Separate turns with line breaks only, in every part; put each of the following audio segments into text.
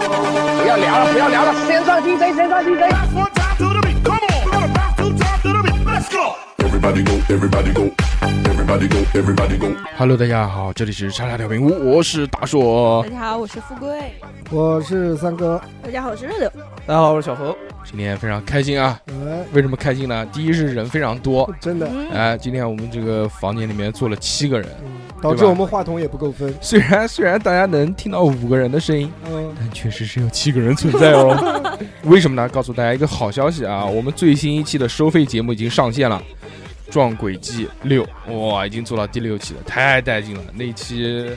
不要聊了，不要聊了，先上 DJ，先上 DJ。
One time to the beat, come on. We're gonna rock two times to the beat, let's go.
Everybody go, everybody go, everybody go, everybody go.
Hello，大家好，这里是叉叉调频，我是大硕
大。家好，我是富贵。
我是三哥，
大家好，我是六六。
大家好，我是小何。
今天非常开心啊！
哎，
为什么开心呢？第一是人非常多，
真的，
嗯，
哎，今天我们这个房间里面坐了七个人，
嗯，导致我们话筒也不够分，
虽然虽然大家能听到五个人的声音，
嗯，
但确实是有七个人存在哦。为什么呢？告诉大家一个好消息啊，我们最新一期的收费节目已经上线了。撞轨迹六，哇，已经做到第六期了，太带劲了！那一期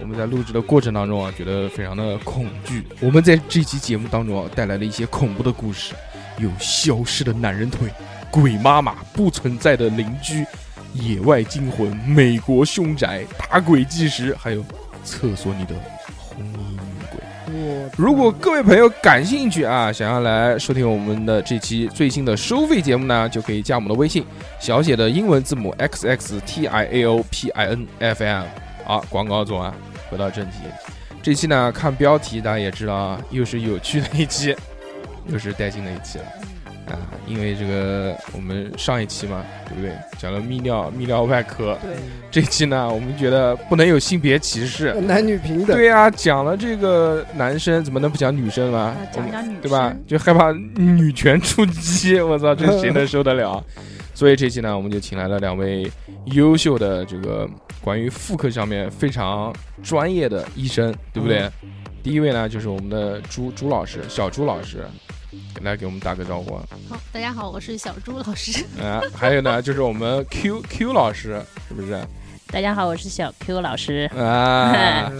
我们在录制的过程当中啊，觉得非常的恐惧。我们在这期节目当中啊，带来了一些恐怖的故事，有消失的男人腿、鬼妈妈、不存在的邻居、野外惊魂、美国凶宅、打鬼计时，还有厕所里的红衣女鬼。
我
如果各位朋友感兴趣啊，想要来收听我们的这期最新的收费节目呢，就可以加我们的微信，小写的英文字母 x x t i a o p i n f m。好，广告做完，回到正题。这期呢，看标题大家也知道啊，又是有趣的一期，又是带劲的一期了啊！因为这个我们上一期嘛，对不对？讲了泌尿泌尿外科，
对，
这期呢，我们觉得不能有性别歧视，
男女平等，
对呀、讲了这个男生怎么能不讲女生嘛？
啊
我
讲
们
讲女生，
对吧？就害怕女权出 击，我操，这谁能受得了？所以这期呢，我们就请来了两位优秀的这个关于妇科上面非常专业的医生，对不对？
嗯
第一位呢，就是我们的朱朱老师，小朱老师，来给我们打个招呼啊、
好，大家好，我是小朱老师。
还有呢，就是我们 Q Q 老师，是不是？
大家好，我是小 Q 老师。
啊，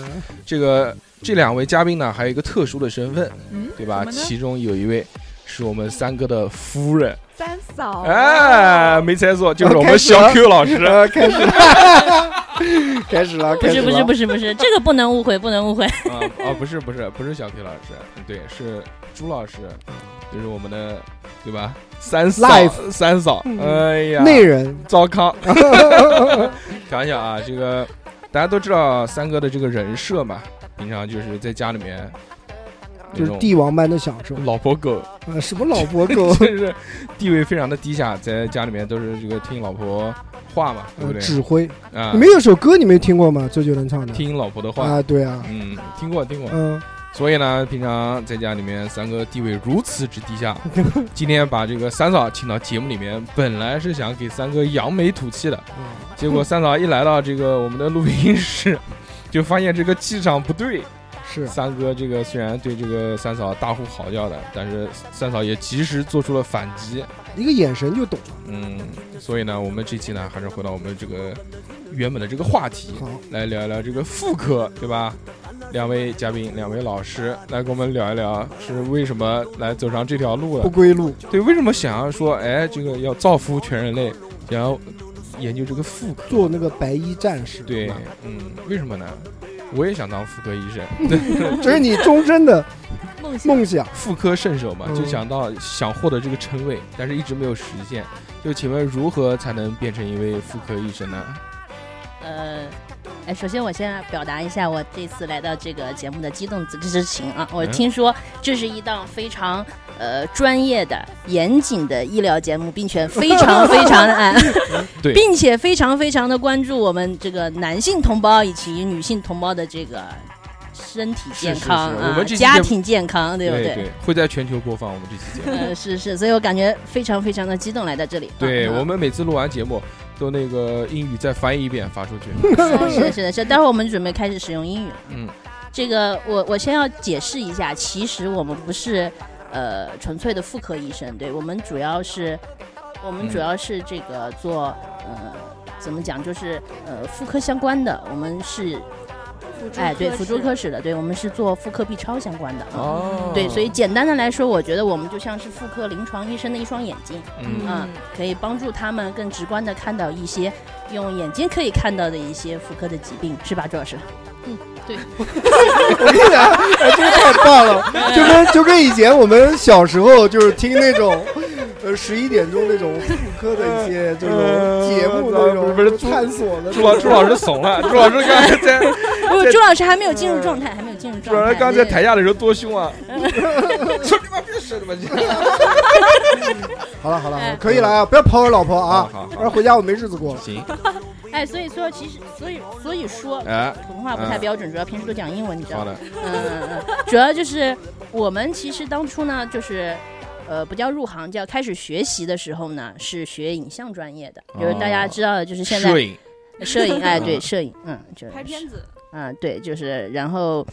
这个这两位嘉宾呢，还有一个特殊的身份，
嗯，
对吧？
什么呢
其中有一位是我们三哥的夫人，
三嫂。
哎，，没猜错，就是
哦
我
啊
们
开始了
小 Q 老师。
呃，开始了，
啊
开始了，
不
开始
是
了，
不是不是不是，这个不能误会，不能误会。
啊啊，不是不是不是小 Q 老师，对，是朱老师，就是我们的对吧？三嫂
Life
三嫂，
嗯
哎呀，
内人，
糟 糠。开玩笑啊，这个大家都知道三哥的这个人设嘛，平常就是在家里面那
就是
种
帝王般的享受，
老婆狗。，
啊，什么老婆狗
就是地位非常的低下，在家里面都是这个听老婆话嘛， 对不
呃
对？
指挥，
啊
你，们有首歌你没听过吗？周杰伦唱的，
听老婆的话，
啊，对啊，
嗯，听过听过。
嗯，
所以呢，平常在家里面，三哥地位如此之低 下，今天把这个三嫂请到节目里面，本来是想给三哥扬眉吐气的，
哦
结果三嫂一来到这个我们的录音室，就发现这个气场不对。
是，
三哥这个虽然对这个三嫂大呼嚎叫的，但是三嫂也及时做出了反击。
一个眼神就懂了，
嗯，所以呢，我们这期呢，还是回到我们这个原本的这个话题，
好，
来聊一聊这个妇科，对吧？两位嘉宾，两位老师来跟我们聊一聊，是为什么来走上这条路
不
了？
归路，
对，为什么想要说，哎，这个要造福全人类，想要研究这个妇科？
做那个白衣战士，
对
嘛，
嗯，为什么呢？我也想当妇科医生，
这是你终身的
梦想。
梦想，
妇科圣手嘛，
嗯
就想到想获得这个称谓，但是一直没有实现。就请问如何才能变成一位妇科医生呢？
呃，哎，首先我先表达一下我这次来到这个节目的激动之之情啊！我
嗯
听说这是一档非常呃专业的、严谨的医疗节目，并且非常非常 的啊，
对
并且非常非常的关注我们这个男性同胞以及女性同胞的这个。身体健
是是
康
是
啊，
我们这期
家
节目
庭健康，对不
对会在全球播放我们这期节目。
呃，是是，所以我感觉非常非常的激动来到这里。
对
嗯
我们每次录完节目，都那个英语再翻译一遍发出去。
是的，是的，是的。待会儿我们准备开始使用英语了。
嗯，
这个我我先要解释一下，其实我们不是呃纯粹的妇科医生，对我们主要是我们主
嗯
要是这个做呃怎么讲，就是呃妇科相关的，我们是哎对辅助科室的，对我们是做妇科 B 超相关的。啊。
哦
对，所以简单的来说，我觉得我们就像是妇科临床医生的一双眼睛，
嗯，
嗯，可以帮助他们更直观的看到一些用眼睛可以看到的一些妇科的疾病，是吧，周 老师？
我跟你讲，哎这个太棒了，就跟就跟以前我们小时候就是听那种呃十一点钟那种妇科的一些这种节目
呃
那种
不是不是
探索的。
朱老朱老师 怂了，朱老师刚才在
不，朱老师还没有进入状态，还没有进入
朱
状
老
态。
师呃刚才在台下的时候多 凶啊！说你妈别说你妈
好了好了，好了可以了啊！不要跑我老婆啊！
好
要是回家我没日子过了。
行，
哎，所以说其实，所以所以说。
哎，
普通话不太标准，主要平时都讲英文，你知道
好
吗？
的，
嗯嗯嗯，主要就是我们其实当初呢，就是呃不叫入行，叫开始学习的时候呢，是学影像专业的，就是大家知道的，就是现在
哦摄影
摄影，哎，对，
嗯
摄影，嗯，就是
拍片子、
嗯，对，就是然后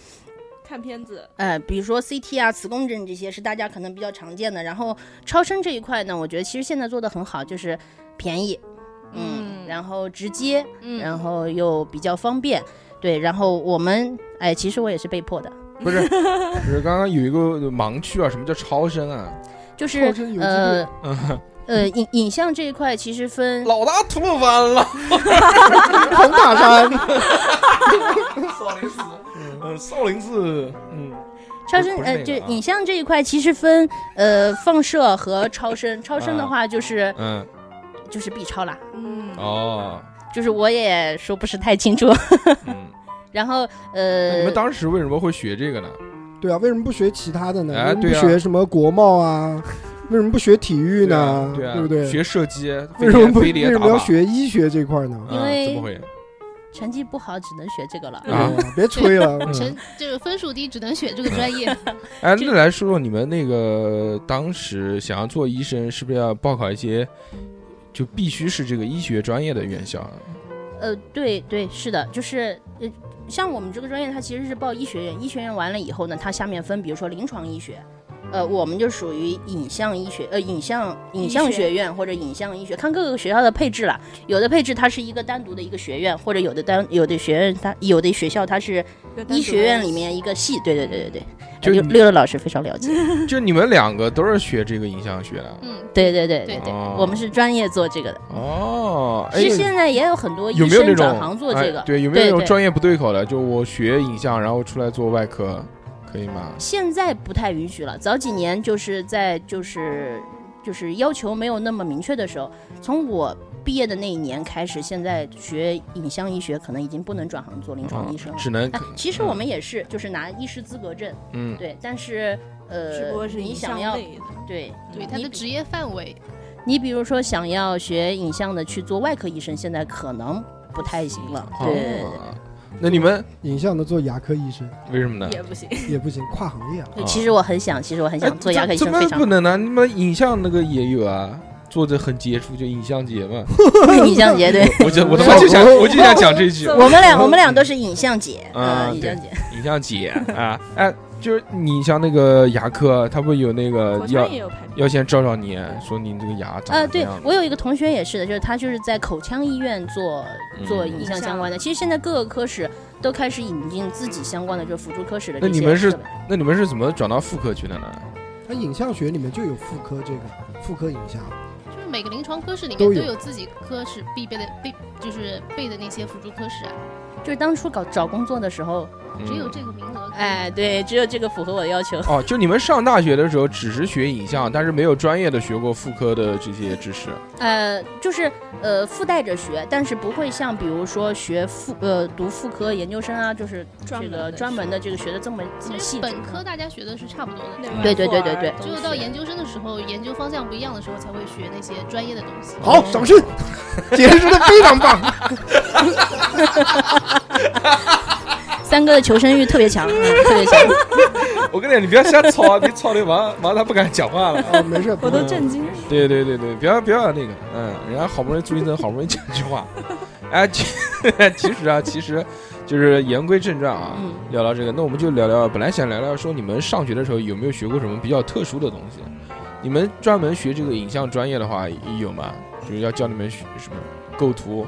看片子，
呃，比如说 CT 啊、磁共振这些是大家可能比较常见的。然后超声这一块呢，我觉得其实现在做的很好，就是便宜，嗯，
嗯
然后直接，
嗯
然后又比较方便，对。然后我们，哎，其实我也是被迫的，
不是，不是，刚刚有一个盲区啊，什么叫超声啊？
就是
超声有机
呃
嗯，
呃影影像这一块其实分
老大吐鲁番了，
红塔山，
少林寺，嗯，少林寺，嗯，
超声
不是那
呃
个
就
啊
影像这一块其实分呃放射和超声，超
啊
声的话就是
嗯，
就是 B 超啦，
嗯，
哦，
就是我也说不是太清楚。
嗯，
然后
那你
呃
们。当时为什么会学这个呢？
对啊，为什么不学其他的呢？
哎
为
对啊
什么不学什么国贸啊？为什么不学体育
对
呢
啊？对啊，
不对？
学射击，飞
为什么
碟
不
飞
为
碟
什
打
么要
靶，
学医学这块呢？
因
嗯，
为
怎么会？
成绩不好，只能学这个了。
对
啊
吧别吹了，
成就是分数低，只能选这个专业。
哎，
这
那来说说你们那个当时想要做医生，是不是要报考一些就必须是这个医学专业的院校 啊？
呃，对对，是的，就是呃，像我们这个专业，它其实是报医学院，医学院完了以后呢，它下面分，比如说临床医学，呃，我们就属于影像医学，呃，影像影像
医学
学院或者影像医学，看各个学校的配置了。有的配置它是一个单独的一个学院，或者有的单有的学院它有的学校它是医学院里面一个系。对对对对对，
就
六
你
六六老师非常了 解。
就你们两个都是学这个影像学的
嗯，
对对对对
对
对，
哦
我们是专业做这个的。
哦？哎
其，实现在也有很多医
有没有那
生
种
转行做这个，
哎对，有没有那种
对对
专业不对口的？就我学影像，然后出来做外科，可以吗？
现在不太允许了。早几年就是在就是就是要求没有那么明确的时候，从我毕业的那一年开始，现在学影像医学可能已经不能转行做临床医生
啊
了。
只能
哎，其实我们也是，就是拿医师资格证，
嗯，
对，但是
只
呃
不过，是
你
影
想
像
要
类的，
对
对，他的
你
职业范围，
你比如说想要学影像的去做外科医生，现在可能不太行了。对对对
哦那你们
影像的做牙科医生
为什么呢？
也不行。
也不行，跨行业啊。
对，其实我很想，其实我很想做牙科医生，
哎
非
怎怎么
常
不能呢？你们影像那个也有啊，做的很杰出，就影像 节嘛。
影像节对。
我就我他妈就想我就想讲这 句，
我们俩，我们俩都是影像姐，
啊
嗯，影
对
像姐，
影像姐啊，哎，就是你像那个牙科，啊他不有那个
火
呃要
山也有拍片，
要先照照你，说你这个牙长
呃，
得怎
对
样
我有一个同学也是的，就是他就是在口腔医院做
嗯
做影像相关的。其实现在各个科室都开始引进自己相关的，就是辅助科室的
那
这
你
些
们是
设备。
那你们是怎么转到妇科去的呢？
它影像学里面就有妇科这个妇科影像，
就是每个临床科室里面
都
都
有
有自己科室必备的备，就是备的那些辅助科室啊，
就是当初搞找工作的时候，
只有
嗯
这个名额。
哎，，对，只有这个符合我的要求。
哦，就你们上大学的时候只是学影像，但是没有专业的学过妇科的这些知识。
呃，就是呃附带着学，但是不会像比如说学妇呃读妇科研究生啊，就是
专
这
门
个
的
专门的这个学的这么这么
其实
细致。
本科大家学的是差不多的，
那啊
对对对对对
只有到研究生的时候，研究方向不一样的时候，才会学那些专业的东西。
好，掌声，解释的非常棒。
三哥的求生欲特别 强，嗯特别强。
我跟你讲，你不要瞎吵，啊，你 吵的王王他不敢讲话了。
啊，没事，
我
不
都
用
震惊了。
对对对对，不要不要那个，嗯，人家好不容易朱一增好不容易讲句 话，哎，其其实啊，其实就是言归正传啊，
嗯
聊聊这个，那我们就聊聊，本来想聊聊说你们上学的时候有没有学过什么比较特殊的东西？你们专门学这个影像专业的话有吗？就是要教你们学什么构图、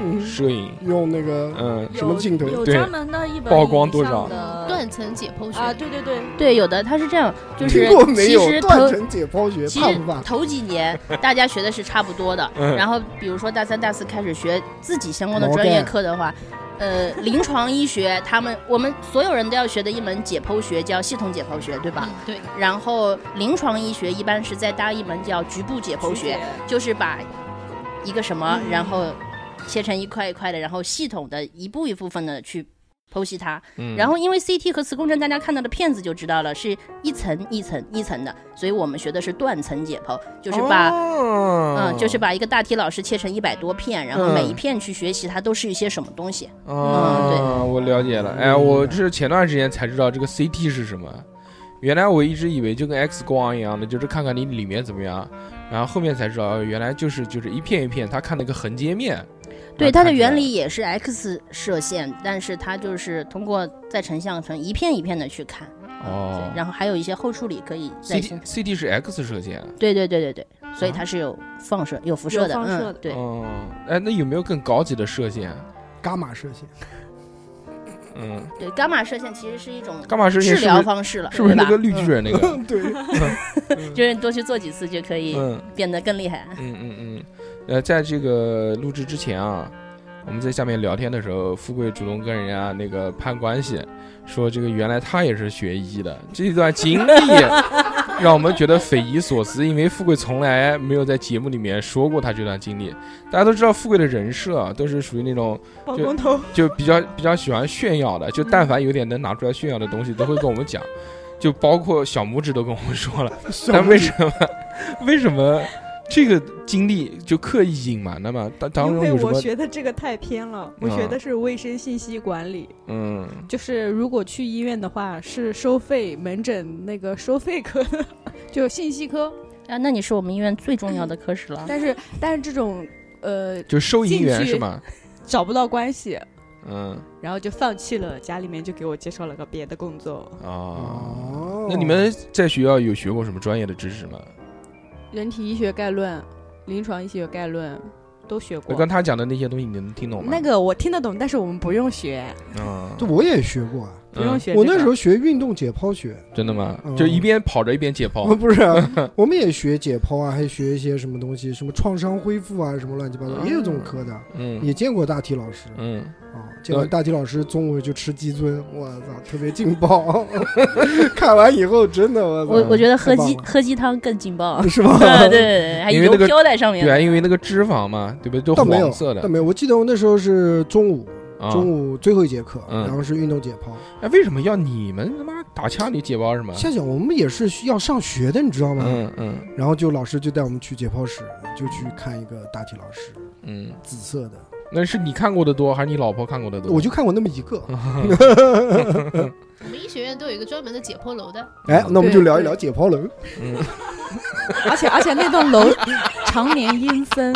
嗯
摄影，
用那个
嗯，
有
什么镜头
有
对
专门的一本
曝光多
影像
少
的
断层解剖学
啊，对对对，
对，有的他是这样，就
听
是
过没
其
有？
实
断
头
层解剖学
其
怕
实
不怕？
头几年大家学的是差不多的，
嗯
然后比如说大三、大四开始学自己相关的
毛
专业
概
课的话，呃，临床医学，他们我们所有人都要学的一门解剖学叫系统解剖学，对吧
嗯？，对，
然后临床医学一般是再搭一门叫局部解剖学，就是把一个什么，
嗯
然后切成一块一块的，然后系统的一步一部分的去剖析它。
嗯
然后因为 CT 和磁共振，大家看到的片子就知道了，是一层一层一层的，所以我们学的是断层解剖，就是把、
哦
嗯，就是把一个大体老师切成一百多片，然后
嗯
每一片去学习它都是一些什么东西。
啊，
嗯对嗯
我了解了。哎，我是前段时间才知道这个 CT 是什么。原来我一直以为就跟 X 光一样的，就是看看你里面怎么样，然后后面才知道，哦原来就是就是一片一片，他看那个横截面。
对，
然后
它的
看出来
原理也是 X 射线，但是它就是通过再成像成一片一片的去看，
哦
然后还有一些后处理可以再生
，CT。CT 是 X 射线。
对对对对对，所以它是有放射、有辐射的，
有放射的
嗯，对，
啊哦，哎，那有没有更高级的射线？
伽马射 线，
嗯，
对，伽马射线其实是一种
伽马射线
治
是
疗
不是
方式了，
是不是
对吧
那个绿巨？人那个？
对，
嗯就是多去做几次就可以
嗯
变得更厉害。
嗯嗯嗯，呃，在这个录制之前啊，我们在下面聊天的时候，富贵主动跟人家那个攀关系，说这个原来他也是学医的，这一段经历让我们觉得匪夷所思，因为富贵从来没有在节目里面说过他这段经历。大家都知道富贵的人设啊，都是属于那种
宝光头，
就比较比较喜欢炫耀的，就但凡有点能拿出来炫耀的东西，都会跟我们讲，就包括小拇指都跟我们说了。 但为什么？为什么这个经历就刻意隐瞒的嘛？当当
因
中
为
有什
我
么？啊
学的这个太偏了，我学的是卫生信息管理，
嗯，
就是如果去医院的话，是收费门诊那个收费科 的，就信息科。
啊，那你是我们医院最重要的科室
嗯
了。
但是但是这种呃
就收银员
进去
是吗？
找不到关系，
嗯
然后就放弃了，家里面就给我介绍了个别的工作，
哦。
哦
那你们在学校有学过什么专业的知识吗？
人体医学概论、临床医学概论都学
我
过。
刚他讲的那些东西你能听懂吗？
那个我听得懂，但是我们不用学，
嗯，
这我也学过啊，
不用
嗯
学这个、
我那时候学运动解剖学，
真的吗？
嗯
就一边跑着一边解
我
剖。
不是啊， 我们也学解剖啊，还学一些什么东西，什么创伤恢复啊，什么乱七八糟，也有这种科的，
嗯
也见过大体老师
嗯，
啊，见完大体老师中午就吃鸡胗，我操，特别劲爆， 看完以后真的我
我啊我觉得喝
太棒
鸡
了
喝鸡汤更劲 爆
操，，是吧？
对对对，还
因为那
油
个
飘在上面
对。啊，因为那个脂肪嘛，对不对？都
倒没有
黄色，的
倒。没有。我记得我那时候是中午，
啊
中午最后一节课，
嗯
然后是运动解剖。
哎，为什么要你们他妈打枪你解包什么？
夏小，我们也是需要上学的，你知道吗？
嗯嗯
然后就老师就带我们去解剖室，就去看一个大体老师，
嗯，
紫色的，
那是你看过的多，还是你老婆看过的多？
我就看过那么一个。
嗯
我们医学院都有一个专门的解剖楼的，
哎，那我们就
对
聊一聊解剖楼。
嗯
而且而且那栋 楼常年阴森，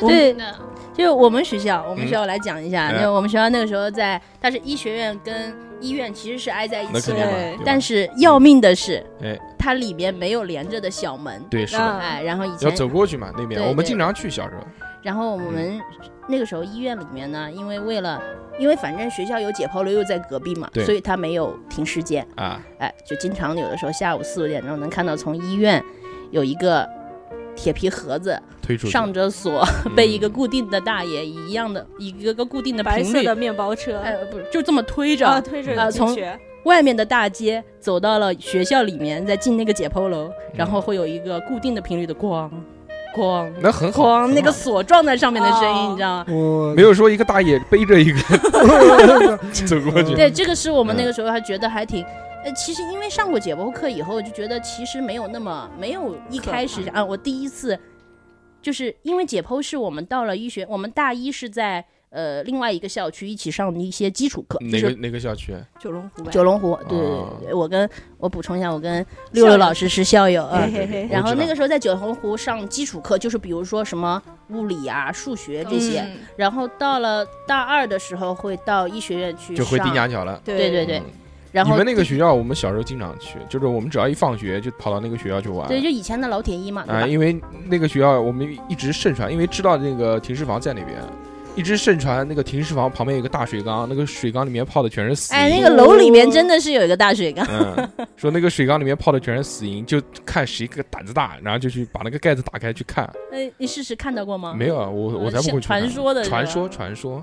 那
对
那
就是我们学校，我们
嗯
学校来讲一下，
哎
那我们学校那个时候在，它是医学院跟医院其实是挨在一
那
起
肯定
的，
嘛，
对
对吧
但是要命的是，
哎
它里面没有连着的小门，
对是的，
嗯
哎，然后以
要
前，
走嗯过去嘛那边，
对
我们
对
经常去小时候，
然后我们那个时候医院里面呢，因为为了，因为反正学校有解剖楼又在隔壁嘛
对，
所以它没有停尸间，
啊，
哎，就经常有的时候下午四五点钟能看到从医院有一个铁皮盒子
推出去嗯
上着锁，被一个固定的大爷以一样的一个个固定的
白
频
色
率
的面包车，
哎，不是，就这么推着、
啊，推着
啊
进
从
去
外面的大街走到了学校里面，再进那个解剖楼，
嗯
然后会有一个固定的频率的咣咣
嗯那很好，
咣，
很
那个
好
锁撞在上面的声音，
哦
你知道吗？
我
没有说一个大爷背着一 个 走过去，
对，这个是我们那
嗯
个时候还觉得还挺。呃，其实因为上过解剖课以后，就觉得其实没有那么没有一开始啊，我第一次就是因为解剖是我们到了医学，我们大一是在呃另外一个校区一起上的一些基础课，就
哪
是
个哪个校区？
九龙湖
九龙湖，对对
哦
对对，我跟我补充一下，我跟六六老师是校友
嗯
啊。
嘿嘿嘿
然后那个
时
时候在九龙湖上基础课，就是比如说什么物理啊、数学这些。
嗯
然后到了大二的时候，会到医学院去
就回
上
丁家桥了。
对
对对对。
嗯
然
你
后
们那个学校，我们小时候经常去，就是我们只要一放学就跑到那个学校去玩。
对，就以前的老铁一嘛，对
啊，
吧？
因为那个学校我们一直盛传，因为知道那个停尸房在那边，一直盛传那个停尸房旁边有个大水缸，那个水缸里面泡的全是死
哎，那
鱼。
个楼里面真的是有一个大水缸，
嗯，说那个水缸里面泡的全是死蝇，就看谁个胆子大，然后就去把那个盖子打开去看。
哎，你试试看到过吗？
没有，啊，我我才不会
是
去看。
传说的是吧
传说传说，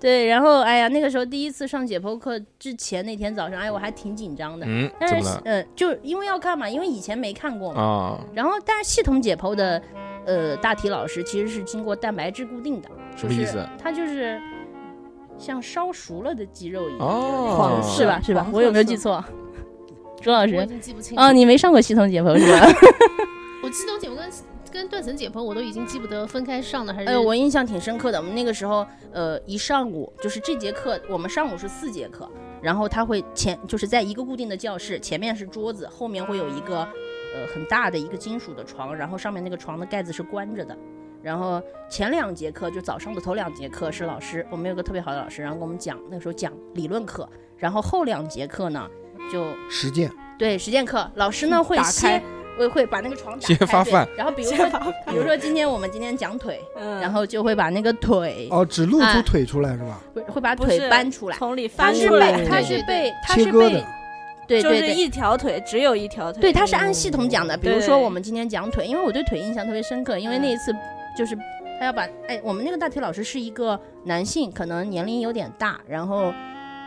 对，然后哎呀，那个时候第一次上解剖课之前那天早上，哎，我还挺紧张的。
嗯，怎
但
么
是
了？
呃，就是因为要看嘛，因为以前没看过嘛。
啊，
然后，但是系统解剖的，呃，大体老师其实是经过蛋白质固定的，
什
就
么
是
意思？啊
它就是像烧熟了的鸡肉一样，
哦
黄是吧？是吧
黄？色
我有没有记错？朱老
我已
师，
经记不清
哦，你没上过系统解剖是吧？
我系统解剖跟跟断层解剖我都已经记不得分开上的还是。
哎呦，我印象挺深刻的。我们那个时候，呃，一上午就是这节课，我们上午是四节课，然后他会前就是在一个固定的教室，前面是桌子，后面会有一个呃很大的一个金属的床，然后上面那个床的盖子是关着的。然后前两节课就早上的头两节课是老师，我们有个特别好的老师，然后给我们讲那个时候讲理论课，然后后两节课呢就
实践
对实践课，老师呢会
打
先
开
会会把那个床打
先
开
发
对
饭
然后比如
先
说
把
比如说今天我们今天讲腿，
嗯，
然后就会把那个腿，
哦，只露出
哎
腿出来是吧？
不是会把
不
腿
是
搬出来，
从里翻
搬
出
出
来，
来，
对
它
对
是
对
被啊它
切
是
割的
被，对
就
对
是
对。
一条腿，只有一条腿。
对，它是按系统讲的。比如
对
说我们今天讲腿，因为我对腿印象特别深刻，因为
嗯
那一次就是他要把哎，我们那个大体老师是一个男性，可能年龄有点大，然后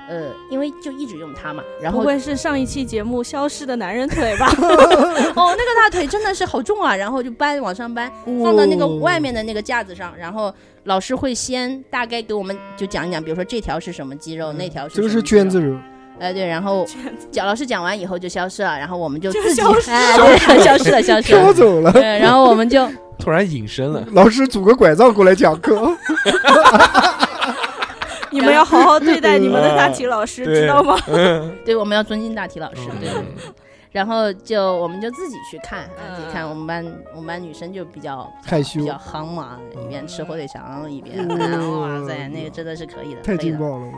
呃，因为就一直用他嘛，然
不
后
会是上一期节目消失的男人腿吧？
哦，那个大腿真的是好重啊，然后就搬往上搬，放到那
哦
个外面的那个架子上，然后老师会先大概给我们就讲一讲，比如说这条是什么肌肉，那条是
这个
什么
嗯是
肌
娟
肉
子柔，
哎，对，然 后讲老师讲完以后就消失了，然后我们就自己
消 失
哎，对，消失了，消 失
飘
了。
走了。
对，然后我们就
突然隐身了，
老师拄个拐杖过来讲课，
你们要好好对待你们
嗯
的大体老师，知道吗？
对我们要尊敬大体老师，对，
嗯
然后就我们就自己去看，哎
嗯
自己看。我们班我们班女生就比较
害 羞
比，较夯嘛，一边吃火腿肠一边，
嗯
然后哇塞，那个真的是可以的，
太
可以
劲
的。
爆了。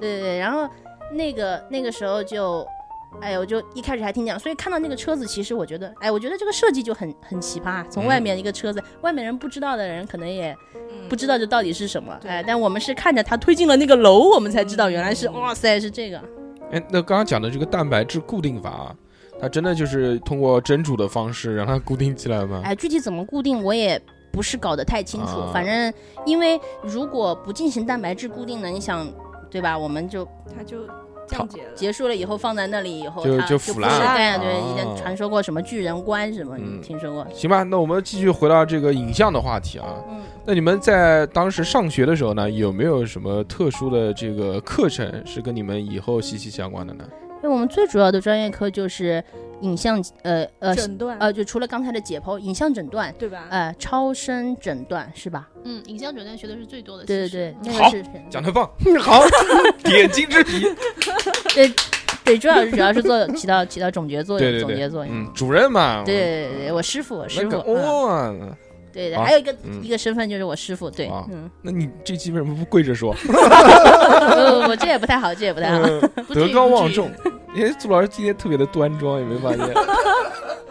对对对，然后那个那个时候就，哎，我就一开始还挺讲，所以看到那个车子，其实我觉得，哎，我觉得这个设计就很很奇葩。从外
嗯
面一个车子，外面人不知道的人可能也
嗯
不知道
嗯
这到底是什么，
对
哎，但我们是看着他推进了那个楼，我们才知道原来是，
嗯
哇塞，是这个。
哎，那刚刚讲的这个蛋白质固定法啊，它真的就是通过蒸煮的方式让它固定起来吗？
哎，具体怎么固定我也不是搞得太清楚，
啊
反正因为如果不进行蛋白质固定呢，你想。对吧？我们就
它就降解了。
结束了以后放在那里以后，
就
它就
就腐
不
烂
是
了
对呀，
啊
对，以前传说过什么巨人观什么，你
嗯
听说过？
行吧，那我们继续回到这个影像的话题啊。
嗯，
那你们在当时上学的时候呢，有没有什么特殊的这个课程是跟你们以后息息相关的呢？
因为我们最主要的专业课就是影像，呃呃
诊断，
呃，就除了刚才的解剖、影像诊断，
对吧？
呃，超声诊断是吧？
嗯，影像诊断学的是最多的。
对对
其实
对，
嗯
那个是
讲得棒， 好，点睛之笔。
对，主要是主要是做起到起到总结作用，
对对对
总结作用。
嗯，主任嘛，
对对对对，我师傅，我师
那
傅
个，
嗯
哦，
对对，
啊
还有一个
嗯
一个身份就是我师傅，对
啊，
嗯，
那你这期为什么不跪着说？
呃
嗯
我我这也不太好，这也不太好，
不至于
德高望。
不至于
重。因为朱老师今天特别的端庄，有没有发现？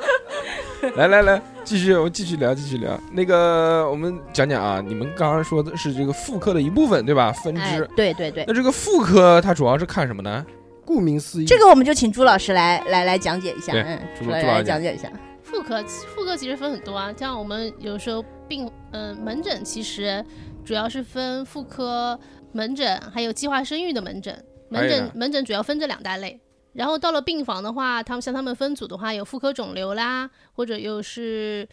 来来来，继续，我们继续聊，继续聊。那个，我们讲讲啊，你们刚刚说的是这个妇科的一部分，对吧？分
哎
支。，
对对对，
那这个妇科它主要是看什么呢？
顾名思义，
这个我们就请朱老师来来来讲解一下，
对
嗯，
朱
朱老
朱
师
老
来
师
讲解一下，
妇科妇科其实分很多啊，像我们有时候病嗯、门诊其实主要是分妇科门诊，还有计划生育的门诊。门
还有
诊
呢
门诊主要分这两大类。然后到了病房的话，他们像他们分组的话，有妇科肿瘤啦，或者又是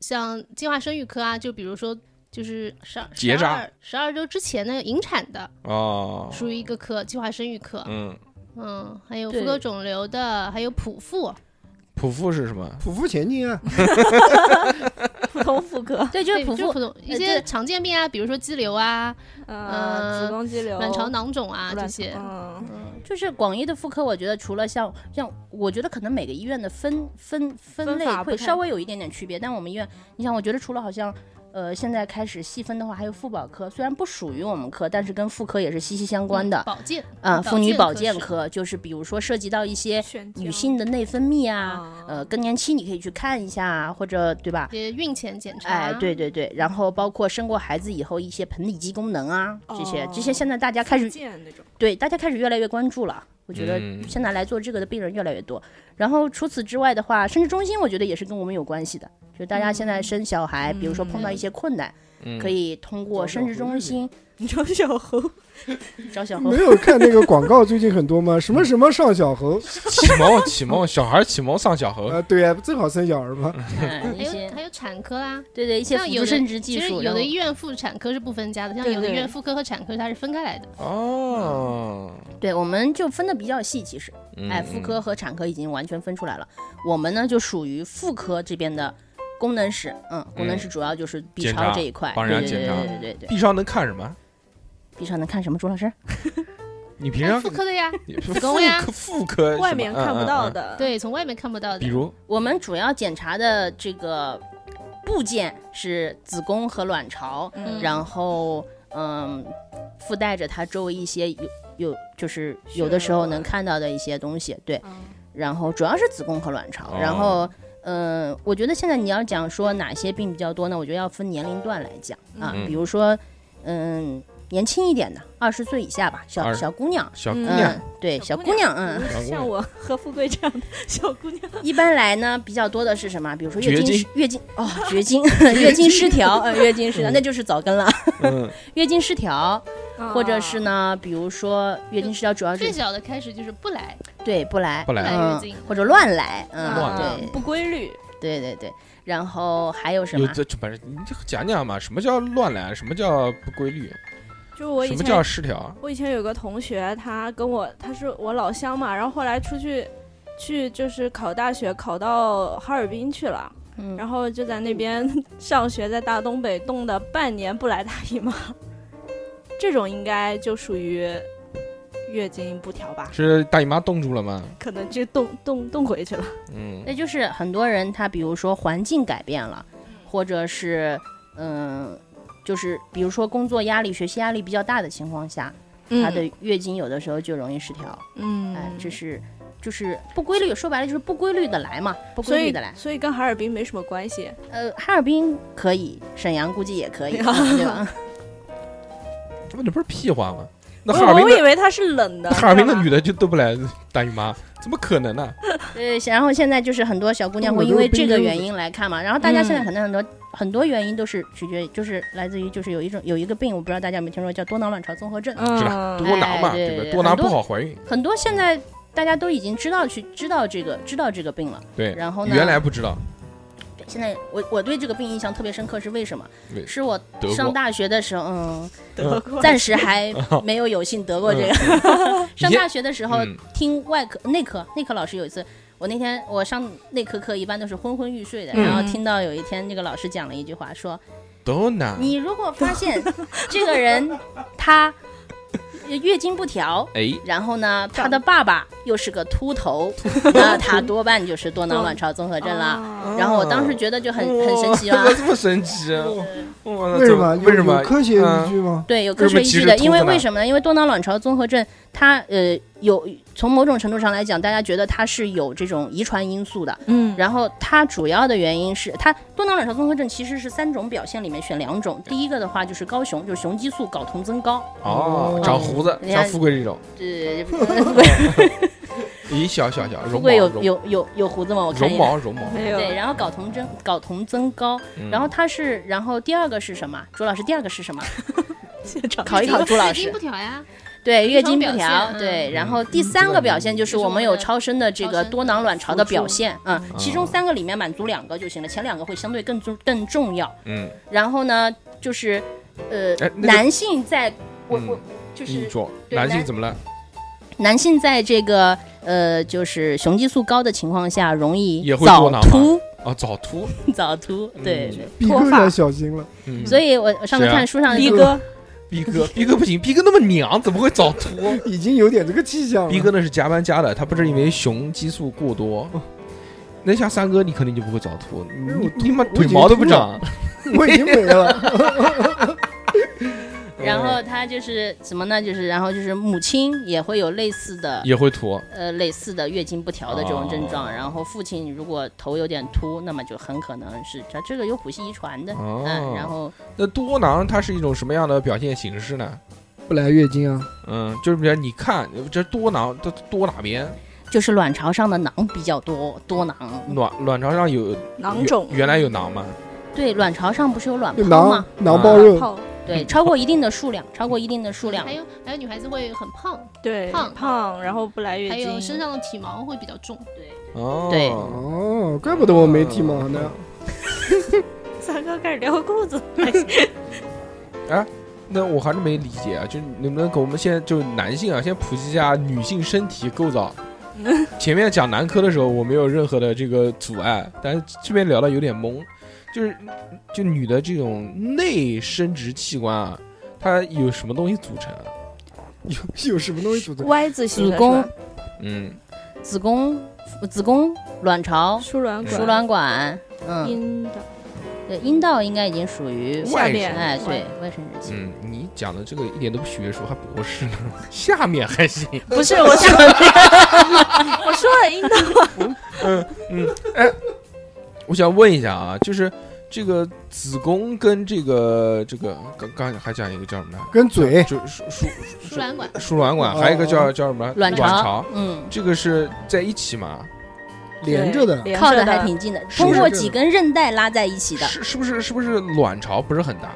像计划生育科啊，就比如说就是十二
结扎
十二周之前那个引产的，
哦，
属于一个科，计划生育科。
嗯，
嗯，还有
对
妇科肿瘤的，还有剖腹。
剖腹是什么？
匍匐前进啊，
普通妇科，
对，就是
对
普
就
妇
普通一
呃
些
这
常见病啊，比如说肌瘤啊、
呃，子宫肌瘤、
卵巢囊肿啊这
卵巢
些。
嗯，
就是广义的妇科，我觉得除了像像，我觉得可能每个医院的分分分
分
类
法不
会
太
稍微有一点点区别，但我们医院，你想，我觉得除了好像。呃，现在开始细分的话，还有妇保科，虽然不属于我们科，但是跟妇科也是息息相关的。
保健
啊、妇女保健
嗯科
科就是比如说涉及到一些
选
女性的内分泌啊，
啊
嗯
呃，更年期你可以去看一下啊，或者对吧
是，？也孕前检查。啊
哎，对，对对，然后包括生过孩子以后一些盆底肌功能啊，这些这些，
哦
现在大家开始
健那种，
对，大家开始越来越关注了。我觉得
嗯
现在来做这个的病人越来越多。然后除此之外的话，生殖中心我觉得也是跟我们有关系的，就大家现在生小孩，比如说碰到一些困难，
嗯
可以通过生殖中心
找小猴，
找小猴
没。有看那个广告最近很多吗？什么什么上小猴
启蒙 启蒙，小孩启蒙上小
呃
猴，
啊？对呀，正好生小 儿嘛。
嗯
还
一些
有还有产科啦，
对对，一些
像
辅
有
助
的
生殖技
其实
术，
有
然后
的医院妇产科是不分家的，像
对
有的医
对
院妇科和产科它是分开来的。
哦，
对，我们就分的比较细，其实，
嗯
哎，妇科和产科已经完全分出来了。我们呢就属于妇科这边的功能室，嗯，功能室主要就是 B
检
超
查
这一块，
帮
对
人家
对
检
对
查
对对对对对
地上能看什么？
，B 超能看什么？朱老师，
你平常
哎妇科的呀，
你妇
子宫呀
科妇科
外
什么
面看不到，
嗯嗯
的。，
对，从外面看不到
嗯比
的。
如
我们主要检查的这个部件是子宫和卵巢，
嗯
然后嗯，附带着它周围一些有有就是有的时候能看到的一些东西，对。
嗯
然后主要是子宫和卵巢，
哦
然后。嗯，我觉得现在你要讲说哪些病比较多呢？我觉得要分年龄段来讲啊，
嗯
比如说，嗯，年轻一点的，二十岁以下吧，小
二
小姑娘，
小姑
嗯
娘
嗯，对，小
小
姑
姑
娘，嗯，
小姑娘
像我和富贵这样 的小姑娘，
一般来呢比较多的是什么？比如说月
绝
经
经，
月经 哦，绝经，月经失调，呃，月经失调，那就是早更了，
嗯，
月经失调，或者
啊
是呢，比如说月经失调主要
最
是
小的开始就是不来，
对不来，
不来
来月
嗯
经，
或者乱来，嗯，
乱来
不规律，
对对对对，然后还有什
有
么？
这不是你就讲讲嘛，什么叫乱来，什么叫不规律，
就是我
什
以
么叫
前
失调？
我以前有个同学，他跟我他是我老乡嘛，然后后来出去去就是考大学，考到哈尔滨去了。
嗯
然后就在那边上学，在大东北冻的半年不来大姨妈，这种应该就属于月经不调吧？
是大姨妈冻住了吗？
可能就冻冻冻回去了。
嗯
那就是很多人他比如说环境改变了，
嗯
或者是嗯、就是比如说工作压力、学习压力比较大的情况下，他的月经有的时候就容易失调。
嗯，
哎，这是就是不规律，说白了就是不规律的来嘛，不
所
规律
以
的来。
所以跟哈尔滨没什么关系。
呃，哈尔滨可以，沈阳估计也 可以，对吧？
那不是屁话吗？那
我
哈尔滨
呃我
的
以为他是冷的，
哈尔滨的
知道吧
女的就都不来大姨妈，怎么可能呢？
对，然后现在就是很多小姑娘会因为这个原因来看嘛，然后大家
嗯
现在可能很多、很多原因都是取决于，就是来自于就是有一种有一个病，我不知道大家有没有听说叫多囊卵巢综合症，
是
嗯，
多囊嘛，
哎对
对不
对
多囊
很
不
多
好怀孕，
很多现在大家都已经知道去知道这个知道这个病了，
对。
然后呢，
原来不知道，
对现在我我对这个病印象特别深刻是为什么
为？
是我
德国
上大学的时候，嗯，
德国
暂时还没有有幸得过这个。 上大学的时候
嗯
听外科、内科、内科老师有一次，我那天我上内科课一般都是昏昏欲睡的，
嗯
然后听到有一天这个老师讲了一句话，说
多囊，
你如果发现这个人他月经不调。
哎，
然后呢，他的爸爸又是个秃头，那他多半就是多囊卵巢综合症了。
哦
了
然后我当时觉得就很很神奇
哇
啊，
啊这么神奇啊，哇
为什么？
怎为什
有
么
有科学依
嗯
据吗？
对，有科学依据
为什么
的，
歧视
因为
秃子呢
为什么呢？因为多囊卵巢综合症，它呃有从某种程度上来讲，大家觉得它是有这种遗传因素的。
嗯，
然后它主要的原因是，它多囊卵巢综合症其实是三种表现里面选两种。第一个的话就是高雄，就是雄激素睾酮增高，
哦，长胡子，
嗯人家
像富贵这种，
对，
哦
对
咦，小小小，绒毛
会有
绒
有有有胡子吗？我看一
绒
眼。
毛绒毛，
没有，
对，然后睾酮增睾酮增高，
嗯
然后它是，然后第二个是什么？朱老师，第二个是什么？
现场
哎
考一考朱老
月
师
经不。调呀，
对，月经不
表
调，
现
对，
嗯
然后第三个表现就是
就是
我
我
们
们
有
的
超声的这
超
个
声
多囊卵巢的表现，嗯，其
哦
中三个里面满足两个就行了，前两个会相对更重更重要。
嗯，
然后呢，就是呃
哎，那个
男性在我
嗯
我就
你
是
说
对
男性
男
怎么了？
男性在这个呃就是雄激素高的情况下，容易
也会
早
多囊吗
秃
啊，早秃，
早秃，对
嗯
对。
逼
脱
哥
发
要小心了，
嗯，
所以我我上次
谁啊
看书上
逼
就
哥，
逼哥，逼哥不行，逼哥那么娘，怎么会早秃？
已经有点这个迹象了。
逼哥那是加班加的，他不是因为雄激素过多。那像三哥，你肯定就不会早秃，
哎
你
我秃
你妈
我已
腿
经
毛都不
秃
长
了。我已经没 了，
然后他就是怎么呢？就是然后就是母亲也会有类似的
也会秃，
呃类似的月经不调的这种症状，
哦
然后父亲如果头有点秃，那么就很可能是这这个有谱系遗传的，
哦
嗯，然后
那多囊它是一种什么样的表现形式呢？
不来月经啊。
嗯，就是比如你看这多囊，它多哪边？
就是卵巢上的囊比较多，多囊，
卵卵巢上有
囊
原
肿啊
原来有囊吗？
对，卵巢上不是有卵
就
泡吗
囊？囊包肉，
泡
对，超过一定的数量，超过一定的数量
还，有还有女孩子会很胖，
对
胖
胖，然后不来月
还
经，
有身上的体毛会比较重。对，
哦
对
哦，怪不得我没剃毛呢。
嗯
三哥开始撩裤 子，
那我还是没理解啊，就你们能给我们现在就男性啊，先普及一下女性身体构造。前面讲男科的时候，我没有任何的这个阻碍，但是这边聊的有点懵，就是就女的这种内生殖器官啊，它有什么东西组成啊？
有有什么东西组成？
Y 字形
子
的是
宫
吧、
嗯，
子宫、子宫、卵巢、
输卵管、
输卵管，
嗯，
阴道、
对，阴道应该已经属于
外
下面，
哎，对，外生殖器。
嗯，你讲的这个一点都不学术，还博士呢？下面还行。
不
嗯
是 我说，我说了阴道，
我想问一下啊，就是这个子宫跟这个这个刚刚还讲一个叫什么来？
跟嘴
就输输
输卵管
输卵管，
哦
还有一个叫叫什么
卵
巢？
巢，嗯，
这个是在一起吗？
连着的，
对连
靠
着
的
的
还挺近的，
不
通
是
过
这
几
个
根韧带拉在一起的，
是是不是是不是卵巢不是很大？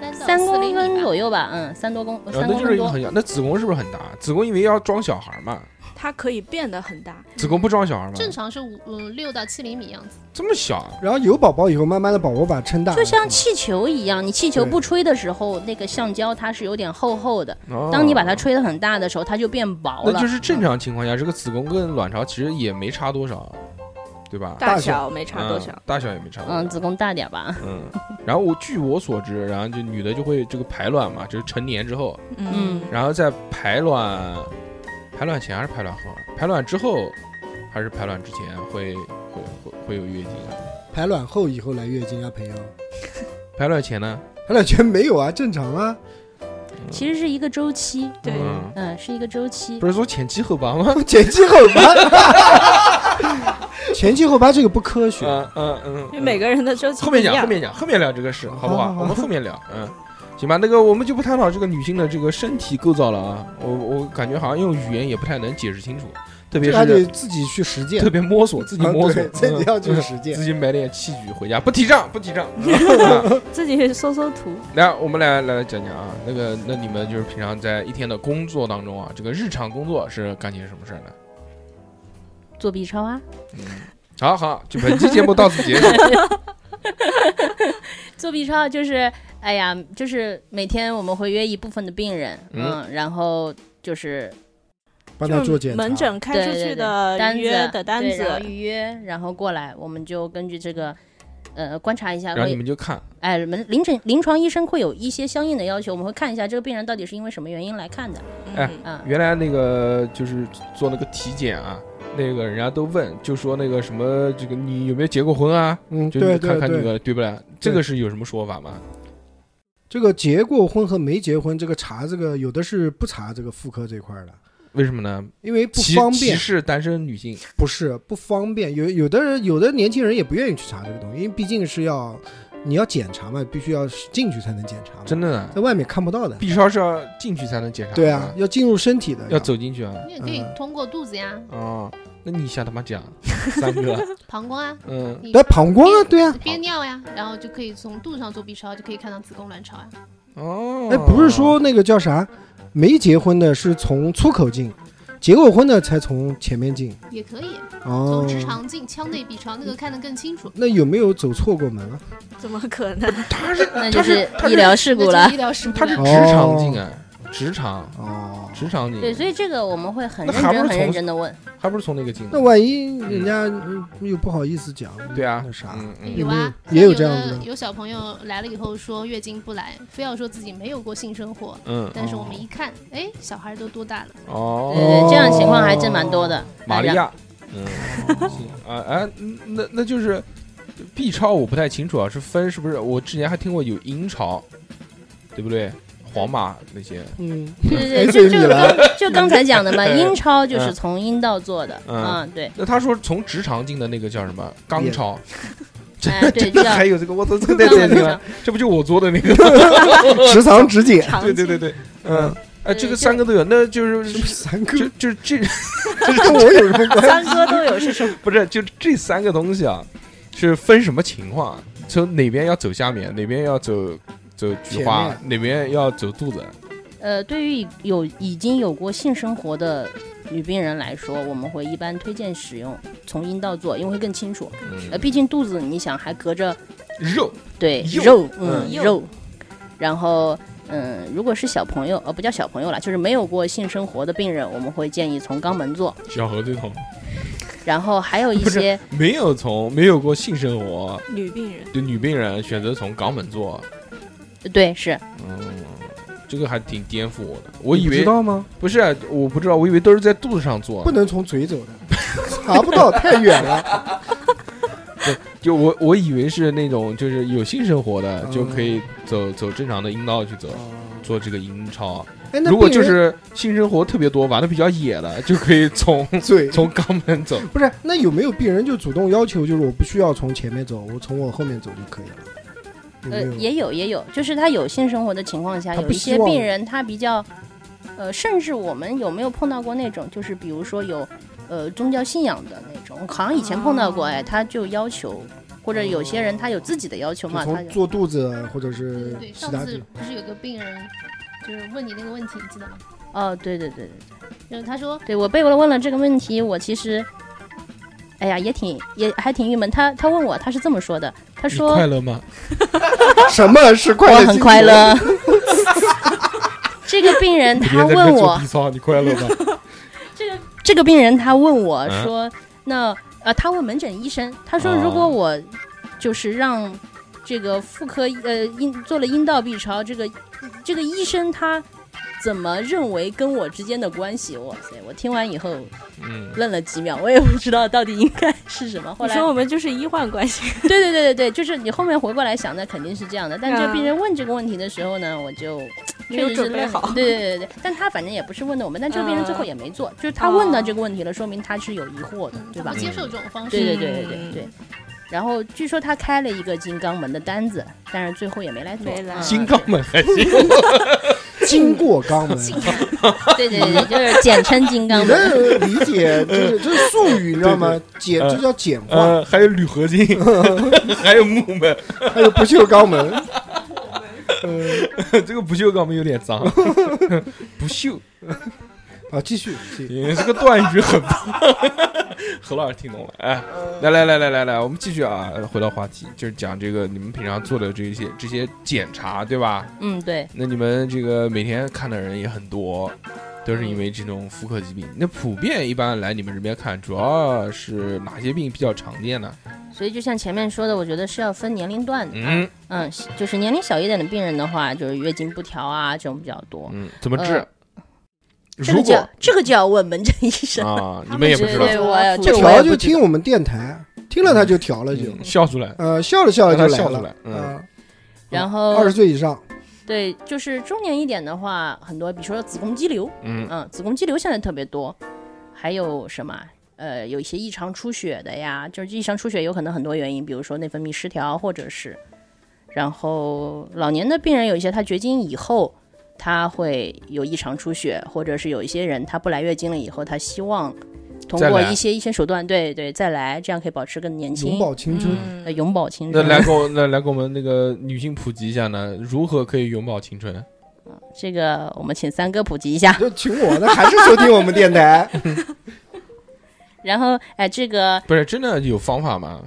三到
三
四
公
厘米
分
吧
左右吧，嗯，三多公，
然
三
哦后那
公
就是
分
一个
多。
很小。那子宫是不是很大？子宫因为要装小孩嘛，
它可以变得很大，
子宫不装小孩吗？
正常是五嗯六到七厘米样子。
这么小啊？
然后有宝宝以后，慢慢的宝宝把它撑大了，
就像
是
气球一样，你气球
对
不吹的时候，那个橡胶它是有点厚厚的。
哦
当你把它，吹得很大的时候，它就变薄了。嗯
那就是正常情况下，这个子宫跟卵巢其实也没差多少，对吧？
大小
小没差多
嗯
少。
大小也没差多少
嗯，。子宫大点吧。
嗯，然后我据我所知，然后就女的就会这个排卵嘛，就是成年之后，
嗯，
然后在排卵，排卵前还是排卵后？排卵之后还是排卵之前会会会会有月经啊？
吧排卵后以后来月经啊，朋友，
排卵前呢？
排卵全没有啊，正常啊，
其实是一个周期，
对，
嗯，
嗯，是一个周期
不。是说前期后拔 吗？
前期后 八，前期后八这个不科学，
嗯嗯嗯
因为每个人的周期
后面
不一
讲，
样
后面讲，后面聊这个事，好不
好
好？
好好
我们后面聊，嗯，行吧。那个我们就不探讨这个女性的这个身体构造了啊，我我感觉好像用语言也不太能解释清楚，特别
这还得
是
自己去实践
特，别摸索，自己
啊
摸索
对，自己
嗯
要去
嗯
实践
自。己买点器具回家，不提倡，不提 倡。嗯
自己搜搜图，
来，我们来来来讲讲啊，那个，那你们就是平常在一天的工作当中啊，这个日常工作是干些什么事儿呢？嗯
做 B 超啊，
好好，就本期节目到此结束。
做 B 超就是，哎呀，就是每天我们会约一部分的病人，
嗯
嗯，然后就是
帮他做
就是
检
门
查，
诊开出
对对
去
对
的
单
预
子
呃
啊
约的单
对然后
子，
预约，然后过来，我们就根据这个。呃，观察一下
然后你
会，
们就看，
哎，我们临诊临床医生会有一些相应的要求，我们会看一下这个病人到底是因为什么原因来看的，
哎
嗯，
啊，
原来那个就是做那个体检啊，那个人家都问，就说那个什么，这个你有没有结过婚啊？
嗯，
就
对
你看
对
看那
对，
个对不对？这个是有什么说法吗？
这个结过婚和没结婚，这个查这个有的是不查这个妇科这块儿的，
为什么呢？
因为不
歧
方
歧
便，
视单身女性。
不是不方便。有有的人，有的年轻人也不愿意去查这个东西，因为毕竟是要你要检查嘛，必须要进去才能检查嘛，
真的呢
在外面看不到的。
，B 超是要进去才能检查的吗，
对啊，要进入身体的，
要走进去啊。
你也可以
嗯
通过肚子呀、
哦，那你瞎他妈讲，三 哥，
膀胱啊，
嗯，
你
来膀胱啊，
嗯
对啊，
憋尿呀，然后就可以从肚上做 B 超，就可以看到子宫卵巢呀。
哦，
哎，不是说那个叫啥，没结婚的是从出口进，结过婚的才从前面进。
也可以
哦
从，直肠镜、腔内 B 超，那个看得更清
嗯
楚。
那有没有走错过门啊？
怎么可能？
他是
那
他
就是
他
医疗嗯事故
那
了
就医。疗事故
他是
了。
直肠镜啊，直肠
哦，
直肠镜，
对，所以这个我们会很
那
认
还不
真、
是
很
从
认真的问。
还不是从那个进的
那万一人家嗯又不好意思讲，
对啊
那啥，
哎
嗯嗯，
有啊，
也有
像
这样子
的
的
有小朋友来了以后说月经不来，非要说自己没有过性生活，
嗯
但是我们一看，哎，小孩都多大了？
对
哦，
对，这样情况还真蛮多的。
玛利
哎呀，
亚，嗯，行啊哎，嗯那那就是。B 超我不太清楚啊，是分是不是？我之前还听过有英超，对不对？皇马那些，
嗯，
对对
AC
对，就就
米兰
刚就刚才讲的嘛，
嗯
阴超就是
嗯
从阴道做的，
嗯
嗯，对，
那他说从直肠进的那个叫什么肛
也
超，
哎对，
那
叫
还有这个， 我操，这个
肛
太
门
恶心
上
了，这不就我做的那个？嗯
直肠直检，
长
对对对
期
对，嗯，哎，这
对
个三个都有，那就是
什么三
就
哥，
就这
这跟我有什么关 系？
三哥都有是什么？
不是就这三个东西啊，是分什么情况啊？从哪边要走下面，哪边要走走菊花，哪边要走肚子？
呃，对于有已经有过性生活的女病人来说，我们会一般推荐使用从阴道做，因为会更清楚。呃，
嗯，
毕竟肚子你想还隔着
肉
对
肉
肉，嗯
嗯
肉，然后嗯，如果是小朋友，呃不叫小朋友了，就是没有过性生活的病人，我们会建议从肛门做。
小何最痛，
然后还有一
不是
些
没有从没有过性生活
女病人，
的女病人选择从肛门做，
对是
嗯，这个还挺颠覆我的。我以
你不
为
知道吗？
不是啊，我不知道，我以为都是在肚子上做
不。能从嘴走 的，查不到，太远了。
就我我以为是那种就是有性生活的
嗯
就可以走走正常的阴道去走
哦
做这个阴超，
哎，那
如果
病
就
人
是性生活特别多玩的比较野的，就可以从
嘴
从肛门走。
不是，那有没有病人就主动要求，就是我不需要从前面走，我从我后面走就可以了？有没
呃
有？
也有也有，就是他有性生活的情况下，
他
有
不
一
希
些
望
病人他比较呃，甚至我们有没有碰到过那种，就是比如说有呃宗教信仰的那种，好像以前碰到过，
哦
哎，他就要求。或者有些人他有自己的要求
就
嘛，他
从
就
坐肚子啊或
对
者
对
嗯
是
对，
其
上
他
次
地
不是有个病人，就是问你那个问题，你记得吗？
哦，对对对对
就是他说
对，我被问了问了这个问题，我其实，哎呀，也挺也还挺郁闷。他他问我，他是这么说的，他
你
说
快乐吗？
什么是快
我
乐？
很快。乐。 这个病人
你
他
别在这
问
边做
我，
B 超，你快乐吗？
这个病人他问我
嗯
说，那呃，他问门诊医生，他说
哦
如果我就是让这个妇科呃阴做了阴道 B 超，这个这个医生他怎么认为跟我之间的关系？哇塞，我听完以后
嗯，
愣了几秒，我也不知道到底应该是什么。后
你
来
说我们就是医患关系，
对对对对对，就是你后面回过来想，那肯定是这样的。但这
啊
个病人问这个问题的时候呢，我就
没
确
有
实
准
是
备
愣
好嗯
对对对对对，但他反正也不是问的我们，但这个病人最后也没做，就是他问到这个问题了，说明他是有疑惑的，
嗯
对
他
吧
不？接受这种方式，
对对对对对
嗯
对。然后据说他开了一个金刚门的单子，但是最后也没来做。
没来
嗯
金刚门还行，
经过肛门，你
对对 对，对就是简称金刚门。
的理解就是这是术语，你知道吗？简
嗯
这叫简化，
呃，还有铝合金，还有木门，
还有不锈钢门。嗯，
这个不锈钢门有点脏， 不锈，
啊，继续，继续
你这个断语很棒。 何老师听懂了，哎，来来来来来来，我们继续啊，回到话题，就是讲这个你们平常做的这些这些检查，对吧？
嗯，对。
那你们这个每天看的人也很多，都是因为这种妇科疾病。那普遍一般来你们这边看，主要是哪些病比较常见呢？
所以就像前面说的，我觉得是要分年龄段的。
嗯
嗯，就是年龄小一点的病人的话，就是月经不调啊这种比较多。
嗯，怎么治？
呃这个
如
就
果
要这个就要问门诊医生。
啊，你们也不知道
对，我
不
这个我
调
也
就
不知
听
道。
我们电台，听了他就调了就，
嗯笑出来，
呃，笑了笑
让
了
他
啊就来
笑出
了。
来。嗯，
然
二
后
十岁以上，
对，就是中年一点的话，很多比如说子宫肌瘤，
嗯
嗯，子宫肌瘤现在特别多，还有什么？呃，有一些异常出血的呀，就是异常出血有可能很多原因，比如说内分泌失调，或者是，然后老年的病人有一些他绝经以后，他会有异常出血，或者是有一些人他不来月经了以后，他希望通
再
过
来
一些医学手段，对对，再来，这样可以保持更年轻
永，葆青春。
呃，永葆青
那
春。
来给我那来给我们那个女性普及一下呢，如何可以永葆青春？
这个我们请三哥普及一下。
就请我，那还是收听我们电台。
然后，哎，这个
不是真的有方法吗？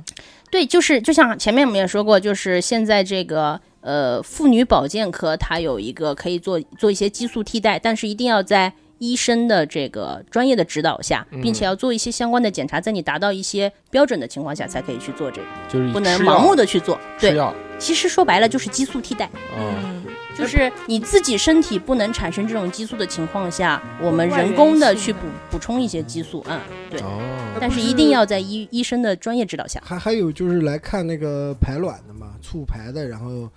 对，就是就像前面我们也说过，就是现在这个呃妇女保健科，它有一个可以做做一些激素替代，但是一定要在医生的这个专业的指导下，并且要做一些相关的检查，在你达到一些标准的情况下才可以去做这个，
就是啊
不能
吃药
盲目的去做。
吃
对，
药。
其实说白了就是激素替代，
嗯，
就是你自己身体不能产生这种激素的情况下，我们
外
人
源
工的
性
去
的
补补充一些激素，嗯，对。
哦，
但是一定要在医医生的专业指导下。
还还有就是来看那个排卵的嘛，促排的，然后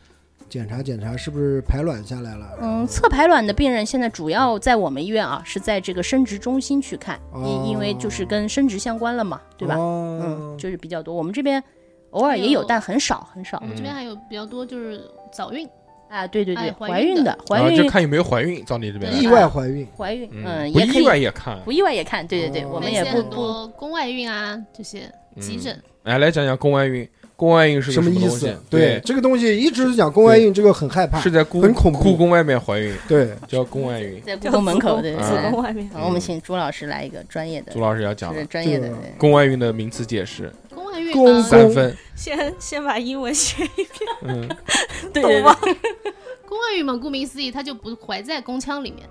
检查检查是不是排卵下来了。
嗯，侧排卵的病人现在主要在我们医院啊，是在这个生殖中心去看，因、因为就是跟生殖相关了嘛，对吧？
哦
嗯，就是比较多。我们这边偶尔也有，
还有
但很少很少
我。们
嗯
这边还有比较多就是早孕，
啊，对对对，
哎
怀
怀
孕
孕
的
的
怀
然后哦就
孕
看有没有怀孕，照你这边来
意外怀孕，
怀孕，
嗯，
嗯，
不
也可
意外
以
也看。
不意外也看，对对对，
哦
我
我
们
那
也
些
不
很
不
多宫外孕啊这些，急诊。
哎，来讲讲宫外孕，宫外孕是个
什么意
东
思
西？？
对，，这个东西一直是讲宫外孕，这个很害怕
是。在故
很恐怖
故宫外面怀孕，
对，
叫宫 外孕。
在
叫
故宫门
子
口
宫
对。
嗯
子宫外面
然后我们请朱老师来一个专业的
啊朱，老师要讲
是
了，
专业的
对
对
宫外孕的名词解释
宫外孕
宫
嘛，
三分。
先先把英文学
嗯，
懂吗？
宫外孕嘛，顾名思义，它就不怀在宫腔里面，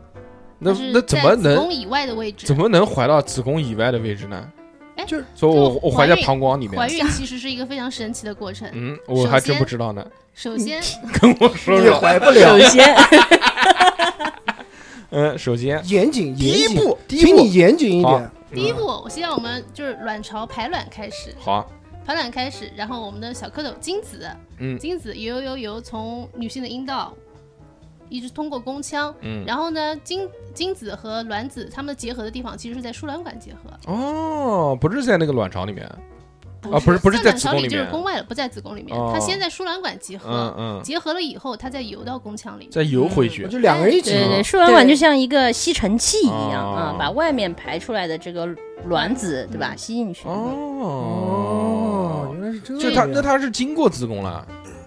那
它是
那怎
在
么
子
能
宫以外的位置？
怎么能怀到子宫以外的位置呢？
哎
就是
说我
就
我怀在
怀孕
膀胱里面啊
怀。孕其实是一个非常神奇的过程。
嗯，我还
首
真
先
不知道呢。
首先，
跟我说
也
说。
怀不了。
先
嗯，首先
严谨，
第一
严谨
步，第一
请
步
你严谨一点
好。
第一步，我先让我们就是卵巢排卵开始，
好，
排卵开始，然后我们的小蝌蚪精子，
嗯
精子由由由从女性的阴道，一直通过宫腔，
嗯，
然后呢，精精子和卵子它们结合的地方其实是在输卵管结合，
啊哦，不是在那个卵巢里面，
啊
不是不是在
在卵
子
巢
宫里
里，就是
面啊
宫外了，不在子宫里面，
哦
它先在输卵管结
嗯
合，
嗯，
结合了以后，它再游到宫腔里面。
再游回去
我，就两个人一起
对对
嗯
对，输卵管
对
就像一个吸尘器一样
哦
啊，把外面排出来的这个卵子对
嗯
吧吸进去。
哦，
哦，
原来是这样。
就他那他是经过子宫了，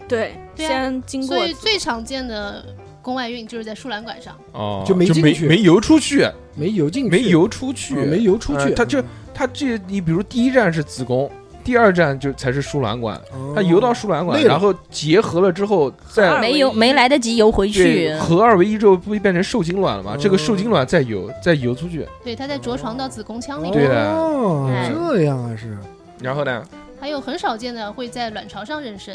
对，
对啊
先经过
所以最常见的宫外孕就是在输卵管上，
哦，
就没
就
进
没
去
没游出去，
没游进去，
没游出去，
哦没游出去，
嗯他就他这你比如第一站是子宫，第二站就才是输卵管，
哦
他游到输卵管，
累了
然后结合了之后再
二
没有没来得及游回去哎
对，合二为一之后不就变成受精卵了吗？
嗯
这个受精卵再游再游出去，
对，它在着床到子宫腔里面。
对的
哦
哎
这样啊是
然后呢？
还有很少见的会在卵巢上妊娠，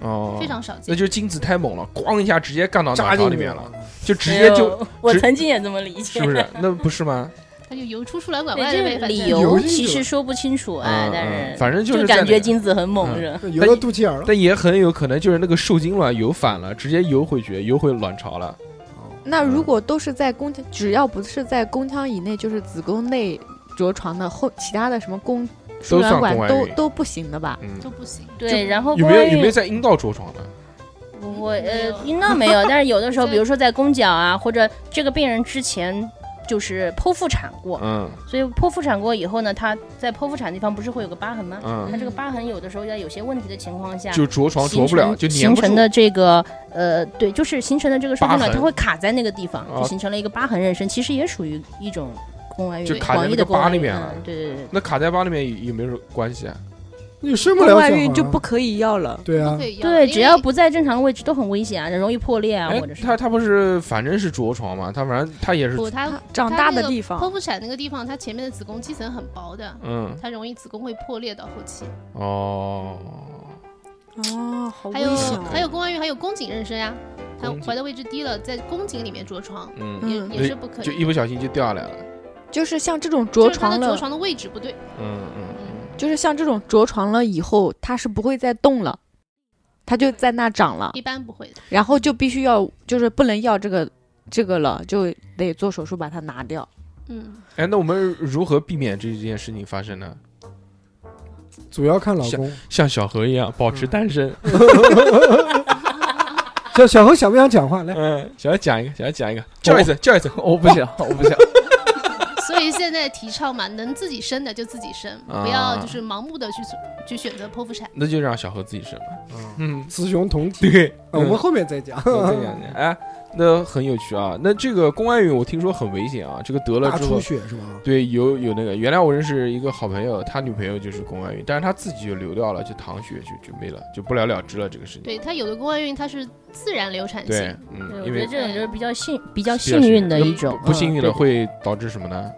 哦，
非常少
那
见。
就是精子太猛了，咣一下直接干到
扎
卵巢
进
里
去
面了
了，，
就直
没
接
有
就。
我
直
曾经也这么理解，
是不 是？那不是吗？
它就游出输卵管外
对，
面，
这
反
理
正
由
游进去
其
了
实说不清楚哎
嗯，
但
嗯
是
反正
就是感
在那
觉
个
精子很猛
嗯
是吧？
游到肚脐眼了。
但也很有可能就是那个受精卵游反了，直接游回去，游回卵巢了。
那
嗯
如果都是在宫腔，只要不是在宫腔以内，就是子宫内着床的，后其他的什么宫输
算
卵管
宫外
都
孕
都不行的吧？
嗯，
都不行。
对，然后
有
宫
没
外
有有没有
孕，
在阴道着床的？
我
没有
呃应当没 有，但是有的时候，
在
比如说在宫颈啊，或者这个病人之前就是剖腹产过，
嗯
所以剖腹产过以后呢，他在剖腹产地方不是会有个疤痕吗？
嗯，
他这个疤痕有的时候在有些问题的情况下，
就着床着不了，就粘
形
不住
成。的这个呃，对，就是形成的这个受精
疤
卵，
痕
它会卡在那个地方，
啊
就形成了一个疤痕妊娠，其实也属于一种宫外
就
孕，
卡在
广
那
义
个
的宫外
疤里
孕
面了
嗯对对对。
那卡在疤里面有有没有关系啊？
你生不
宫
了
外
小孩
孕就
啊
不可以要了。
对啊
可，以要
对，只要。
因为
不在正常位置都很危险啊，容易破裂啊，
哎
或者，是
他他不是反正是着床嘛，他反正他也是
不，它
长大的地方
剖腹产那个地方，它前面的子宫肌层很薄的，
嗯
它容易子宫会破裂到后期。
哦，
哦，好
还
危
有
险啊！
还有宫外孕，还有宫颈妊娠呀，它
宫颈
怀的位置低了，在宫颈里面着床
嗯，
也
嗯
也是不可
就
以
一。不小心就掉下来了。
就是像这种
就
着
是它
床
的着
了，
床的位置不对，
嗯嗯，
就是像这种着床了以后，它是不会再动了，它就在那长了，
一般不会的。
然后就必须要就是不能要这个这个了，就得做手术把它拿掉。
嗯，
哎，那我们如何避免这件事情发生呢？
主要看老公。
像小何一样保持单 身。
小小何想不想讲话？来，
嗯，想要讲一个，想要讲一个，哦叫一次，叫一次。
我不想，我不想。
所以现在提倡嘛，能自己生的就自己生，
啊
不要就是盲目的去去选择剖腹产。
那就让小何自己生吧。嗯，
雌雄同 体，
对，
啊我们后面再讲。
我这两年，哎，那很有趣啊。那这个宫外孕，我听说很危险啊。这个得了
大
之
出
后，嗯
血是吧？
对，有有那个，原来我认识一个好朋友，他女朋友就是宫外孕，但是他自己就流掉了，就淌血，就就没了，就不了了之了这个事情。
对，它有的宫外孕它是自然流产
对
性，，
对
嗯，
我
因
觉得
为
这种就是比较幸比较
比
幸运的一
不
种，
不幸运的
嗯。对
会导致什么呢？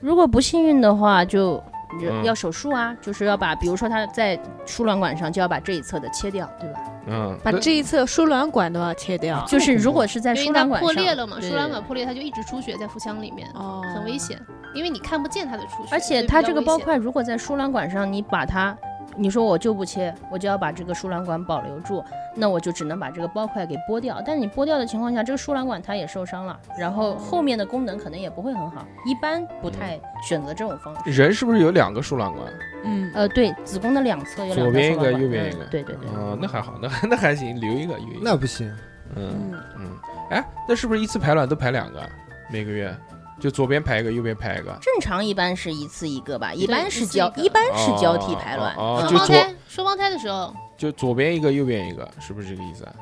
如果不幸运的话，就就
嗯
要手术啊，就是要把，比如说他在输卵管上就要把这一侧的切掉，对吧？
哦
嗯，
把
那
这一侧输卵管都要切掉，
就是如果是在
因
输
为它
卵管上
破裂了嘛，
对
输卵管破裂它就一直出血在腹腔里面，
哦，
很危。险，因为你看不见它的出血，
而且它这个包
包括
块，如果在输卵管上，你把它，你说我就不切，我就要把这个输卵管保留住，那我就只能把这个包块给剥掉。但你剥掉的情况下，这个输卵管它也受伤了，然后后面的功能可能也不会很好，一般不
嗯
太选择这种方式。
人是不是有两个啊输卵管？
嗯，
呃，对，子宫的两侧有两
左
个输
边一个
卵管
右边一个
嗯对对对，
嗯，那还好，那那还行，留一个，嗯留一个。
那不行，
嗯
嗯嗯，哎，那是不是一次排卵都排两个？每个月就左边排一个，右边排一个。
正常一般是一次一个吧，一般是
一次
交
一个
一般是交替排卵。
哦哦哦
嗯
就
双胞
左
胎，双胞胎的时候
就左边一个，右边一个，是不是这个意思啊？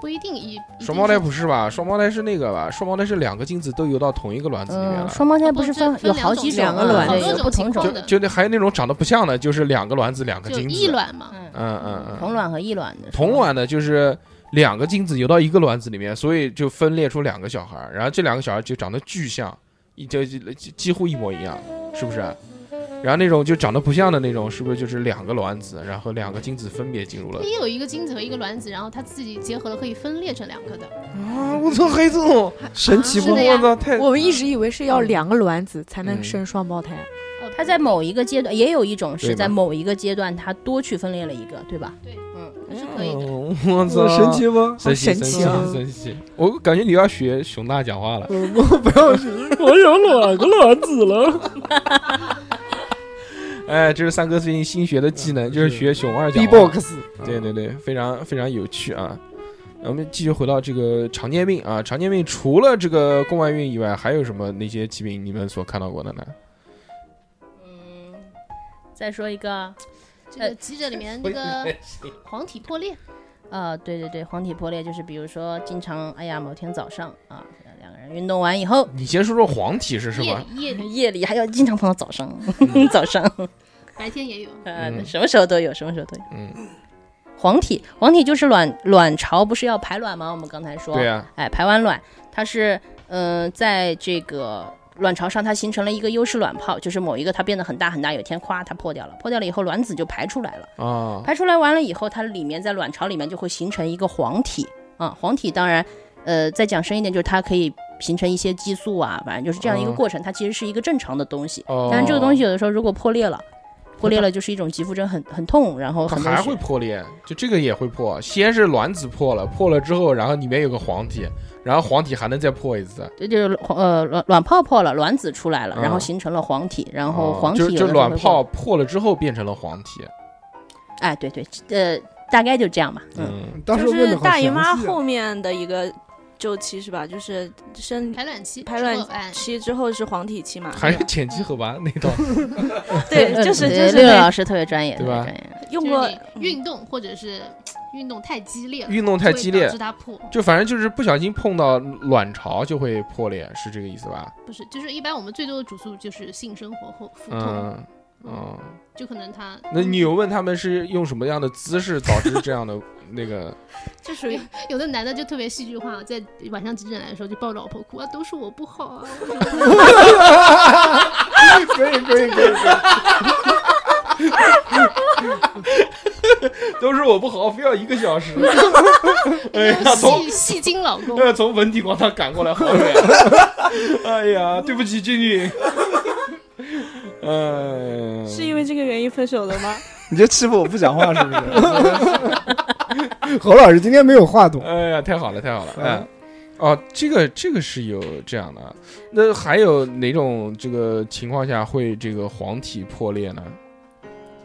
不一定一
双胞胎不是吧？双胞胎是那个吧？双胞胎是两个精子都游到同一个卵子里面
嗯，
了。
双胞胎不是
哦分
分有好几种
两个
嗯
卵
好
对，
多
有不
种情
同
况
种，
啊就就那还有那种长得不像的，就是两个卵子两个
就
精
异
子。
卵嘛，
嗯，
嗯嗯嗯。
同卵和异卵的是吧
同卵的就是两个精子游到一个卵子里面，所以就分裂出两个小孩儿，然后这两个小孩儿就长得巨像，一就就就几乎一模一样，是不是啊？然后那种就长得不像的那种，是不是就是两个卵子，然后两个精子分别进入了
它？也有一个精子和一个卵子，然后它自己结合了可以分裂成两个的。
啊！我操，黑洞！
神奇
是
不
的？呀
我，操，太
嗯我们一直以为是要两个卵子才
嗯
能生双胞胎，
呃
它在某一个阶段，也有一种
对
是
吧
在某一个阶段，它多去分裂了一个，对吧？
对，
嗯，
它是可以的。
哦我操，
我神奇不？
神奇，
好神
神
奇
奇，
啊
神奇！我感觉你要学熊大讲话了。
我我不要，我有两个卵子了。
哎，这是三哥最近新学的技能，就是学熊二讲
B
话。嗯
box，
对对对，非常非常有趣啊。那我们继续回到这个常见病啊，常见病除了这个宫外孕以外，还有什么那些疾病你们所看到过的呢？
再说一个，
这个急诊里面那 个 黄体破裂，
呃，对对对，黄体破裂就是比如说经常，哎呀，某天早上啊，两个人运动完 以后，
你先说说黄体 是什么
夜？夜里
夜里还要经常碰到早上， 早上，
白天也有，
呃，
嗯
什么时候都有，什么时候都有。
嗯，
黄体，黄体就是卵卵巢不是要排卵吗？我们刚才说，
对啊，
哎，排完卵，它是嗯、呃在这个卵巢上它形成了一个优势卵泡，就是某一个它变得很大很大，有一天咵它破掉了，破掉了以后卵子就排出来了，
啊，
排出来完了以后，它里面在卵巢里面就会形成一个黄体啊，黄体当然呃再讲深一点就是它可以。形成一些激素啊，反正就是这样一个
嗯
过程，它其实是一个正常的东西。
哦
但是这个东西有的时候如果破裂了，破裂了就是一种急腹症，很很痛，然后
它
很多
还
血
会破裂，就这个也会破。先是卵子破了，破了之后，然后里面有个黄体，然后黄体还能再破一次。
对，就是黄呃卵卵泡破了，卵子出来了，然后
嗯
形成了黄体，然后
哦
黄体
就
有
就
的时候
卵
会
泡
破，
破了之后变成了黄体。
哎，对对，呃，大概就这样吧，嗯，
嗯，
当时
就
问
是
的好
大姨
详
妈
细啊
后面的一个周期是吧？就是生
排卵期
排
之后
卵
哎，
期之后是黄体期嘛？
还是前期后吧那 套。
对，就是
呃嗯对啊
就
六
是
六
那
老师特别专业，特
对
别
吧
专业，
用
就是
过嗯
你运动或者是运动太激烈了，
运动太
就
激
会
烈
导，致它破。
就反正就是不小心碰到卵巢就会破裂，是这个意思吧？
不是，就是一般我们最多的主诉就是性生活后腹痛，
嗯嗯，
就可能它
那你有问他们是用什么样的姿势导致这样的那 个？
就属于
有的男的就特别戏剧化，在晚上急诊来的时候就抱着老婆哭啊，都是我不好啊，
可以可以可以，
都是我不好，非要一个小时。哎呀，从
戏戏精老公。
呃从文体广场赶过来，好远。 哎呀，对不起，哎俊 俊。嗯，
是因为这个原因分手的吗？
你就欺负 我不讲话是不是？
侯老师今天没有话筒，
哎呀，太好了，太好了，
嗯
哎。哦，这个这个是有这样的，那还有哪种这个情况下会这个黄体破裂呢？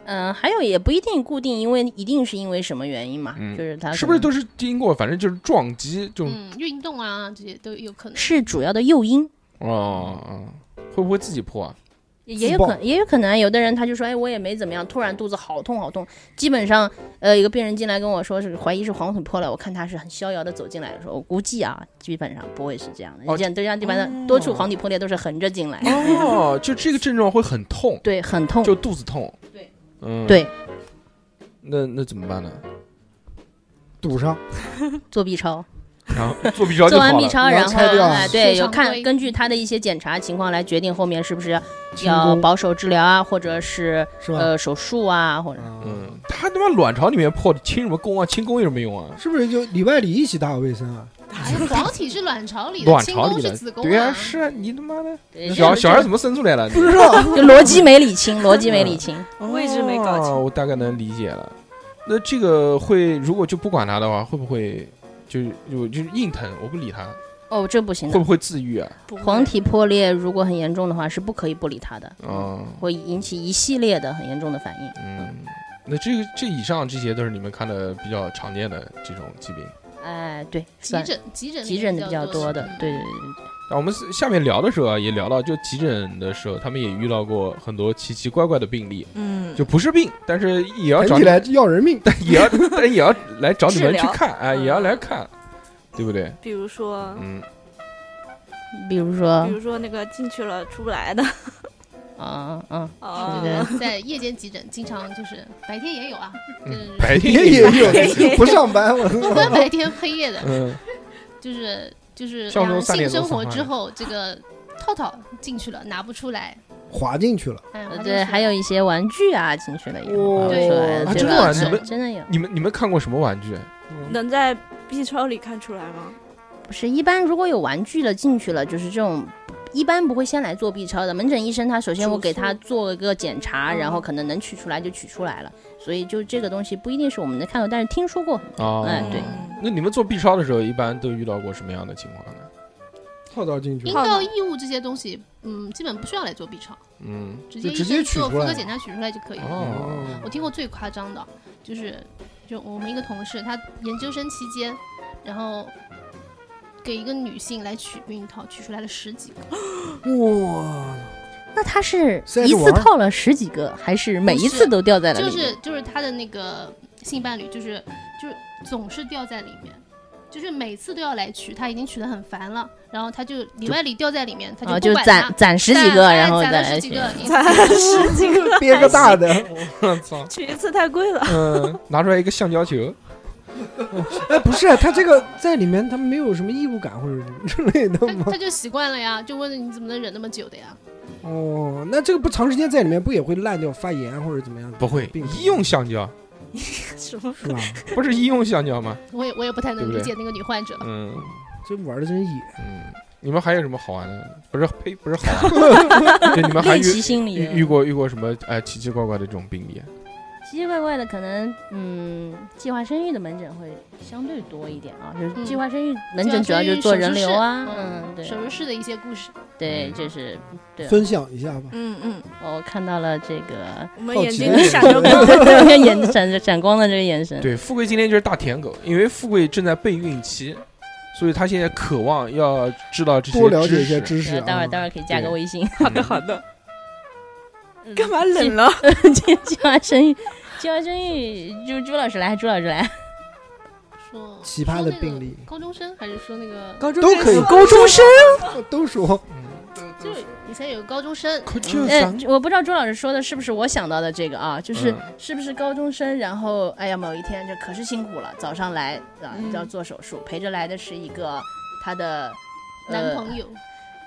嗯，还有也不一定固定，因为一定是因为什么原因嘛，
嗯
就是它
是不是
可能
都是经过，反正就是撞击这种
嗯，运动啊，这些都有可能。
是主要的诱因？
哦，哦会不会自己破啊？
也
自
有
爆
可也有可能啊，有的人他就说，哎，我也没怎么样，突然肚子好痛好痛。基本上，呃，一个病人进来跟我说是怀疑是黄体破了，我看他是很逍遥的走进来的时候，我估计啊，基本上不会是这样的。
哦
你见对象基本上多处黄体破裂都是横着进来，
哦，就这个症状会很痛，
对，很痛。
就肚子痛。
对，
嗯，
对。
那那怎么办呢？
堵上。
做 B 超，
然后做 B 超就
做
好
完
了
B 超，
然
然
后
后
拆掉
哎，
血
对，
常
有看
规
根据他的一些检查情况来决定后面是不是
清
要
宫
保守治疗啊，或者是
是吧？
呃手术啊，或者
嗯，他他妈卵巢里面破的，清什么宫啊？清宫有什么用啊？
是不是就里外里一起打扫卫生啊？
哎呀，黄体是卵巢里的，
卵
清
巢
宫
里
是
的
子，宫
对呀，是啊，你他妈的
对
小
这
小孩怎么嗯生出来了？
不知道，
就逻辑没理清，逻辑没理清。
位置没搞清
哦我大概能理解了。那这个会，如果就不管他的话，会不会就就就是硬疼？我不理他，
哦，这不行
会
的
不。会自愈啊？
不会
黄体破裂如果很严重的话，是不可以不理它的，
嗯
会引起一系列的很严重的反应。
嗯，那这个这以上这些都是你们看的比较常见的这种疾病。
哎，对，
急
算
诊急诊
急诊的
比
比较
多
多的，对对对对对。
那我们下面聊的时候啊，也聊到就急诊的时候，他们也遇到过很多奇奇怪怪的病例，
嗯
就不是病，但是也要
赶
找
起来要人 命，
但也 要但也要来找你们
治
去
疗
看，哎，也要来看，对不对？
比如说，
嗯，
比如说
比如说那个进去了出不来的，
啊啊，
哦
对对
嗯在夜间急诊经常就是白天也有啊，就是
嗯 白天
也
也
有不上班，我
不分 白天黑夜的，
嗯，
就是就是
上周
两
三
性
点钟
生活
上班
之后，这个套套进去了拿不出来，
滑进去了。
哎，
呃
好
对，
像
还有一些玩具啊进去了也
哦
挖出来
啊
了，
真
对
的啊
吧？
你们
真的有，
你们你们看过什么玩具？
能在 B 超里看出来吗？
不是一般如果有玩具了进去了，就是这种。一般不会先来做 B 超的，门诊医生他首先我给他
手
做一个检查，
嗯
然后可能能取出来就取出来了，所以就这个东西不一定是我们能看到，但是听说
嗯
过，
啊，
哎对，
那你们做 B 超的时候，一般都遇到过什么样的情况呢？
套套进去
阴
了，
道异物这些东西，嗯，基本不需要来做 B 超，
嗯，
直接
就
医
直接
生
取
做
出
妇科
来
检查取出来就可以了。
哦，
我听过最夸张的，就是就我们一个同事，他研究生期间，然后给一个女性来取避孕套，取出来了十几个，
哇，
那他是
塞着
一次
玩儿
套了十几个，还是每一
不是
次都掉在了里
就
面？
是就是他的那个性伴侣，就是就是总是掉在里面。就是每次都要来取，他已经取得很烦了，然后他就里外里掉在里面，他
啊，
不
就
管它
攒，攒十几个，
攒哎
然后
攒
再
了
来
十几
取。
个，你
十 几个
憋个 大的，
我操，
取一次 太贵了，
嗯，拿出来一个橡胶球，
哎，不是，他这个在里面，他没有什么异物感或者之类的吗
他？他就习惯了呀，就问你怎么能忍那么久的呀？
哦，那这个不长时间在里面，不也会烂掉、发炎或者怎么样？
不会
并不
医用橡胶，
什 么？
是吧？
不是医用橡胶 吗？
我也我也不太能
对不对
理解那个女患者，
嗯
这玩的真野，
嗯，你们还有什么好玩的？不是呸，不是好玩 的，就你们还
练
遇
习心理，
遇遇过遇过什么哎奇奇怪怪的这种病例？
奇奇怪怪的，可能嗯，计划生育的门诊会相对多一点啊，就是
嗯
计划生育门诊主要就是做人流啊，嗯，对
手术室的一些故事，
对，就是对。
啊
分享一下吧。
嗯嗯，
我看到了这个
我们
好
眼
奇
睛
的
里闪 着光。
眼闪着闪光的这个眼神，
对，富贵今天就是大舔狗，因为富贵正在备孕期，所以他现在渴望要知道这些
多了解一
些
些知
对
识啊。
待会儿待会儿可以加个
对
微信。
好的好
的，干嘛冷了？
计 计划生育，计划生育，朱朱老师来，朱老师来，
说
奇葩的病例
说那个高中生还是说那个，
高中
都
生
可以，
高中生
都说
嗯
就以前有个高中生，
嗯可就
哎，我不知道朱老师说的是不是我想到的这个啊，就是是不是高中生，然后哎呀，某一天这可是辛苦了，早上来啊
嗯
要做手术，陪着来的是一个她的
男
友。
朋友，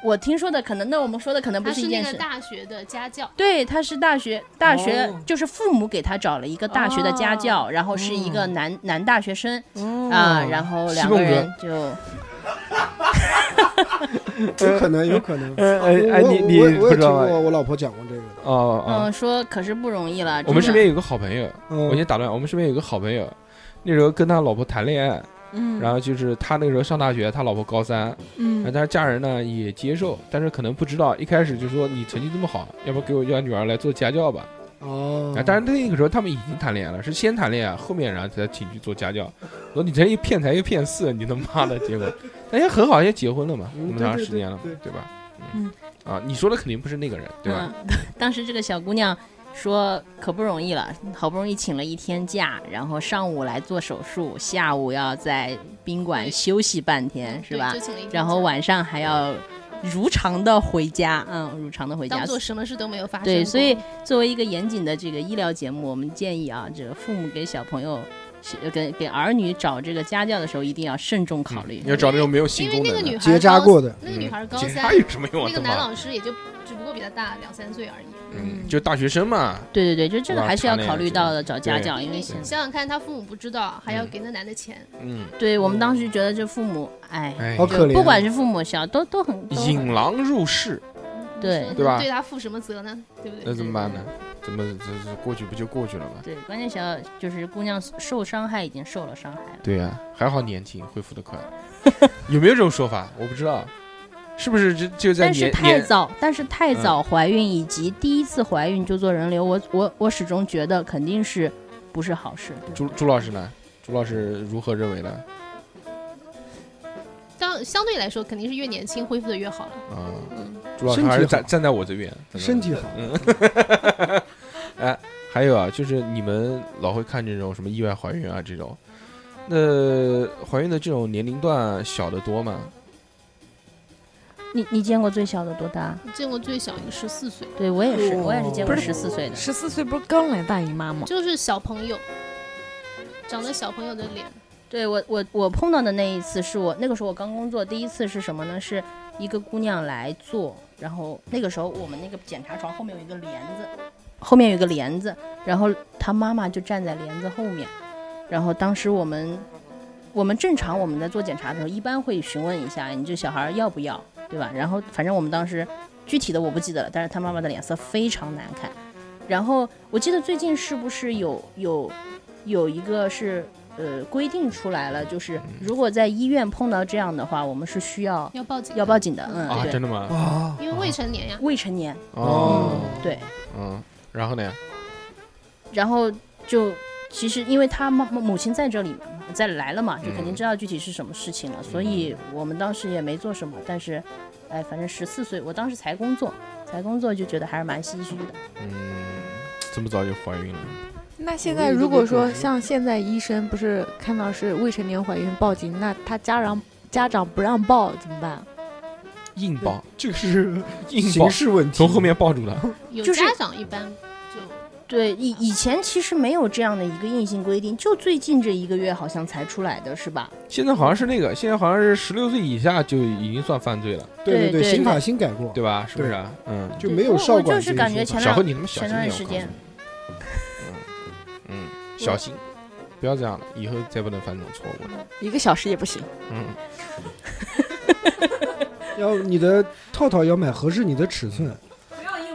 我听说的可呃能，那我们说的可能不
他
一
是那
件
个
事。
大学的家教，
对，他是大学，大学、
哦
就是父母给他找了一个大学的家教，然后是一个男、男大学生
哦
啊、然后两
西贡
个
哥
人就
有可能，有可能。啊
呃
我
呃哎，
我
你
我
你
我也
不
听
知道吗？
过，我老婆讲过这个的。
哦哦，
嗯说可是不容易了。
我们
真的
身
嗯
边有个好朋友，我
嗯
先打断，我们身边有个好朋友，那时候跟他老婆谈恋爱，
嗯，
然后就是他那个时候上大学，他老婆高三，然后
嗯
他家人呢也接受，但是可能不知道，一开始就说你成绩这么好，要不给我要女儿来做家教吧？
哦
啊，，当然那个时候他们已经谈恋爱了，是先谈恋爱，后面然后才请去做家教。我说你这一骗财又骗色，你他妈的结果， 但也很好，也结婚了嘛，
嗯
那么
对
长
对
时间了嘛
对，
对吧？嗯，啊，你说的肯定不是那个人，对吧？
嗯，当时这个小姑娘说可不容易了，好不容易请了一天假，然后上午来做手术，下午要在宾馆
对
休息半天，是
对
吧
就？请了一天
然后晚上还要如常的回家，嗯，如常的回
假当
家。
做什么事都没有发生过，
对，所以作为一个严谨的这个医疗节目，我们建议啊，这个父母给小朋友是。给给儿女找这个家教的时候，一定要慎重考虑。
嗯要找那种没有
嗯
性
因为
功
那个
能的
女，
结
孩
扎
高
过的，
那个女孩高
嗯其实
三
他，有什么用啊？
那个
他妈
男
的
老师也就只不过比他大两三岁而已。
嗯，就大学生嘛，
对对对，就这个
哇
还是要
谈恋爱
考虑
这个嗯
到的，找家
对
教，因
因为
为
你想想看，他父母不知道，还要给那男的钱，
嗯，
对我们当时觉得这父母，哎，
哎，
好可怜。啊
不管是父母小，都都很都很
引狼入室，
对
你
对吧
对他负什么责呢？对不
那
对？
怎么办呢？怎么这这过去不就过去了吗？
对，关键小就是姑娘受伤害已经受了伤害了，
对呀、还好年轻，恢复的快。 有没有这种说法？我不知道，是不是就就在
但是
年
太
年
早，但是太
嗯
早怀孕以及第一次怀孕就做人流，我我我始终觉得肯定是不是好事。
朱朱老师呢？朱老师如何认为呢？
当相相对来说肯定是越年轻恢复的越好了。
啊，
嗯
朱老师还是站站在我这边，
身体好
嗯哎，还有啊，就是你们老会看这种什么意外怀孕啊这种，那怀孕的这种年龄段小的多吗？
你你见过最小的多大？
我见过最小一个十四岁，
对我也是，我也是见过
不是
十四岁的。
十四岁不是刚来大姨妈吗？
就是小朋友，长得小朋友的脸，
对我我我碰到的那一次是我那个时候我刚工作，第一次是什么呢？是一个姑娘来做，然后那个时候我们那个检查床后面有一个帘子，后面有一个帘子，然后她妈妈就站在帘子后面，然后当时我们我们正常我们在做检查的时候，一般会询问一下你这小孩要不要，对吧？然后反正我们当时具体的我不记得了，但是她妈妈的脸色非常难看。然后我记得最近是不是有有有一个是呃规定出来了，就是如果在医院碰到这样的话，我们是需要
要报警
要报警的，嗯，
啊，
对
真的吗？
因为未成年呀。
未成年，
哦，
对，
嗯，然后呢？
然后就其实因为他妈母亲在这里嘛，在来了嘛，就
嗯
肯定知道具体是什么事情了，所以我们当时也没做什么，但是，哎，反正十四岁，我当时才工作，才工作就觉得还是蛮唏嘘的。
嗯，这么早就怀孕了，
那现在如果说像现在医生不是看到是未成年怀孕报警，那他家长家长不让报怎么办？
硬抱，
这个是
硬抱
形式问题，
从后面抱住了。
有
就是
家长一般就
对，以以前其实没有这样的一个硬性规定，就最近这一个月好像才出来的是吧？
现在好像是那个，现在好像是十六岁以下就已经算犯罪了，
对
对
对，
对
刑法新改过，
哦对吧？是不是啊？嗯，
就没有少
我
管这
就
一说
是
法。
感觉前
小
段
何你他妈小
前
心点，
段时
我告诉你
间，
嗯，小心，不要这样了，以后再不能犯这种错误了。
一个小时也不行。
嗯，
要你的套套要买合适你的尺寸，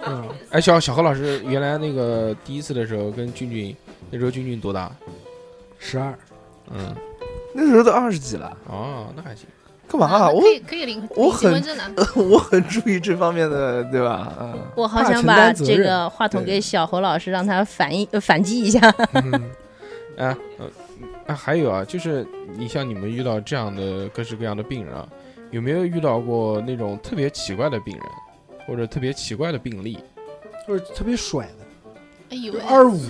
嗯，
哎，小小何老师，原来那个第一次的时候跟俊俊，那时候俊俊多大？
十二，
嗯，
那时候都二十几了，
哦，那还行。
干嘛啊？我
可以可以领
我
领结
很
婚证了。
我 很注意这方面的，对吧？嗯，
我好
怕
想
承
把
担责
这
任
个话筒
对
给小侯老师，让他反应呃反击一下。
啊，呃，啊，还有啊，就是你像你们遇到这样的各式各样的病人啊，有没有遇到过那种特别奇怪的病人，或者特别奇怪的病例？
就是特别甩的，
哎呦喂，
二五，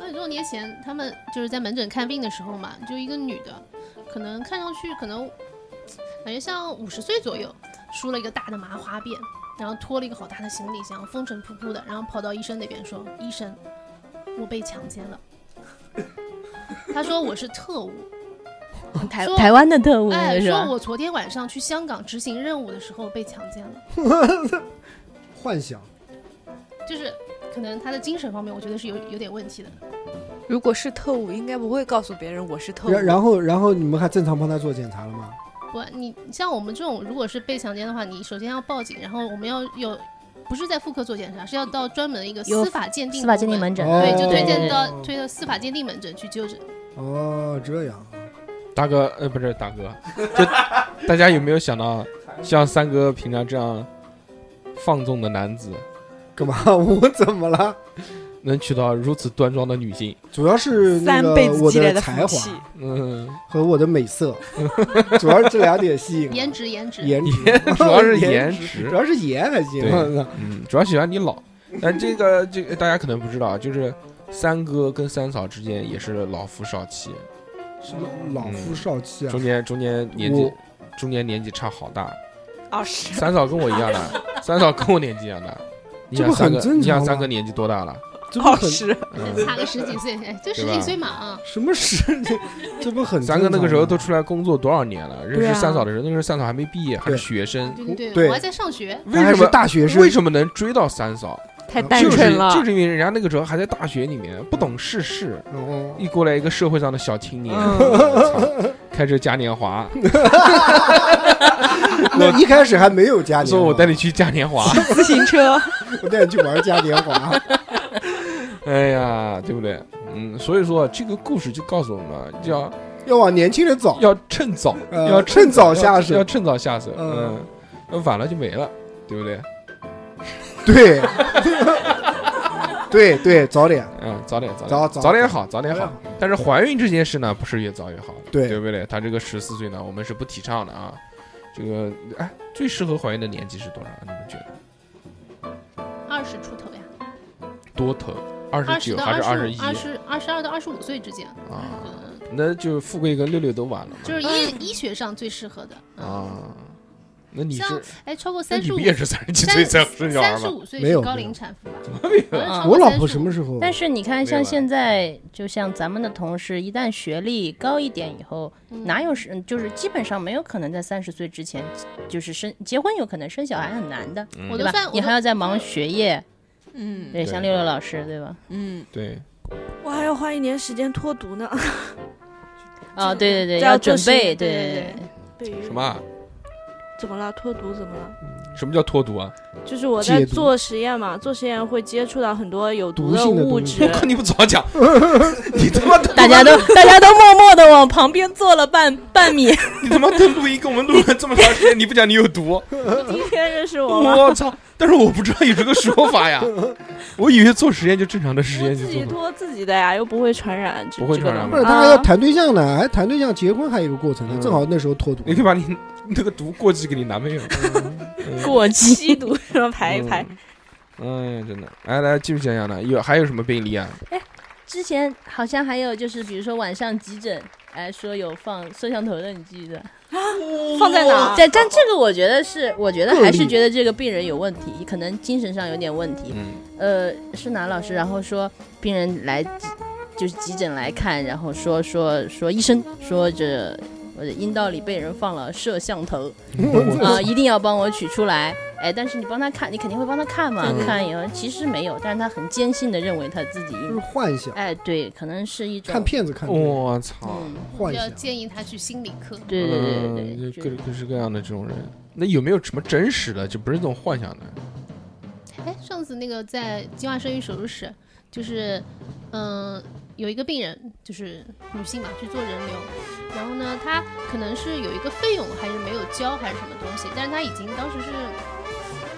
很多年前，他们就是在门诊看病的时候嘛，就一个女的，可能看上去可能感觉像五十岁左右，梳了一个大的麻花辫，然后拖了一个好大的行李箱，风尘仆仆的，然后跑到医生那边说：“医生，我被强奸了。”他说我是特务，
哦台
说
台湾的特务
哎，
是
说
吧？
我昨天晚上去香港执行任务的时候被强奸了，
幻想，
就是可能他的精神方面，我觉得是有有点问题的。
如果是特务，应该不会告诉别人我是特务。
然然后然后你们还正常帮他做检查了吗？
不，你像我们这种，如果是被强奸的话，你首先要报警，然后我们要有，不是在妇科做检查，是要到专门一个
有
司法鉴定
司法鉴定
部门，
门诊，
哦
对，就推荐
对
到
对
推到司法鉴定门诊去就诊。
嗯
哦，这样，
大哥，呃，不是大哥，就大家有没有想到，像三哥平常这样放纵的男子，
干嘛？ 我怎么了？
能娶到如此端庄的女性？
主要是那
三
个
辈子
我
积累
的
的
才
福
华
气，
嗯，
和我的美色， 主要是这两点吸引
颜
我，
值，颜值，
颜值，
主要是
颜
颜
值，
值
主，要是颜还行
对。
我操
嗯，主要喜欢你老。但这个这个大家可能不知道，啊就是三哥跟三嫂之间也是老夫少妻，
是老夫少妻啊
中！间中间年纪
我
中间年纪差好大。
二十，
三嫂跟我一 样大，三嫂跟我年纪一样大。你
这
想
不
三
很
哥，
正常
你想
吗
三哥年纪多大了？
这不
二
很
十，
嗯，
差个十几岁，哎就
对
十
吧
几岁嘛啊。
什么事？ 这不很
三哥那个时候
正
都
常吗啊
出来工作多少年了？认
对
识
啊
三嫂的人，那个时候三嫂还没毕业，还是学生。
对对
对
对，我还在上学，
为
还
什
是
么
大学生
为什么能追到三嫂？
太
单
单
就是
纯了。
就是因为人家那个时候还在大学里面，不懂世事，
哦
一过来一个社会上的小青年，
嗯
操 开着嘉年 华，
那嗯一开始还没有嘉年华，
说我带你去嘉年
哎
华，
自行车，
我带你去玩嘉年华。
哎呀，对不对？嗯，所以说这个故事就告诉我们，要
要往年轻人走，
要趁早，
呃
要
趁早下
要
手
要。趁早下手，
嗯
嗯，要晚了就没了，对不对？
对， 对对，早点。
嗯，早点早
早
点
早
早点好，早点
早
好
点。哎
但是怀孕这件事呢，不是越早越好，
对
对不对？他这个十四岁呢，我们是不提倡的啊，这个哎，最适合怀孕的年纪是多少？你们觉得？
二十出头呀，
多头，二
二
十
十
九
到
还是二十
十
一
五，？二十二十二到二十五岁之间，嗯
啊，那就富贵跟六六都晚了
就是医
嗯
医学上最适合的。
嘛啊。那你
像
是
哎，超过
那
三
你
十
不
五，
也是三十几岁才生小孩
三十
吗？
五岁
没
是
有
高
没有
龄产妇吧？
啊
我老婆什么时候？
但是你看，像现
在
在，就像咱们的同事，一旦学历高一点以后，哪有是就是基本上没有可能在三十岁之前，就是生结婚有可能生小孩很难的，
嗯我
对吧
都算？我
你
都
还要在忙学业，
嗯
对，像六六老师对吧？
嗯，
对，
我还要花一年时间脱毒 呢。
啊，对对对，
这要
要
做
准
实
备，
验对
对
对对
什么啊？
怎么了？脱毒怎么了？
什么叫脱毒啊？
就是我在
戒毒
做实验嘛，做实验会接触到很多有毒
毒性的
物
东西
质。
我 靠，你不早讲， 你他妈
大家都大家都默默的往旁边坐了半半米。
你他妈登录音跟我们录了这么长时间，你不讲你有毒？
第一天认识我吗？
我操！但是我不知道有这个说法 呀，我以为做实验就正常的实验去
自己
做。
脱自己的呀，又不会传染，这
不会传染
不是
啊
他还
啊
要谈对象呢，还谈对象，结婚还有一个过程呢，正好那时候脱毒。
嗯你可以把你那个毒过继给你男朋友。嗯
过期毒什么排一排。
哎呀，真的，来来，继续讲讲呢，有还有什么病例啊？
之前好像还有就是，比如说晚上急诊，哎，说有放摄像头的，你记得？嗯
放在哪
但但这个我觉得是，我觉得
啊个
还是
例
觉得这个病人有问题，可能精神上有点问题。
嗯
呃，是哪老师？然后说病人来急就是急诊来看，然后说说说医生说这我的阴道里被人放了摄像头 啊、一定要帮我取出来。哎，但是你帮他看，你肯定会帮他看嘛？
嗯
看以后其实没有，但是他很坚信的认为他自己就是
幻想。
哎，对，可能是一种嗯
看片子看多了
我操！
我要建议他去心理科。
对对对对
对呃对，就各各式各样的这种人，那有没有什么真实的，就不是这种幻想的？
哎，上次那个在计划生育手术室，就是，嗯、有一个病人就是女性嘛，去做人流，然后呢，她可能是有一个费用还是没有交还是什么东西，但是她已经当时是，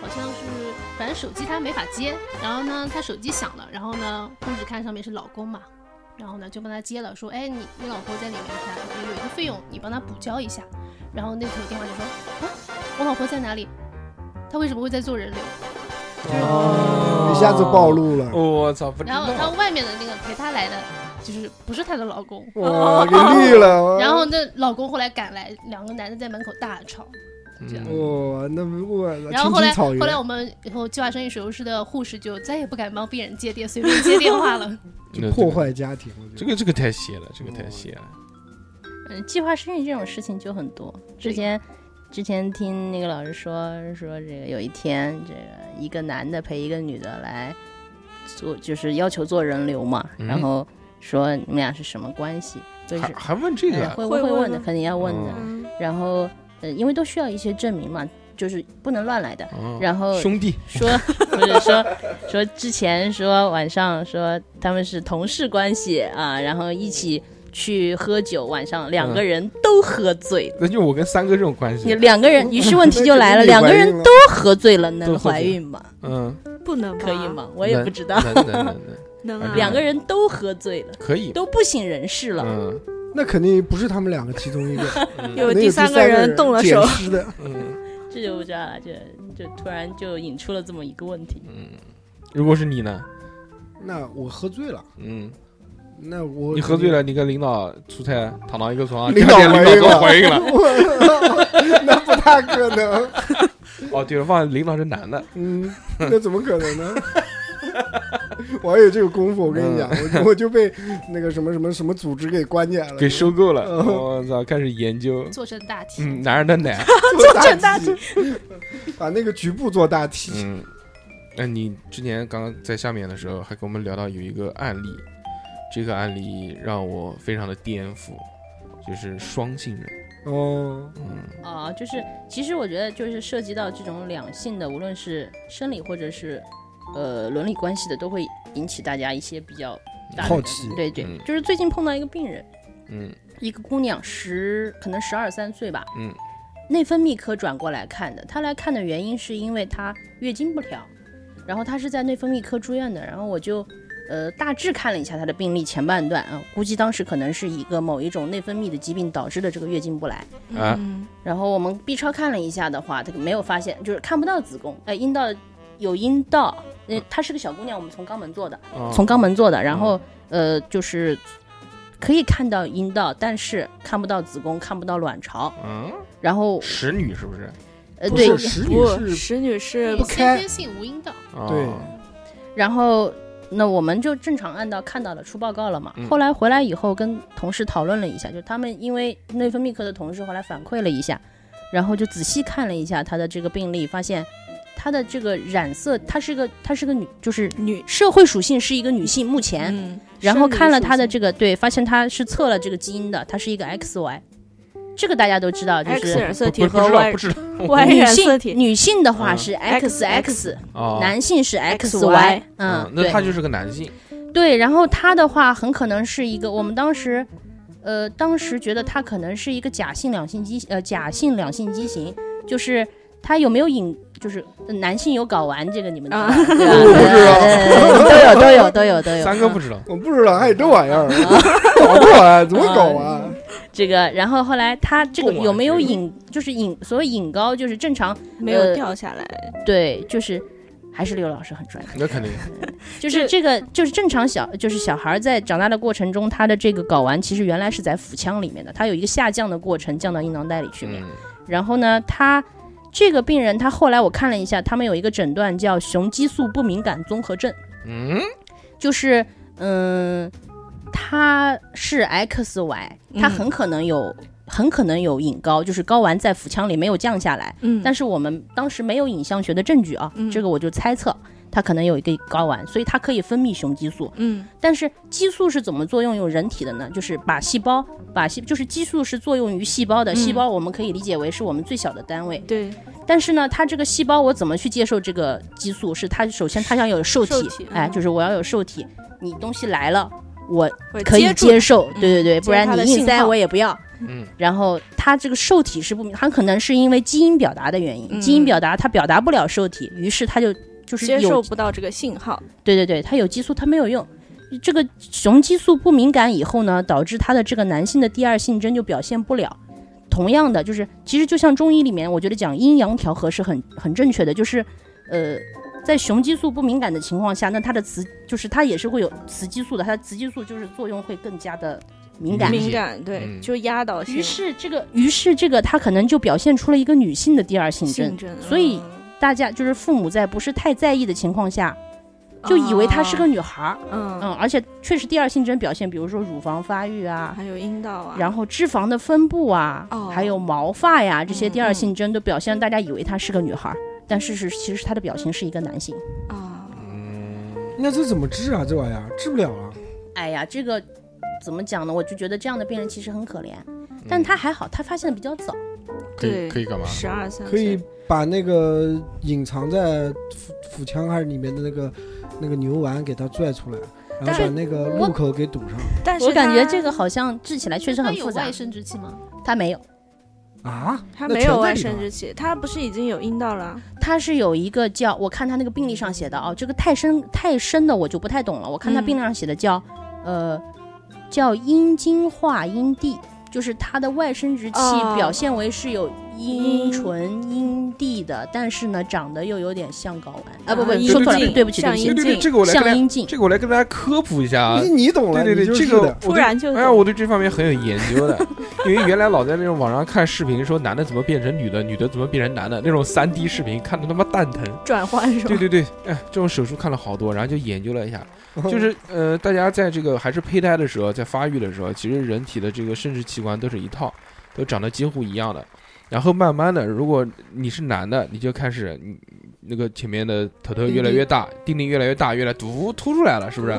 好像是反正手机她没法接，然后呢，她手机响了，然后呢，护士看上面是老公嘛。然后呢，就帮她接了，说：“哎，你你老婆在里面，她有一个费用，你帮她补交一下。”然后那头电话就说：“啊，我老婆在哪里？她为什么会在做人流？”
一下子暴露了。
我操！不
然后她外面的那个陪她来的，就是不是她的老公，
哇给绿
呃
了
然后那老公后来赶来，两个男的在门口大吵。
嗯
哇，那我
呃
然后后来
青青草
后
原
来我们以后计划生育手术室的护士就再也不敢帮病人接电，随便接电话 了。
就
破坏家庭，
这个这个太邪了，这个太邪了。
嗯，计划生育这种事情就很多。之前之前听那个老师说说这个有一天，这个一个男的陪一个女的来做，就是要求做人流嘛，
嗯
然后说你们俩是什么关系？就是
还还问这个
哎
啊
会
会
会
问
问的，
吗
肯定要问的
哦。
嗯
然后呃，因为都需要一些证明嘛。就是不能乱来的，
哦
嗯然后
兄弟
说，或者说说之前说晚上说他们是同事关系啊，然后一起去喝酒，晚上两个
嗯
人都喝醉了
那就我跟三哥这种关
你
系，
两个人，于是问题就来了，
那
两
肯
个
定怀孕了
人都喝醉了，能怀孕吗？
嗯，
不能
可以吗？我也不 知道
能能能能。
能啊
两个人都喝醉了，
可 以
都不省人事了。
嗯，
那肯定不是他们两个其中一个，可 能
有
第
第
三
三
个
个人动了手
捡尸的。
嗯
这就不知道了，这就突然就引出了这么一个问题。
嗯，如果是你呢？
那我喝醉了，
嗯，
那我
你喝醉了，你跟领导出差躺到一个床上，
领导
第二天领导说怀
怀
孕
孕
了。
了， 那不大可能，
哦，对了，忘了领导是男的。
嗯， 那怎么可能呢？ 我还有这个功夫，我跟你讲，我 就我就被那个什么什么什么组织嗯给关起来了，
给收购了，
嗯
我操！开始研究，
做成大题
嗯，男人的 奶，
做成大题， 把那个局部做大题。
嗯，那你之前刚刚在下面的时候还跟我们聊到有一个案例，这个案例让我非常的颠覆，就是双性人，嗯
哦，
啊、就是其实我觉得就是涉及到这种两性的，无论是生理或者是呃伦理关系的，都会引起大家一些比较大的
好奇
对对，
嗯
就是最近碰到一个病人，
嗯
一个姑娘十可能十二三岁吧，
嗯
内分泌科转过来看的。她来看的原因是因为她月经不调，然后她是在内分泌科住院的。然后我就，呃大致看了一下她的病历前半段啊，估计当时可能是一个某一种内分泌的疾病导致的这个月经不来。
嗯
啊
然后我们 B 超看了一下的话，她没有发现，就是看不到子宫，呃，阴道有阴道，呃，她是个小姑娘，我们从肛门做的，
哦
嗯
从肛门做的，然
哦
后、呃，就是可以看到阴道，但是看不到子宫，看不到卵巢。
嗯，
然后
使女是不是？
呃，
不
对
是，使女
不
是
使女是
不开
先天性无阴道，
对，
然后那我们就正常按到看到了出报告了嘛。
嗯
后来回来以后跟同事讨论了一下，就他们因为内分泌科的同事后来反馈了一下，然后就仔细看了一下她的这个病历，发现。她的这个染色，她是个她是个女，就是
女
社会属性是一个女性，目
嗯
前，然后看了她的这个，对，发现她是测了这个基因的，她是一个 XY，这个大家都知道，就是
X 染色体和 Y
女
Y 染色
性
体，
女性的话
嗯
是 XX，、
哦
男性是
XY
嗯，
那
对
他就是个男性，
对，然后他的话很可能是一个，我们当时，呃，当时觉得他可能是一个假性两性畸，呃，假性两性畸形，就是他有没有隐，就是呃男性有睾丸，这个你们知道吧对吧？
啊 我
对对
不知道
对都嗯有都有都有都有。
三哥不知道，
我不知道还有这玩意儿，
嗯
搞不好啊，怎么搞啊？
这个，然后后来他这个
供啊
有没有引，就是引，所谓引高就是正常
没有
呃
掉下来，
对，就是还是刘老师很专业。
那肯定。
就是这个，就是正常小，就是小孩在长大的过程中，他的这个睾丸其实原来是在腹腔里面的，它有一个下降的过程，降到阴囊袋里
嗯
去面。然后呢，他这个病人，他后来我看了一下，他们有一个诊断叫雄激素不敏感综合症，
嗯，
就是嗯，他是 XY，他很可能有。很可能有隐睾，就是睾丸在腹腔里没有降下来，
嗯
但是我们当时没有影像学的证据啊，这个我就猜测它可能有一个睾丸，所以它可以分泌雄激素，
嗯，
但是激素是怎么作用于人体的呢？就是把细胞，把细就是激素是作用于细胞的，
嗯
细胞我们可以理解为是我们最小的单位。
对。
但是呢，它这个细胞我怎么去接受这个激素？是它首先它要有受体，
受体嗯
哎，就是我要有受体，你东西来了，我
会
可以
接住
接受，
嗯
对对对，
接
不然
它的
你硬
信
塞
号
我也不要。
嗯，
然后它这个受体是不明，很可能是因为基因表达的原因，
嗯
基因表达它表达不了受体，于是它就就是
接
有
受不到这个信号，
对对对，它有激素它没有用。这个雄激素不敏感以后呢，导致他的这个男性的第二性征就表现不了。同样的，就是其实就像中医里面，我觉得讲阴阳调和是很很正确的，就是呃，在雄激素不敏感的情况下，那它的雌就是它也是会有雌激素的，它的雌激素就是作用会更加的敏感。
敏感对，就压倒性。
于是这个于是这个他可能就表现出了一个女性的第二性征，
性征
所以大家就是父母在不是太在意的情况下，就以为她是个女孩儿，
嗯
而且确实第二性征表现，比如说乳房发育啊，
还有阴道啊，
然后脂肪的分布啊，
哦
还有毛发呀这些第二性征都表现，大家以为她是个女孩儿，但事实其实她的表情是一个男性。
啊
那这怎么治啊？这玩意儿治不了啊！
哎呀，这个怎么讲呢？我就觉得这样的病人其实很可怜，
嗯
但他还好，他发现的比较早。
可以对可以干嘛
十二三
可以把那个隐藏在腹腹腔还是里面的那个那个牛丸给它拽出来，然
但
后
是
把那个
我
路口给堵上
但
我感觉这个好像治起来确实
它
很
有
复杂
外。生殖器吗？
他没有，
啊！
他
那
没
全
有
在
外
里
生
头
殖器，他不是已经有阴道了？
他是有一个叫，我看他那个病历上写的哦，这个太深太深的我就不太懂了。我看他
嗯
病历上写的叫，呃，叫阴茎化阴蒂，就是他的外生殖器
哦
表现为是有阴唇、阴蒂的，但是呢，长得又有点像睾丸啊，不不，
对
说错了，
对
对不起，对不起，
对对对，这个我来跟
像阴
大
茎
家，这个我来跟大家科普一下啊。
你你懂了
对对对，
你就是
这个
的
我对
突然就
哎呀，我对这方面很有研究的，因为原来老在那种网上看视频，说男的怎么变成女的，女的怎么变成男的，那种三 D 视频看的他妈蛋疼。
转换是吧？
对对对，哎，这种手术看了好多，然后就研究了一下，
哦
就是呃，大家在这个还是胚胎的时候，在发育的时候，其实人体的这个生殖器官都是一套，都长得几乎一样的。然后慢慢的，如果你是男的，你就开始你那个前面的头头越来越大，丁丁越来越大，越来突凸出来了，是不是？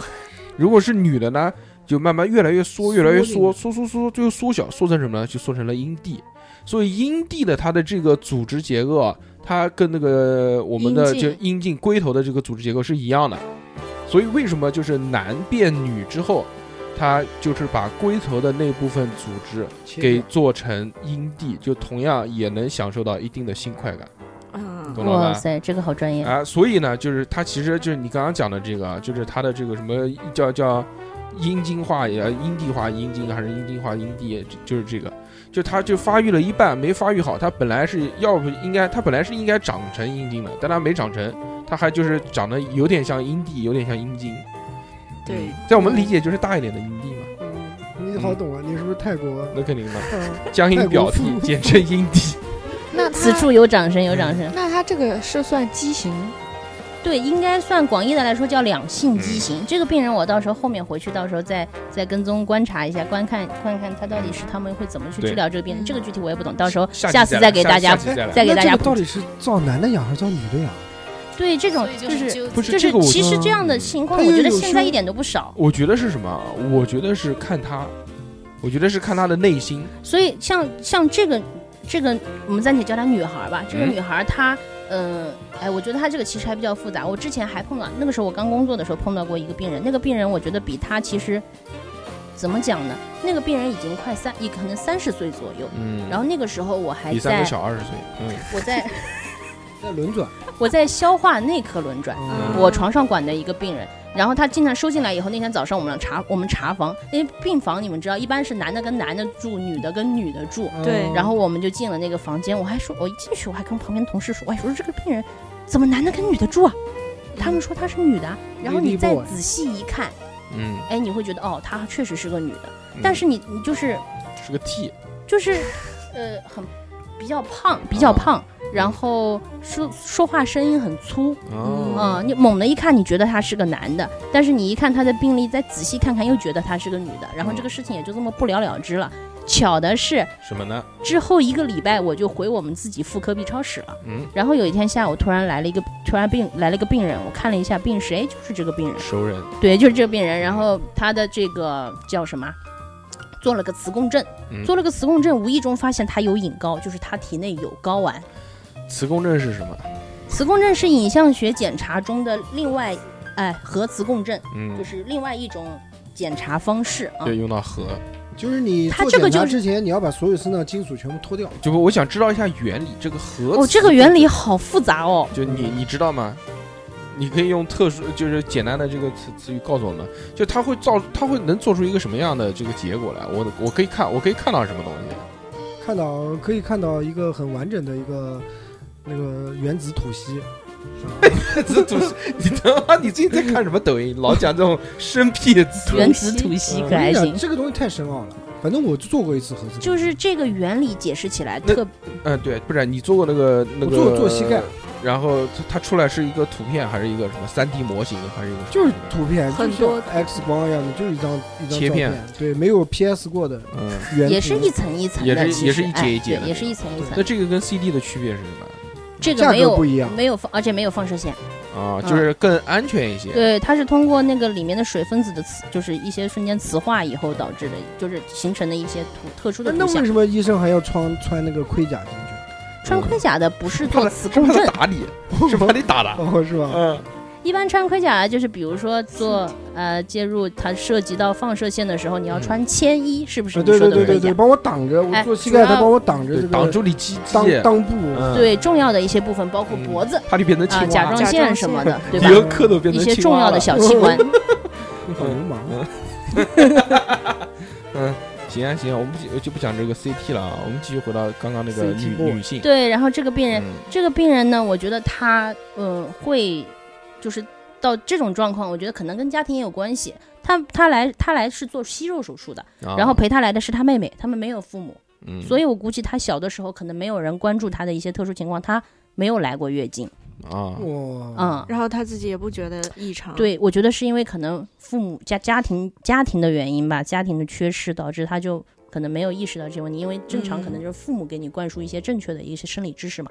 如果是女的呢，就慢慢越来越缩，越来越缩，缩缩缩，最后缩小，缩成什么呢？就缩成了阴蒂。所以阴蒂的它的这个组织结构啊，它跟那个我们的
阴
就
茎
阴茎龟头的这个组织结构是一样的。所以为什么就是男变女之后，它就是把龟头的那部分组织
切
给
掉
做成阴蒂，就同样也能享受到一定的性快感。
嗯，
懂了吧？
哇塞，这个好专业
啊！所以呢，就是它其实就是你刚刚讲的这个啊，就是它的这个什么叫叫阴茎化也阴蒂化阴茎还是阴茎化阴蒂，就是这个，就它就发育了一半没发育好，它本来是要不应该它本来是应该长成阴茎的，但它没长成，它还就是长得有点像阴蒂，有点像阴茎。
对，
嗯在我们理解就是大一点的阴蒂嘛，
你好懂啊，你是不是泰国？
嗯那肯定的。
嗯
江阴表弟
泰国，妇
简称阴蒂。
那
此处有掌声，有掌声。
那它这个是算畸形？
对，应该算广义的来说叫两性
嗯
畸形。这个病人我到时候后面回去，到时候再再跟踪观察一下，观看观看他到底是他们会怎么去
对
治疗这个病人。这个具体我也不懂，到时候
下
下次
期再
再
来
给
下
大家
下期再来
再给
那
大
这
家
个到底是造男的养还是造女的养？
对这种
就
就是是
纠结
不是
就
这个我
其实
说
这样的情况，
他
我
也
觉得
有
现在
说
一点都不少。
我觉得是什么啊？我觉得是看他，我觉得是看他的内心。
所以像像这个这个，我们暂且叫她女孩吧。这个
嗯
女孩她，嗯、哎，我觉得她这个其实还比较复杂。我之前还碰到，那个时候我刚工作的时候碰到过一个病人，那个病人我觉得比她其实怎么讲呢？那个病人已经快三，也可能三十岁左右。
嗯，
然后那个时候我还
比三
在
哥，小二十岁。嗯，
我在
在轮转，
我在消化内科轮转，呃
嗯
嗯我床上管的一个病人。然后他经常收进来以后，那天早上我们查我们查房，因为病房你们知道，一般是男的跟男的住，女的跟女的住。
嗯
对
然后我们就进了那个房间，我还说，我一进去我还跟旁边同事说，我还说这个病人怎么男的跟女的住啊？他们说她是女的啊，然后你
Lady
再
boy
仔细一看，
嗯，
哎，你会觉得哦，她确实是个女的，
嗯
但是你你就是
是个 T，
就是，呃，很比较胖，比较
啊
胖，然后说说话声音很粗，
哦，
啊、你猛的一看，你觉得他是个男的，但是你一看他的病历，再仔细看看，又觉得他是个女的，然后这个事情也就这么不了了之了。巧的是，
什么呢？
之后一个礼拜我就回我们自己妇科 B 超室了。
嗯，
然后有一天下午，突然来了一个，突然病来了一个病人，我看了一下病史，哎，就是这个病人，
熟人。
对，就是这个病人。然后他的这个叫什么，做了个磁共振，
嗯
做了个磁共振，无意中发现他有隐睾，就是他体内有睾丸。
磁共振是什么？
磁共振是影像学检查中的另外，哎，核磁共振。就
嗯，
是另外一种检查方式啊。
对，用到核。
就是你
他
做
这个
检查
就是
之前，你要把所有身上的金属全部脱掉。
就我想知道一下原理，这个嗯核。
哦，这个原理。好复杂哦。
就你你知道吗？你可以用特殊，就是简单的这个词词语告诉我们，就它会造，它会能做出一个什么样的这个结果来？我我可以看，我可以看到什么东西？
看到可以看到一个很完整的一个那个原子吐息，
这主持，你他妈你最近在看什么抖音？老讲这种生僻的词。
原子吐息可
嗯
还
我跟你
行
讲，这个东西太深奥了。反正我就做过一次核磁共振，
就是这个原理解释起来
那
特
嗯，对，不然你做过那个那
我
个
做做膝盖，
然后它它出来是一个图片，还是一个什么三 D 模型，还是一个什么
就是图片，
很
就像
多
X 光一样的，就是一张一张
切
照
片
片，对，没有 PS 过的
嗯，
原图
也是一层一层
也
的，
是
其
也
实
是一节
哎
一节
对
的
也是一层一层
那
的。
这个跟 CD 的区别是什么
这
价
个
格
没有
不一样
没有放，而且没有放射线。
啊？
嗯
就是更安全一些。
对，它是通过那个里面的水分子的磁，就是一些瞬间磁化以后导致的，就是形成的一些图特殊
那
的
哎那
图像
为。什么医生还要穿穿那个盔甲进 去？
穿盔甲的不是
是怕
做
他
磁
是
共
怕他
振，
打 你，是怕你打的。
哦，是吧？
嗯，
一般穿盔甲就是比如说做呃介入它涉及到放射线的时候，你要
嗯
穿铅衣，是不是
啊，
你说的
对对
盔
对
甲？
对对，帮我挡着，我
哎
做膝盖，
主要
他帮我挡着
对
这个
挡住你鸡鸡，
裆裆部，
嗯，
对重要的一些部分，包括脖子
怕你嗯
嗯
变成
啊、
青
甲
蛙，
状腺什么的， 对
以后
吧？
蝌蚪变
一
成
些
青蛙
重要的
了
小器官，
好流氓。啊
嗯，行啊行啊，我们就就不讲这个 CT 了啊，我们继续回到刚刚那个
CT
女
部
女性。
对。然后这个病人，
嗯
这个病人呢，我觉得他呃会就是到这种状况，我觉得可能跟家庭也有关系。他他来他来是做息肉手术的，
啊
然后陪他来的是他妹妹，他们没有父母，
嗯，
所以我估计他小的时候可能没有人关注他的一些特殊情况，他没有来过月经，
啊，
哇，
嗯。
然后他自己也不觉得异常，，
对，我觉得是因为可能父母家家庭家庭的原因吧，家庭的缺失导致他就可能没有意识到这个问题，因为正常可能
嗯
就是父母给你灌输一些正确的一些生理知识嘛。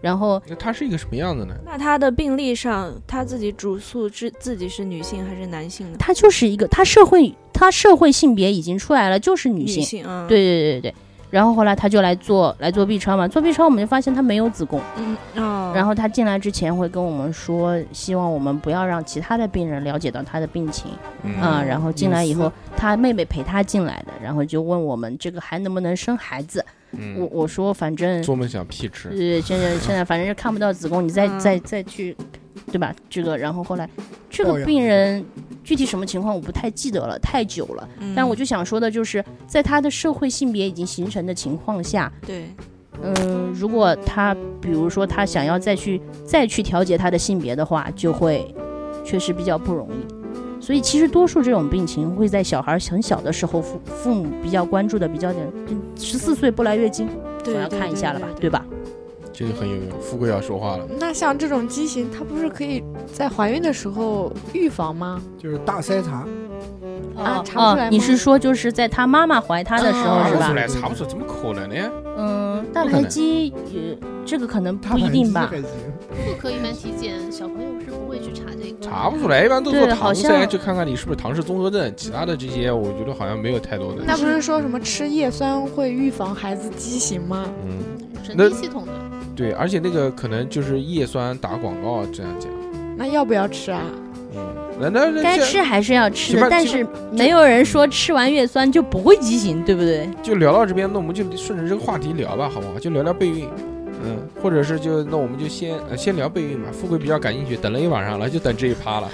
然后
那她是一个什么样子呢？
那他的病历上，他自己主诉自自己是女性还是男性呢？
他就是一个，他社会他社会性别已经出来了，就是女
女
性。
性啊，嗯，
对对对对对。然后后来他就来做来做 B 超嘛，做 B 超我们就发现他没有子宫。
嗯哦，
然后他进来之前会跟我们说，希望我们不要让其他的病人了解到他的病情。
嗯
啊、然后进来以后，他妹妹陪他进来的，然后就问我们这个还能不能生孩子。
嗯
我我说反正
做梦想屁吃，
呃，现在现在反正是看不到子宫，你
嗯
再、再再去，对吧？这个，然后后来这
抱
个
养
病人具体什么情况我不太记得了，太久了。
嗯
但我就想说的就是，在他的社会性别已经形成的情况下，
对，
嗯，如果他比如说他想要再去再去调节他的性别的话，就会确实比较不容易。所以其实多数这种病情会在小孩很小的时候，父父母比较关注的比较点，嗯十四岁不来月经，
对
总要
对
看一
对
下了
对
吧，
对
对吧？
这个很有用。富贵要说话了，
那像这种畸形，它不是可以在怀孕的时候预防吗？
就是大筛查，
啊，查不
哦
出来吗
你是说就是在他妈妈怀他的时候、
查
是
不出
吧？
来，查不出来，怎么可能呢？
嗯，大
啊不可
排
能
畸，呃，这个可能不一定吧。
妇科一般体检小朋友是不会去查这个，
查不出来，一般都做
对
唐
好
筛，
像
就看看你是不是唐氏综合症，其他的这些我觉得好像没有太多的。
那不是说什么吃叶酸会预防孩子畸形吗？
嗯，
神
那
经系统的。
对，而且那个可能就是叶酸打广告这样讲。嗯
那要不要吃啊？
那那那
该
这
吃还是要吃
起
的
码，
但
起
是没有人说吃完月酸就不会畸形，对不对？
就聊到这边，那我们就顺着这个话题聊吧，好不好？就聊聊备孕，嗯，或者是就那我们就先呃先聊备孕吧。富贵比较感兴趣，等了一晚上了，就等这一趴了。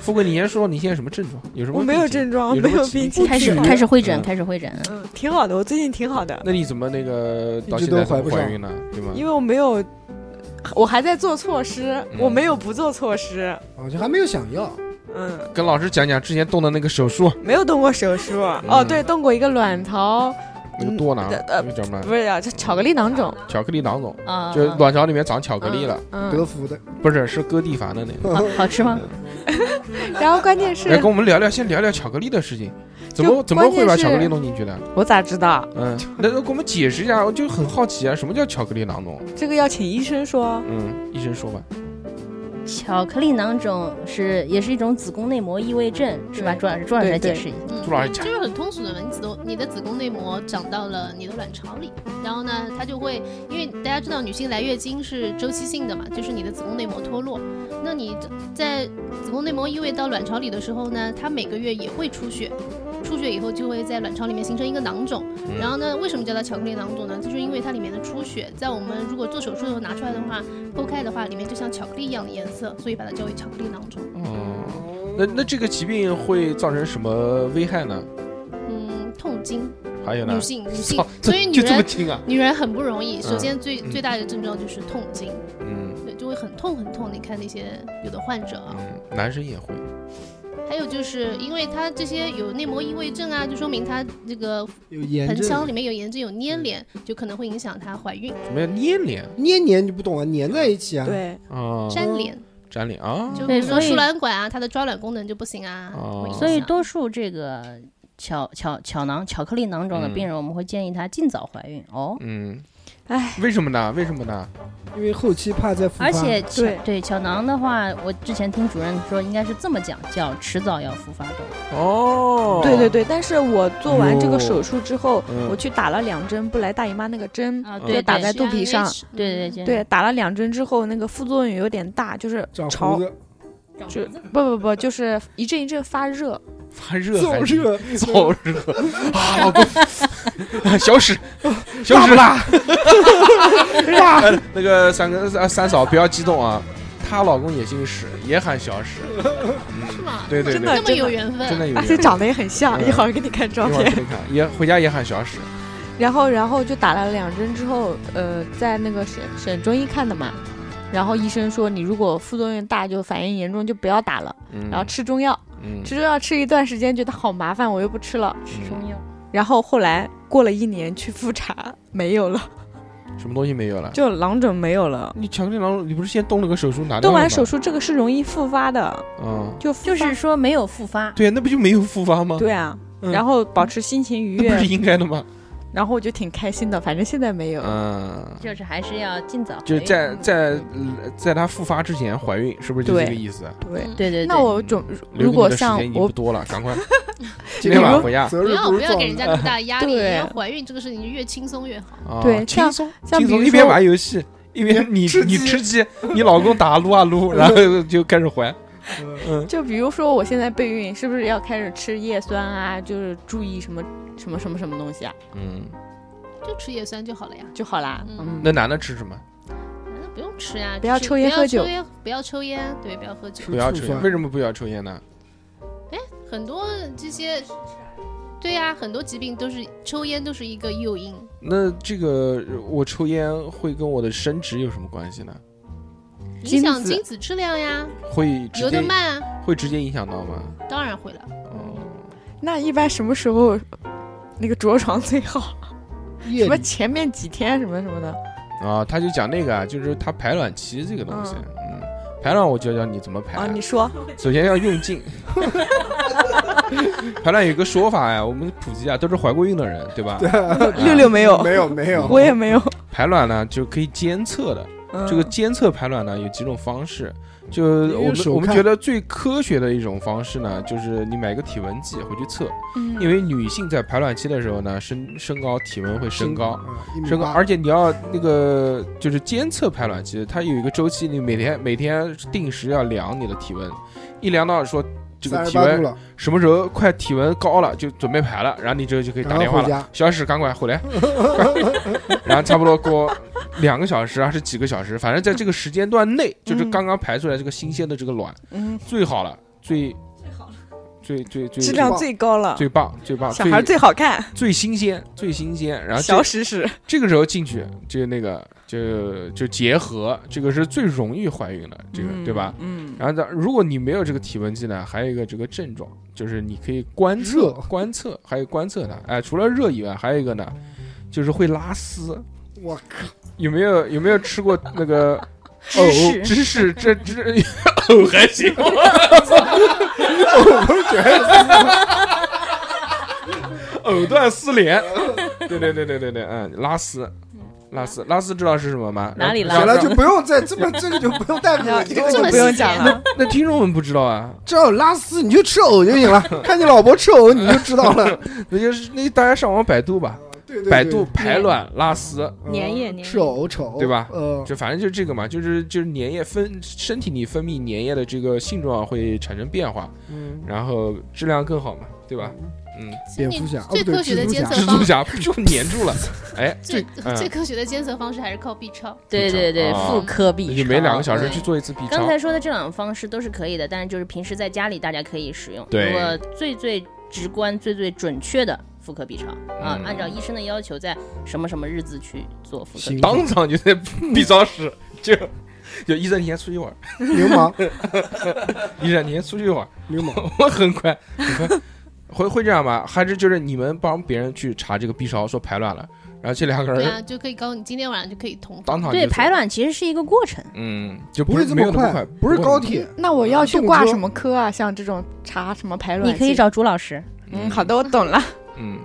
富贵，你先说说你现在什么症状？有什么
我
病情？
没有症状
什么
没有
疾病
病情开始
嗯
开始
会诊开始会啊诊
嗯，挺好的，我最近挺好的，
那你怎么那个到
一直
现
都
在怎
怀
么
不
怀
上
孕了？对吗？
因为我没有，我还在做措施，我没有不做措施，
我就还没有想要，
嗯，
跟老师讲讲之前动的那个手术，
没有动过手术。
哦，对，动过一个卵巢，
那个多囊，那
呃
个叫什么来着？
不是啊，这巧克力囊肿。
巧克力囊肿
嗯
啊，
就是卵巢里面长巧克力了，
嗯嗯德
芙的，
不是是哥蒂凡的那个。
好吃吗？
然后关键是
来跟我们聊聊，先聊聊巧克力的事情，怎么
就
怎么会把
关键是
巧克力弄进去的？
我咋知道？
嗯，那那给我们解释一下，我就很好奇啊，什么叫巧克力囊肿？
这个要请医生说。
嗯，医生说吧。
巧克力囊肿是也是一种子宫内膜异位症，是吧？朱老师，朱老师来解释一下。
嗯
朱老师讲
就是很通俗的嘛，你子宫你的子宫内膜长到了你的卵巢里，然后呢，它就会，因为大家知道女性来月经是周期性的嘛，就是你的子宫内膜脱落，那你在子宫内膜异位到卵巢里的时候呢，它每个月也会出血。出血以后就会在卵巢里面形成一个囊肿，
嗯
然后呢，为什么叫它巧克力囊肿呢？就是因为它里面的出血，在我们如果做手术的时候拿出来的话，剖开的话，里面就像巧克力一样的颜色，所以把它叫为巧克力囊肿。
哦，那那这个疾病会造成什么危害呢？
嗯，痛经。
还有呢？
女性，女性
操，
所以女
就这么
人
轻啊？
女人很不容易。首
嗯
先最
嗯
最大的症状就是痛经，
嗯，
对，就会很痛很痛。你看那些有的患者啊，
嗯男生也会。嗯
还有就是因为他这些有内膜异位症啊，就说明他这个
有炎
盆
症
腔里面有炎症、有粘连，
嗯
就可能会影响她怀孕。
什么叫粘连？
粘黏就不懂啊，粘在一起啊，
对，
啊，
粘连，
粘连啊，
就比
对
如
所
说
以
输卵管啊，她的抓卵功能就不行啊。
哦
会影
所以
响
多数这个巧巧巧囊巧克力囊肿的病人，我们会建议他尽早怀孕哦。
嗯，
哎，
为什么呢？为什么呢？
因为后期怕再复发，
而且巧对巧囊的话，我之前听主任说应该是这么讲，叫迟早要复发的。
哦
对对对，但是我做完这个手术之后
哟嗯，
我去打了两针布莱大姨妈那个针，
啊
嗯就
对
打
对
在肚皮上，
啊
对对对
对，打了两针之后，那个副作用有点大，就是
长
潮
胡子，
就不不不，就是一阵一阵发热，
发热
燥
还是
热
燥热啊，老公， 小 史，小史
辣
辣那个三哥三三嫂不要激动啊，她老公也姓史，也喊小 史，嗯
是吗？
对对对
这么
真的
有缘分，
真的有
而
缘
且
分
啊长得也很像，一会儿给你看照
哎一会儿
片
给。你看，也回家也喊小史，
然后然后就打了两针之后，呃，在那个省省中医看的嘛，然后医生说你如果副作用大，就反应严重就不要打了，
嗯
然后吃中药，
嗯
吃中药吃一段时间觉得好麻烦，我又不吃了，吃
中药。
然后后来过了一年去复查，没有了，
嗯什么东西没有了？
就囊肿没有了。
你巧克力囊肿，你不是先动了个手术拿掉
动
了吗
完手，术这个是容易复发的，
嗯，
就就是
说没有复发。
对啊，那不就没有复发吗？
对，啊，
嗯
然后保持心情愉
那不
悦
啊
是，应该的吗？
然后我就挺开心的，反正现在没有。
嗯，
就是还是要尽早怀孕。
就是在在呃在她复发之前怀孕，是不是就
对
这个意思？
对
对对，
那我总
嗯留给你
如果
的时
像
间已经
我
不多了，赶快今天晚上回家。
不要不要给
啊
人家那么大的压力，
对
人家怀孕这个事情越轻松越好。
啊
对
轻
像
松
像
轻
比
松，
如
一边
说
玩游戏一边你你吃鸡，你老公打撸啊撸，然后就开始怀。嗯，
就比如说我现在备孕，是不是要开始吃叶酸啊？就是注意什么什么什么什么东西啊？
嗯，
就吃叶酸就好了呀，
就好啦。
嗯，
那男的吃什么？
那不用吃呀，
不要
就是
抽烟喝酒
不要抽烟，不要抽烟，对，不要喝酒，
不要抽烟，为什么不要抽烟呢？
哎，很多这些，对呀、很多疾病都是抽烟都是一个诱因，
那这个我抽烟会跟我的生殖有什么关系呢？
影响精子质量呀，
会直
游得
接
慢啊，
会直接影响到吗？哦
当然会了。
嗯
那一般什么时候 那个着床最好？
什
么前面几天什么什么的？
啊，他就讲那个啊，就是他排卵期这个东西，
嗯
嗯，排卵我教教你怎么排。
啊，你说
首先要用劲。 排卵有个说法呀，我们普及啊，都是怀过孕的人，对吧？啊
六六没有，
没有没有
我也没有。
排卵呢就可以监测的。
嗯
这个监测排卵呢有几种方式，就我
用
们
手
我们
看
觉得最科学的一种方式呢，就是你买个体温计回去测，
嗯
因为女性在排卵期的时候呢，身身高体温会升高
嗯，
升高，
1.8
而且你要那个就是监测排卵期，它有一个周期，你每天每天定时要量你的体温，一量到说。这个体
38度
温
了
什么时候快体温高了就准备排了，然后你这就可以打
然后
电话
回家
了。小史，赶快回来，然后差不多过两个小时还是几个小时，反正在这个时间段内，就是刚刚排出来这个新鲜的这个卵，
嗯
最好了，最最最最
质量最高了
最棒最棒，
小孩最好看，
最新鲜最新鲜。然后
小
这
屎屎，
这个时候进
哦
去就那个就就结合，这个是最容易怀孕的，这个
嗯
对吧？
嗯
然后呢，如果你没有这个体温计呢，还有一个这个症状，就是你可以观测观测，还有观测它。哎，除了热以外，还有一个呢，就是会拉丝。
我靠，
有没有有没有吃过那个
芝
藕
士
芝士？这这 藕还行，
我都觉得
藕断丝 连。对对对对对对，嗯，拉丝，拉丝，拉丝知道是什么吗？
哪里
然
拉
后
行了就不用再这么这个就不用代表了这个 就不用讲了。
那那听众们不知道啊，
只要有拉丝你就吃藕就行了，看你老婆吃藕你就知道了。
那就是那大家上网百度吧，
对
百度排卵拉丝。
粘液粘
吃藕吃藕
对吧？
呃，
就反正就是这个嘛，就是就是粘液分身体里分泌粘液的这个性状啊会产生变化，
嗯
然后质量更好嘛，对吧？嗯，
蝙蝠侠
最科学的监测
蜘
方
蛛侠不就粘住了？哎，
最
嗯
最科学的监测方式还是靠 B 超。
对对对，
啊
妇科 B
你每
超
两个小时
对
去做一次 B 超。
刚才说的这两种方式都是可以的，但是就是平时在家里大家可以使用。
对
如果最最直观、最最准确的妇科 B 超啊
嗯，
按照医生的要求，在什么什么日子去做妇科 B 超。
当场就在 B 超室 就就医生，你先出去一会儿，
流氓，
医生你先出去一会儿，
流氓，
我很快，很快会会这样吗？还是就是你们帮别人去查这个 B 超说排卵了，然后这两
嗯
个
对啊，
人
就可以告诉你今天晚上就可以同
当
房。
场
对，
就
排卵其实是一个过程。
嗯就
不
是
会这
没有
么
那么快，
不是高铁，
那我要去挂什么科啊？像这种查什么排卵，
你可以找。朱老师。
嗯，好的，我懂了。
嗯，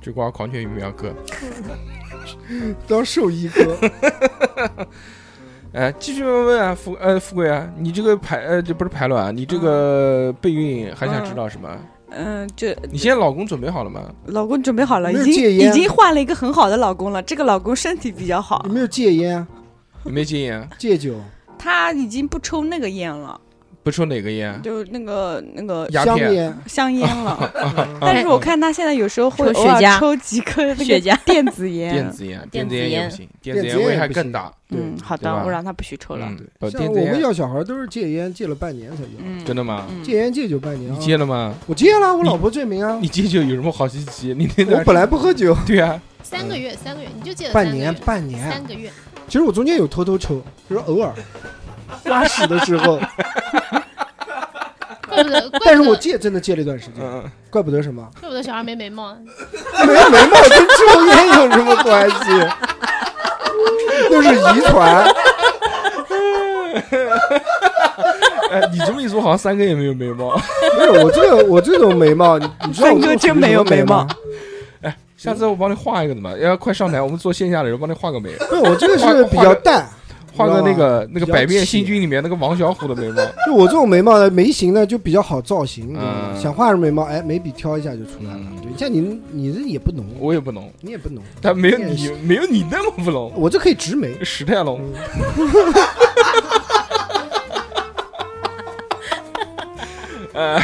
就挂狂犬疫苗科。
当兽医科。
哎，继续问问啊，富呃富贵啊，你这个排呃这不是排卵啊，你这个备孕还想知道什么？
嗯，就
你现在老公准备好了吗？
老公准备好了，
没有
已
戒
经
烟
已经换了一个很好的老公了。这个老公身体比较好，
有没有戒烟？
有没有戒 烟？啊
戒酒，
他已经不抽那个烟了，
不抽哪个烟？啊
就那个那个
鸦片啊香烟
香烟 了。
啊
但是我看他现在有时候会
抽
偶
雪
尔
茄
抽几根那
雪
个
茄
电子烟。
电子烟，啊
电
电
子
子
烟
也不行，电
电
子
子
烟
烟
危
也
害
不
更
行
大。
嗯，好
对
的
吧，
我让他不许抽了。
嗯呃
像
电子
我们
烟
小小孩都是戒烟，戒了半年才戒。
嗯
嗯
真的吗？
戒烟戒酒半年啊，
你戒了吗？
我戒了，我老婆证明啊
你。戒酒有什么好稀奇？你那段
我本来不喝酒，
对啊，
三个月，三个月，你就记得
半
三个
年
月
半年
三个月，
其实我中间有偷偷抽，就是 偶尔拉屎的时候，
怪不得，怪不得
但是我戒真的戒了一段时
间，
怪不得什么
怪不得小孩没眉毛，啊
没眉毛跟抽烟有什么 关系？那是遗传。
哎，你这么一说，好像三哥也没有眉毛。
不是我这个我这种眉毛，你你知道我
三哥真
我属于
没有
什么眉
眉毛。下次我帮你画一个怎么？要快上台，我们做线下的人帮你画个 眉。
不是我这个是比较淡，
画个那个
你
那个
知道吗
百变星君里面那个王小虎的 眉毛。
就我这种眉毛呢，眉形呢就比较好造型，你知道吗
嗯
想画什么眉毛，哎，眉笔挑一下就出来了。对，像你你这也不浓，
我也不浓，
你也不浓，
但没有
你也
你
是
没有你那么不浓。
我这可以直眉，
史泰龙。呃，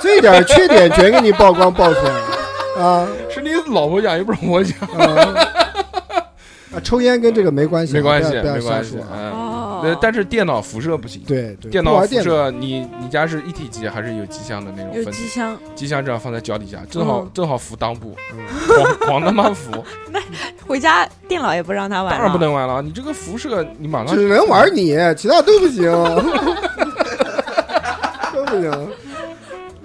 这点缺点全给你曝光曝出来了啊！
是你你老婆讲，又不是我讲，
啊，抽烟跟这个没关系啊，
没关系，
不要不要
没
瞎
关系
说。。啊
嗯
哦
哦
呃，但是电脑辐射不行。
对对
电
不
脑
玩
辐
电
射，啊你你家是一体机还是有机箱的那种
有
分体？
机箱，
机箱正好放在脚底下，正好
嗯
正好扶裆部，
嗯
狂狂他妈 扶，
回家电脑也不让他玩，
当然不。能玩了。你这个辐射，你马上
只能玩你，其他都不行，都不行。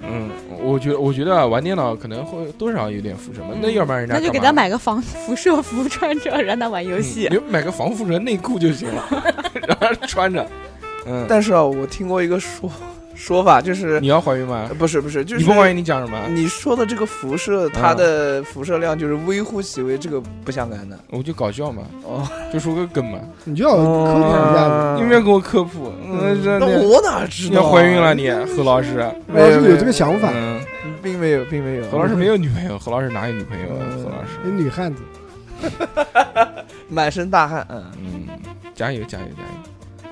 嗯，我觉得我觉得啊玩电脑可能会多少有点辐射嘛，那要不然人家
嗯那就给
干
他
嘛嗯
买个防辐射服穿着，让他玩游戏
你。就买个防辐射内裤就行 了，然后穿着。嗯，
但是啊，我听过一个说说法，就是
你要怀孕吗
呃？不是不是，就是
你不怀孕，你讲什么？
你说的这个辐射，它的辐射量就是微乎其微，这个不相干的。
我就搞笑嘛，
哦，
就说个梗嘛。
你就要
哦
科普一下
你不要给我科普，嗯，这
那我哪知道啊
你要怀孕了你，何老师，
何老师有这个想法
嗯
并没有，并没有。
何老师没有嗯女朋友，何老师哪有女朋友啊？何老师，
你哎
嗯
女汉子，
满身大汗，嗯
嗯，加油加油加油！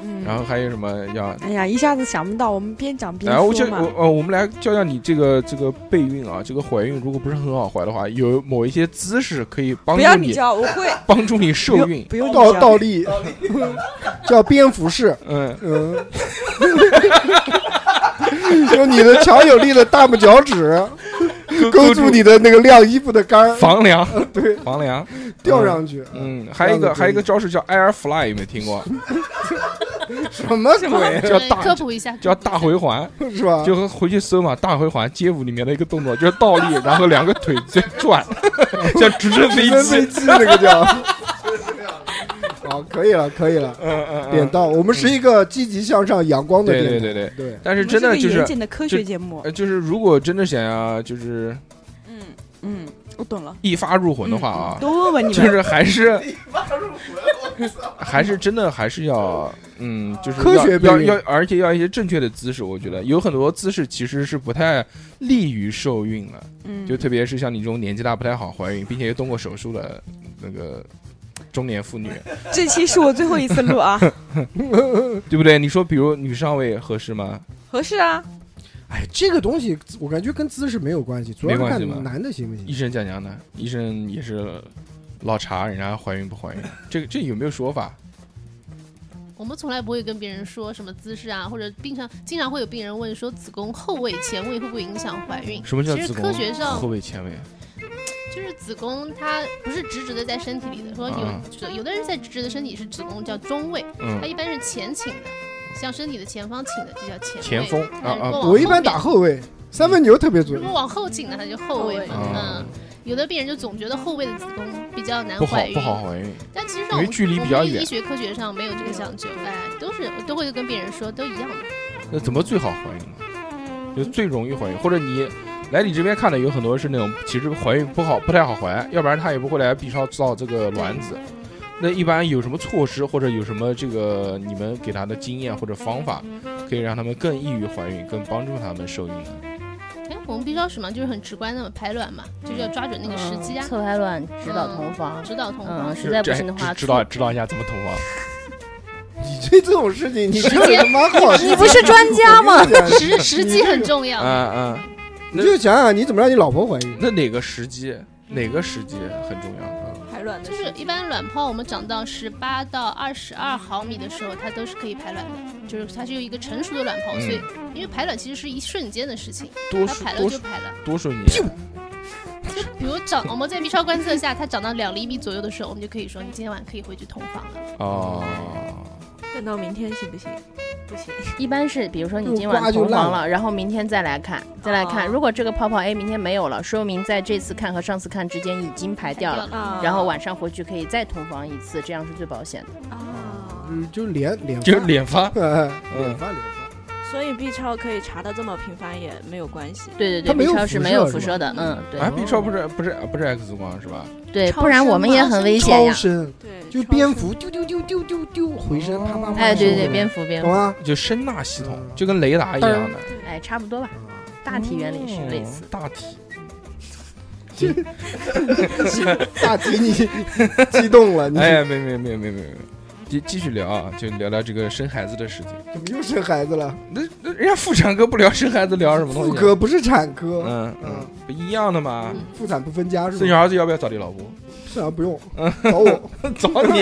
嗯
然后还有什么要？
哎呀，一下子想不到，我们边讲边
然后就
说
我
嘛。
呃，我们来教教你这个这个备孕啊，这个怀孕如果不是很好怀的话，有某一些姿势可以帮
不要
助
你教，我会。
帮助你受 孕。
不用
倒
讲
倒立，叫蝙蝠式。
嗯
嗯， 用你的强有力的大拇脚趾勾住你的那个晾衣服的杆儿，，
房梁
对，
房梁
吊上去
嗯，还有一
这样
个
子
还有一个招式叫 air fly，有没有听过？
什么鬼？
叫大
科普一下，
叫大回环，
是吧
就回去搜嘛，大回环街舞里面的一个动作，就是倒立，然后两个腿在转， 叫直升飞
直升飞机那个叫。好，哦可以了，可以了，
嗯嗯嗯
点到。我们是一个积极向上、阳光的
对
电
对对
台，
对
对。
但是真的就
我们是个
是
严谨的科学节目
就呃就是如果真的想要就是
嗯，我懂了。嗯
一发入魂的话啊，
多问问你
就
们
是还 是还是真的还是要嗯，就是
科学
要
避孕
要要，而且要一些正确的姿势。我觉得有很多姿势其实是不太利于受孕的，
嗯
就特别是像你这种年纪大不太好怀孕，并且又动过手术的那个中年妇女，
这期是我最后一次录 啊，
对不对？你说，比如女上位合适吗？
合适啊。
哎，这个东西我感觉跟姿势没有关系，主要
没
是
关系吧
看男的行不行。
医生讲讲呢？医生也是老查人家怀孕不怀 孕，这个这有没有说法？
我们从来不会跟别人说什么姿势啊，或者病常经常会有病人问说子宫后位、前位会不会影响怀孕？
什么叫
其
子
实
宫
科学上
后位前位？
就是子宫它不是直直的在身体里的，说有、
啊
有的人在直直的身体是子宫叫中位，
嗯
它一般是前倾的，向身体的前方倾的就叫前位。
前锋啊啊
往
我一般
后面
打后卫，三分球特别准
如。果往后倾的，它就后位嘛。
啊
嗯，有的病人就总觉得后位的子宫比较难
不好
怀孕，
不好怀孕，
但其实
因
上
为
我
距离
我
比较
们
远
医。学科学上没有这个讲究，哎，都是都会跟别人说都一样的。
那怎么最好怀孕呢？就最容易怀孕，或者你来你这边看的有很多是那种其实怀孕不好不太好怀，要不然他也不会来 B 超造这个卵子。那一般有什么措施或者有什么这个你们给他的经验或者方法，可以让他们更易于怀孕，更帮助他们受孕呢？
哎，我们 B 超什么就是很直观的嘛，排卵嘛，就是要抓准那个时机啊。
嗯侧排卵指导同房，
指导同房
嗯，实在不行的话，
知知道知道一下怎么投啊放。
你对这种事情，你
时
是
间
他妈好，
你不是专家吗
我跟你讲
时时机很重要。
嗯嗯，
你就想想你怎么让你老婆怀孕。
那哪个时机？哪个时机很重要？嗯
排卵的
就是一般卵泡我们长到十八到二十二毫米的时候，它都是可以排卵的，就是它是有一个成熟的卵泡，
嗯
所以因为排卵其实是一瞬间的事情，
多
它
数
排了
多
就
数
排了。
多数年，
就比如长，我们在 B 超观测下，它长到两厘米左右的时候，我们就可以说你今天晚上可以回去同房了。
哦，
等到明天行不行？不行。
一般是，比如说你今
瓜
晚
就
同
烂
房
了
了，然后明天再来看，再来看。
哦
如果这个泡泡 A 明天没有了，说明在这次看和上次看之间已经排掉
排
了，哦
掉
啊
嗯然后晚上回去可以再同房一次，这样是最保险的。
啊
嗯就脸 脸
就是脸发
哎
嗯
脸发脸发。
所以 B 超可以查的这么频繁也没有关系。
对对
它
对
没
，B
有
超
辐
是没有
射
辐
是
射的，嗯，
啊
对
，B 超不是不是不是 X 光是吧？
对，
超
不然我们也很危险
超
呀。
声，
对，
就蝙蝠丢丢丢丢丢丢回声，啪啪啪。
哎，对对，
嗯
蝙蝠蝙
懂
蝠，
吗？
就声呐系统，
嗯
就跟雷达一样的，
哎，差不多吧，大体原理是类似
嗯。大体。
大吉你 激动了，你嗯
哎哎，没没没没没没，继继续聊啊，就聊聊这个生孩子的事情。
怎么又生孩子了？
那那人家妇产科不聊生孩子，聊什么东西
妇
啊？
科不是产科，
嗯嗯，不一样的嘛。
妇产不分家是
生小
吧？
儿子要不要找你老 婆？
是啊，不用，
嗯
找我，
找你，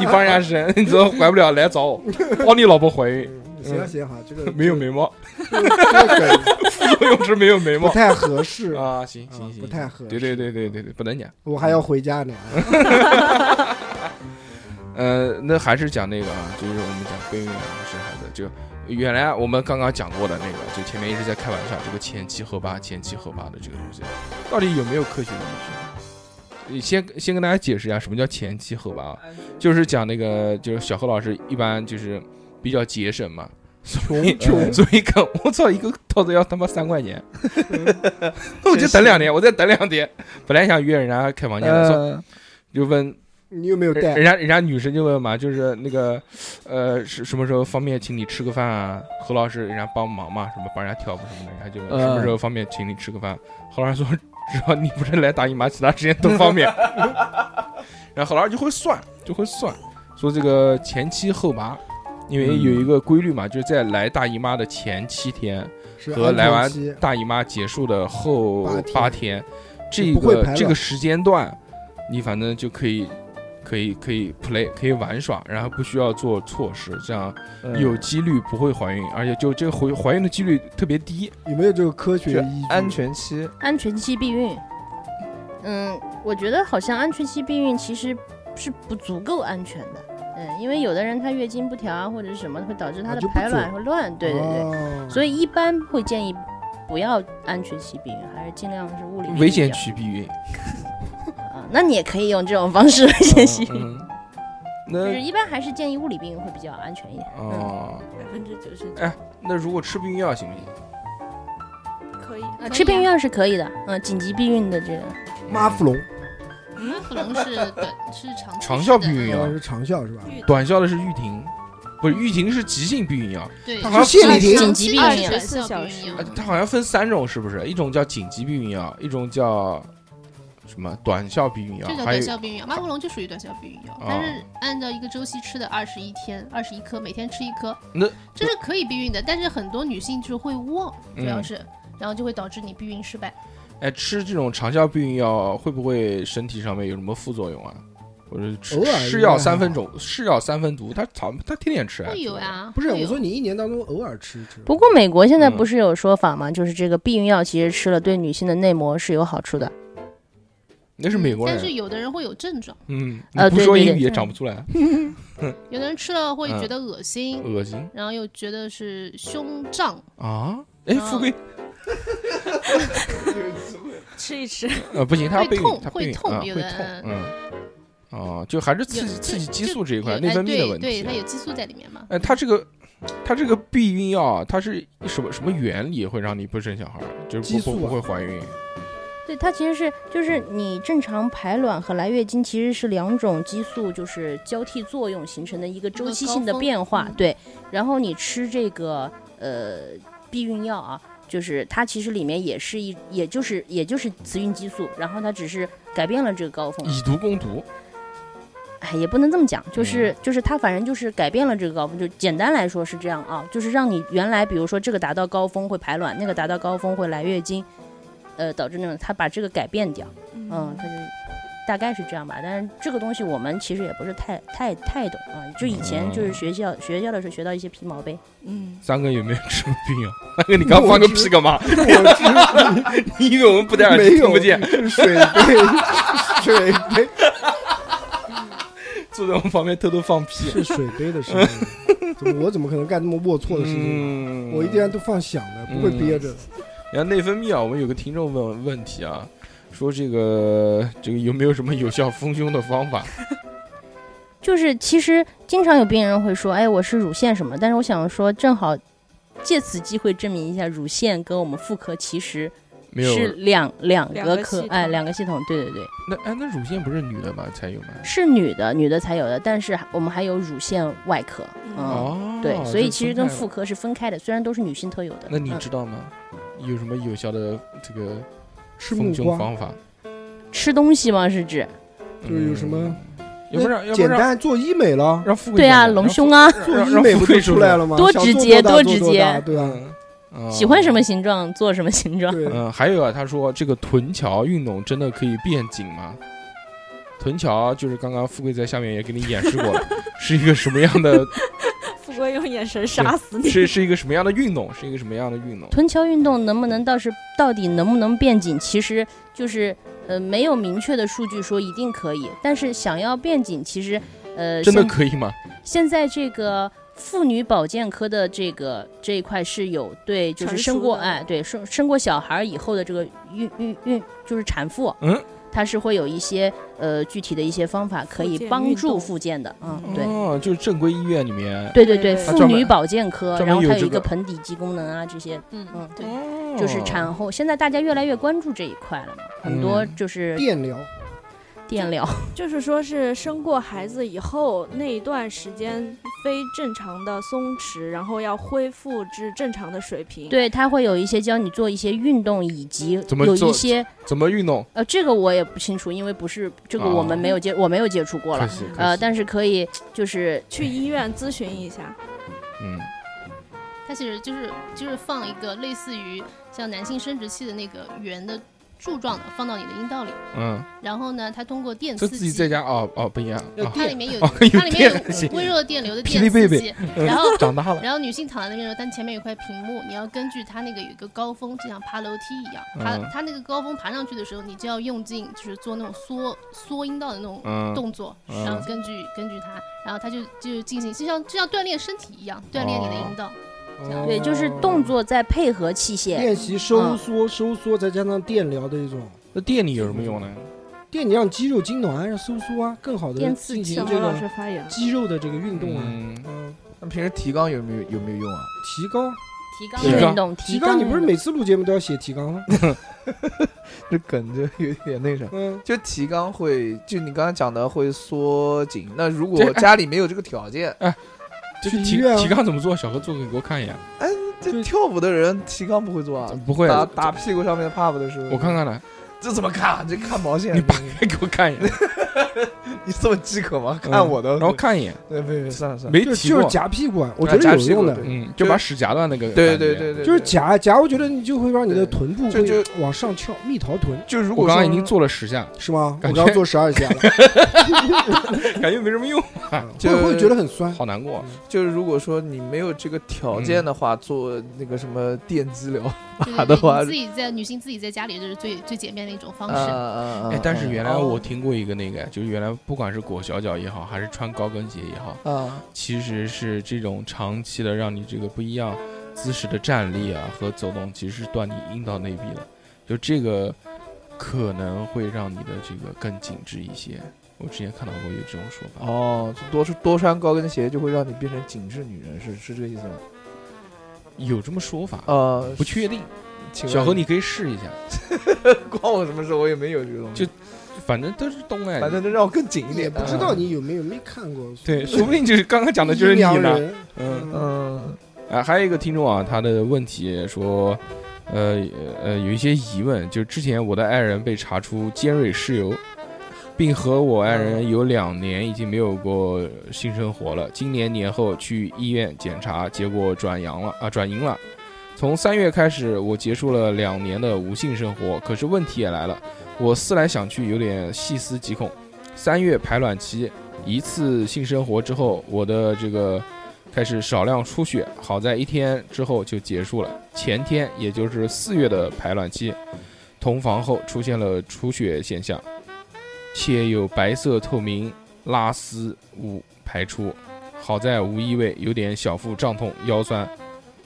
你帮人家生，你怎么怀不了？来找我，帮你老婆怀孕。
行啊
嗯
行啊，这个
没有眉毛，
副
作用是没有眉毛，
不太合适
啊。行行行，
不太合适
对对对对对对，不能讲。
我还要回家呢。
呃，那还是讲那个啊，就是我们讲备孕啊生孩子，就原来我们刚刚讲过的那个，就前面一直在开玩笑，这个前七后八、前七后八的这个东西，到底有没有科学依据？你先先跟大家解释一下什么叫前七后八啊，就是讲那个就是小何老师一般就是比较节省嘛，所以
穷
所以看我操一个套子要他妈三块钱， 那我就等两天，我再等两天，本来想约人家开房间的，说
嗯
就问
你有没有带
人人家人家女生就问嘛，就是那个，呃，是什么时候方便请你吃个饭啊？何老师人家帮忙嘛，什么帮人家跳舞什么的，人家就问
嗯
什么时候方便请你吃个饭。何老师说，只要你不是来打姨妈，其他时间都方便。 然后何老师就会算，就会算，说这个前七后八，因为
嗯
有一个规律嘛，就是在来大姨妈的前七天
是
和
安
来
全
完
期
大姨妈结束的后
八天
八天，这
不会
个
排
这个
卵
时间段，你反正就可以。可以可以 play 可以玩耍，然后不需要做措施，这样
嗯
有几率不会怀孕，而且就这个怀怀孕的几率特别低。
有没有这个科学
依据安全期，
安全期避孕，嗯，我觉得好像安全期避孕其实是不足够安全的，嗯，因为有的人她月经不调啊或者是什么会导致她的
就不
排卵
准
会乱，对对对，
哦
所以一般会建议不要安全期避孕，还是尽量是物理
危险
期
区避孕，
啊，那你也可以用这种方式危险期避孕，
嗯那
就是一般还是建议物理避孕会比较安全一点，
哦，
百分之九十
哎，那如果吃避孕药行不行？
可以
呃吃避孕药是可以的，嗯，紧急避孕的这个，
妈富隆，
嗯，可能是短是长
长效避孕
原
药
来是长效是吧？
嗯
嗯短效的是玉婷，不是玉婷是急性避孕药，
对
它好像
是泻立停
嗯紧急避孕药
二十四小时
呃它好像分三种，是不是？一种叫紧急避孕药，一种叫什么短效避孕药
这，叫
啊还
短
有啊
效避孕药，妈乌龙就属于短效避孕药，但是按照一个周期吃的二十一天，二十一颗，每天吃一颗，
那
这是可以避孕的。但是很多女性就会忘，主要
嗯
是，然后就会导致你避孕失败。
哎吃这种长效避孕药会不会身体上面有什么副作用啊？或者吃
偶尔
是药三分毒，是药三分毒，他早他天天吃啊，
会有啊，
不是，
会
我
有
说你一年当中偶尔吃吃，
不过美国现在不是有说法吗？就是这个避孕药其实吃了对女性的内膜是有好处的。
那是美国
但是
人，
有的人会有症状，
嗯，
呃
你不
对
说
对
英
对
语也
嗯
长不 出来，
有的人吃了会觉
嗯
得恶心，
恶心
然后又觉得是胸胀，
啊！哎，
嗯
富 贵
吃一吃。
呃，不行，他要
会
备孕，
痛
他
会
备孕
痛
啊，
有
会
的
痛，
嗯
嗯，哦，就还是刺激刺激激素这一块，
有
内
哎
分泌的
对
问
对，
题啊
它。有激素在里面嘛。
哎，它这个，它这个避孕药啊，它是什么什么原理会让你不生小孩儿？就是
激
不
素
不不
啊
会怀孕？
对，它其实是就是你正常排卵和来月经其实是两种激素就是交替作用形成的一个周期性的变化。对，然后你吃这个呃避孕药啊，就是它其实里面也是一也就是也就是雌孕激素，然后它只是改变了这个高峰。
以毒攻毒，
哎，也不能这么讲，就是、就是它反正就是改变了这个高峰，就简单来说是这样啊，就是让你原来比如说这个达到高峰会排卵，那个达到高峰会来月经，呃，导致那种它把这个改变掉，嗯，它就大概是这样吧。但是这个东西我们其实也不是太太太懂啊，就以前就是学校、学校的时候学到一些皮毛呗，
嗯，
三哥有没有吃过避孕药？三 哥，你刚放个屁干嘛？你以为我们不戴耳机
没
听
有
不 见？
是水杯，水杯
坐在我旁边偷偷放屁，
是水杯的事 情，怎么我怎么可能干那么龌龊的事情
嗯
呢？我一定都放响的，不会憋着。
然后内分泌啊，我们有个听众问问题啊，说这个这个有没有什么有效丰胸的方法？
就是其实经常有病人会说，哎，我是乳腺什么，但是我想说，正好借此机会证明一下，乳腺跟我们妇科其实
没有
是两两
两
个
个
科
系，统
哎，两个系统，对对对，
那哎，那乳腺不是女的吗？才有吗？
是女的女的才有的，但是我们还有乳腺外科，嗯，
啊
哦
对，所以其实跟
这分开了
妇科是分开的，虽然都是女性特有的。
那你
嗯
知道吗？有什么有效的这个
吃
丰
木
胸
瓜
方法？
吃东西吗？是指
就是有什么
嗯要不然要不
简
然
单做医美了，
让富
贵对啊干点隆胸啊让
做医
让
美
富
不
贵
就
出
出来
来
了吗？
多
想
直
做
接
大
多
做
直
多
接
大对吧？
嗯
喜欢什么形状做什么形状。
嗯，还有啊，他说这个臀桥运动真的可以变紧吗？臀桥就是刚刚富贵在下面也给你演示 过了，是一个什么样的？
嗯
富贵用眼神杀死你。
是是一个什么样的运动？是一个什么样的运动？
臀桥运动能不能倒是到底能不能变紧，其实就是呃没有明确的数据说一定可以，但是想要变紧，其实呃
真的
现
可以吗？
现在这个妇女保健科的这个这一块是有对，就是
成
生
熟
过
的
哎，对生生过小孩儿以后的这个孕孕孕，就是产妇，
嗯，
它是会有一些呃具体的一些方法可以
健
帮
运
助
动
复健的，嗯，对。
哦，就是正规医院里面，
对对对，
它
妇
专门
女保健科，
专
然
门
后
有
它有
这
一个
个
盆底肌功能啊，这些，嗯嗯，
对，
哦
就是产后，现在大家越来越关注这一块了嘛，很多
嗯
就是
电疗，
电疗，
就是说是生过孩子以后那一段时间非正常的松弛，然后要恢复至正常的水平。
对，它会有一些教你做一些运动，以及
怎么
有
做
一些
怎么运动？
呃，这个我也不清楚，因为不是这个我们
哦
没有接，我没有接触过了
可惜可，
呃，
惜
但是可以就是
去医院咨询一下。
嗯，
它其实就是就是放一个类似于像男性生殖器的那个圆的柱状的，放到你的阴道里，
嗯，
然后呢，它通过电
这
刺
自己
激，
在家哦哦不一样，啊
它里面有、
哦
它里面
电
有微弱的电流的
霹
电
雳贝
刺
贝
激，，
嗯
然后
长大了，
然后女性躺在那边的时候，但前面有一块屏幕，你要根据它那个有一个高峰，就像爬楼梯一样，爬、
嗯
它那个高峰爬上去的时候，你就要用劲，就是做那种缩缩阴道的那种
嗯
动作，
嗯
然后根据根据它，然后它就就进行，就像就像锻炼身体一样，锻炼你
哦
的阴 道。
对，就是动作再配合器械
哦练习收
嗯
缩、收缩，再加上电疗的一种，
那电力有什么用呢？
电你让肌肉痉挛，让收缩啊，更好的
电刺
进
激
行这个
发言
肌肉的这个运动啊，嗯，
那平时提纲有没有有没有用啊？
提高。
提
提
纲
纲
运动，
提
纲
纲，你不是
运动
每次录节目都要写 提纲吗？
这梗就有点那啥，
嗯，
就提纲会，就你刚刚讲的会缩紧。那如
这
果
哎
家里没有这个条件，
就
去医
提
院啊
提纲怎么做？小何做给我看一眼，
这跳舞的人提纲不会做啊，
不会
打打屁股上面的 pub 的时候，
我看看来，
这怎么看？啊这看毛线？
你扒开 给我看一眼，
你这么饥渴吗？
嗯
看我的，
然后看一眼，
对，别别算了算了，
没
就
提
就是
过
夹屁股啊，我
啊
觉
夹
得有
屁股
用的
对，
嗯，就把屎夹断那个感觉，
对对对对，
就是夹夹，我觉得你就会让你的臀部
这
会
就
往上翘，蜜桃臀
就如
我
果
刚
说
刚已经做了十下，
是吗？
感
我
觉
刚做十二下了，
感觉没什么用，
就
会会觉得很酸。
好难过。
就是如果说你没有这个条件的话，做那个什么电击疗
对
法
对
的
对，
话
你自，己在女性自己在家里就是最最简便的一种方
啊
式。
啊啊！
哎，但是原来
哦
我听过一个那个，就是原来不管是裹小脚也好，还是穿高跟鞋也好，
啊，
其实是这种长期的让你这个不一样姿势的站立啊和走动，其实是断你阴道内壁的，就这个可能会让你的这个更紧致一些。我之前看到过有这种说法，
哦，多多穿高跟鞋就会让你变成紧致女人，是是这个意思吗？
有这么说法，
呃，
不确定。
请问
小何，你可以试一下，
关我什么事？我也没有这个东西，
就反正都是东哎，
反正能让我更紧一
也
点。
不知道你有没有没看过，
对， 说不定就是刚刚讲的就是你
阴阳
呢。
人
嗯
嗯，
啊，还有一个听众啊，他的问题说，呃呃，有一些疑问，就之前我的爱人被查出尖锐湿疣，并和我爱人有两年已经没有过性生活了。今年年后去医院检查，结果转阳了啊，转阴了。从三月开始，我结束了两年的无性生活，可是问题也来了，我思来想去，有点细思极恐。三月排卵期，一次性生活之后，我的这个开始少量出血，好在一天之后就结束了。前天，也就是四月的排卵期，同房后出现了出血现象，且有白色透明拉丝物排出，好在无异味，有点小腹胀痛、腰酸。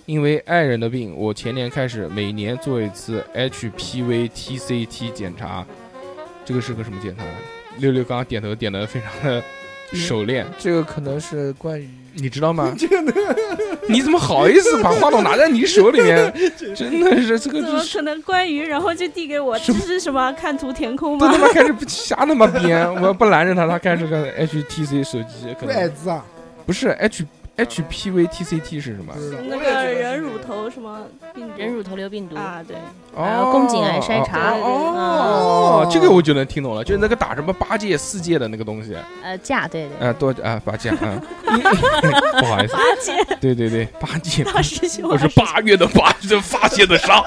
因为爱人的病，我前年开始每年做一次 HPV TCT 检查，这个是个什么检查？六六刚刚点头点的非常的熟练，
这个可能是关于
嗯你知道吗？你怎么好意思把话筒拿在你手里面？真的是这个
怎
这
么
啊
可能关于然后就递给我？这是什么？看图填空
都
吗
他？妈开始不瞎他妈编， 我要不拦着他，他开始看 HTC 手机，可
外
能
资啊，
不是 H HPV TCT 是什么
不？知道
那个人乳头什么病毒啊
人乳头瘤病毒，
啊？对，
还有宫颈癌筛查嗯
哦哦哦哦，这个我就能听懂了，就是那个打什么八戒、四戒的那个东西，
呃，架对对，
啊，多啊，八戒啊， 不好意思，
八戒，
对对对，八 戒，
大师兄
我是八月的八， 是发泄的伤，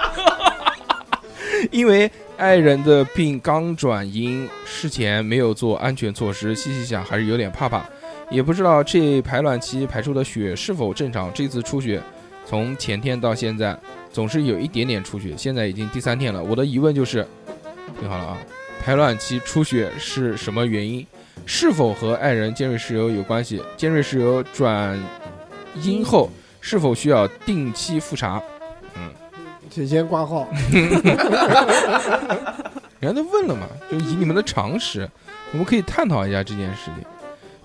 因为爱人的病刚转阴，事前没有做安全措施，细细想还是有点怕怕，也不知道这排卵期排出的血是否正常。这次出血，从前天到现在总是有一点点出血，现在已经第三天了。我的疑问就是，听好了啊，排卵期出血是什么原因？是否和爱人尖锐湿疣有关系？尖锐湿疣转阴后是否需要定期复查？嗯，
请先挂号。
人家都问了嘛，就以你们的常识，我们可以探讨一下这件事情。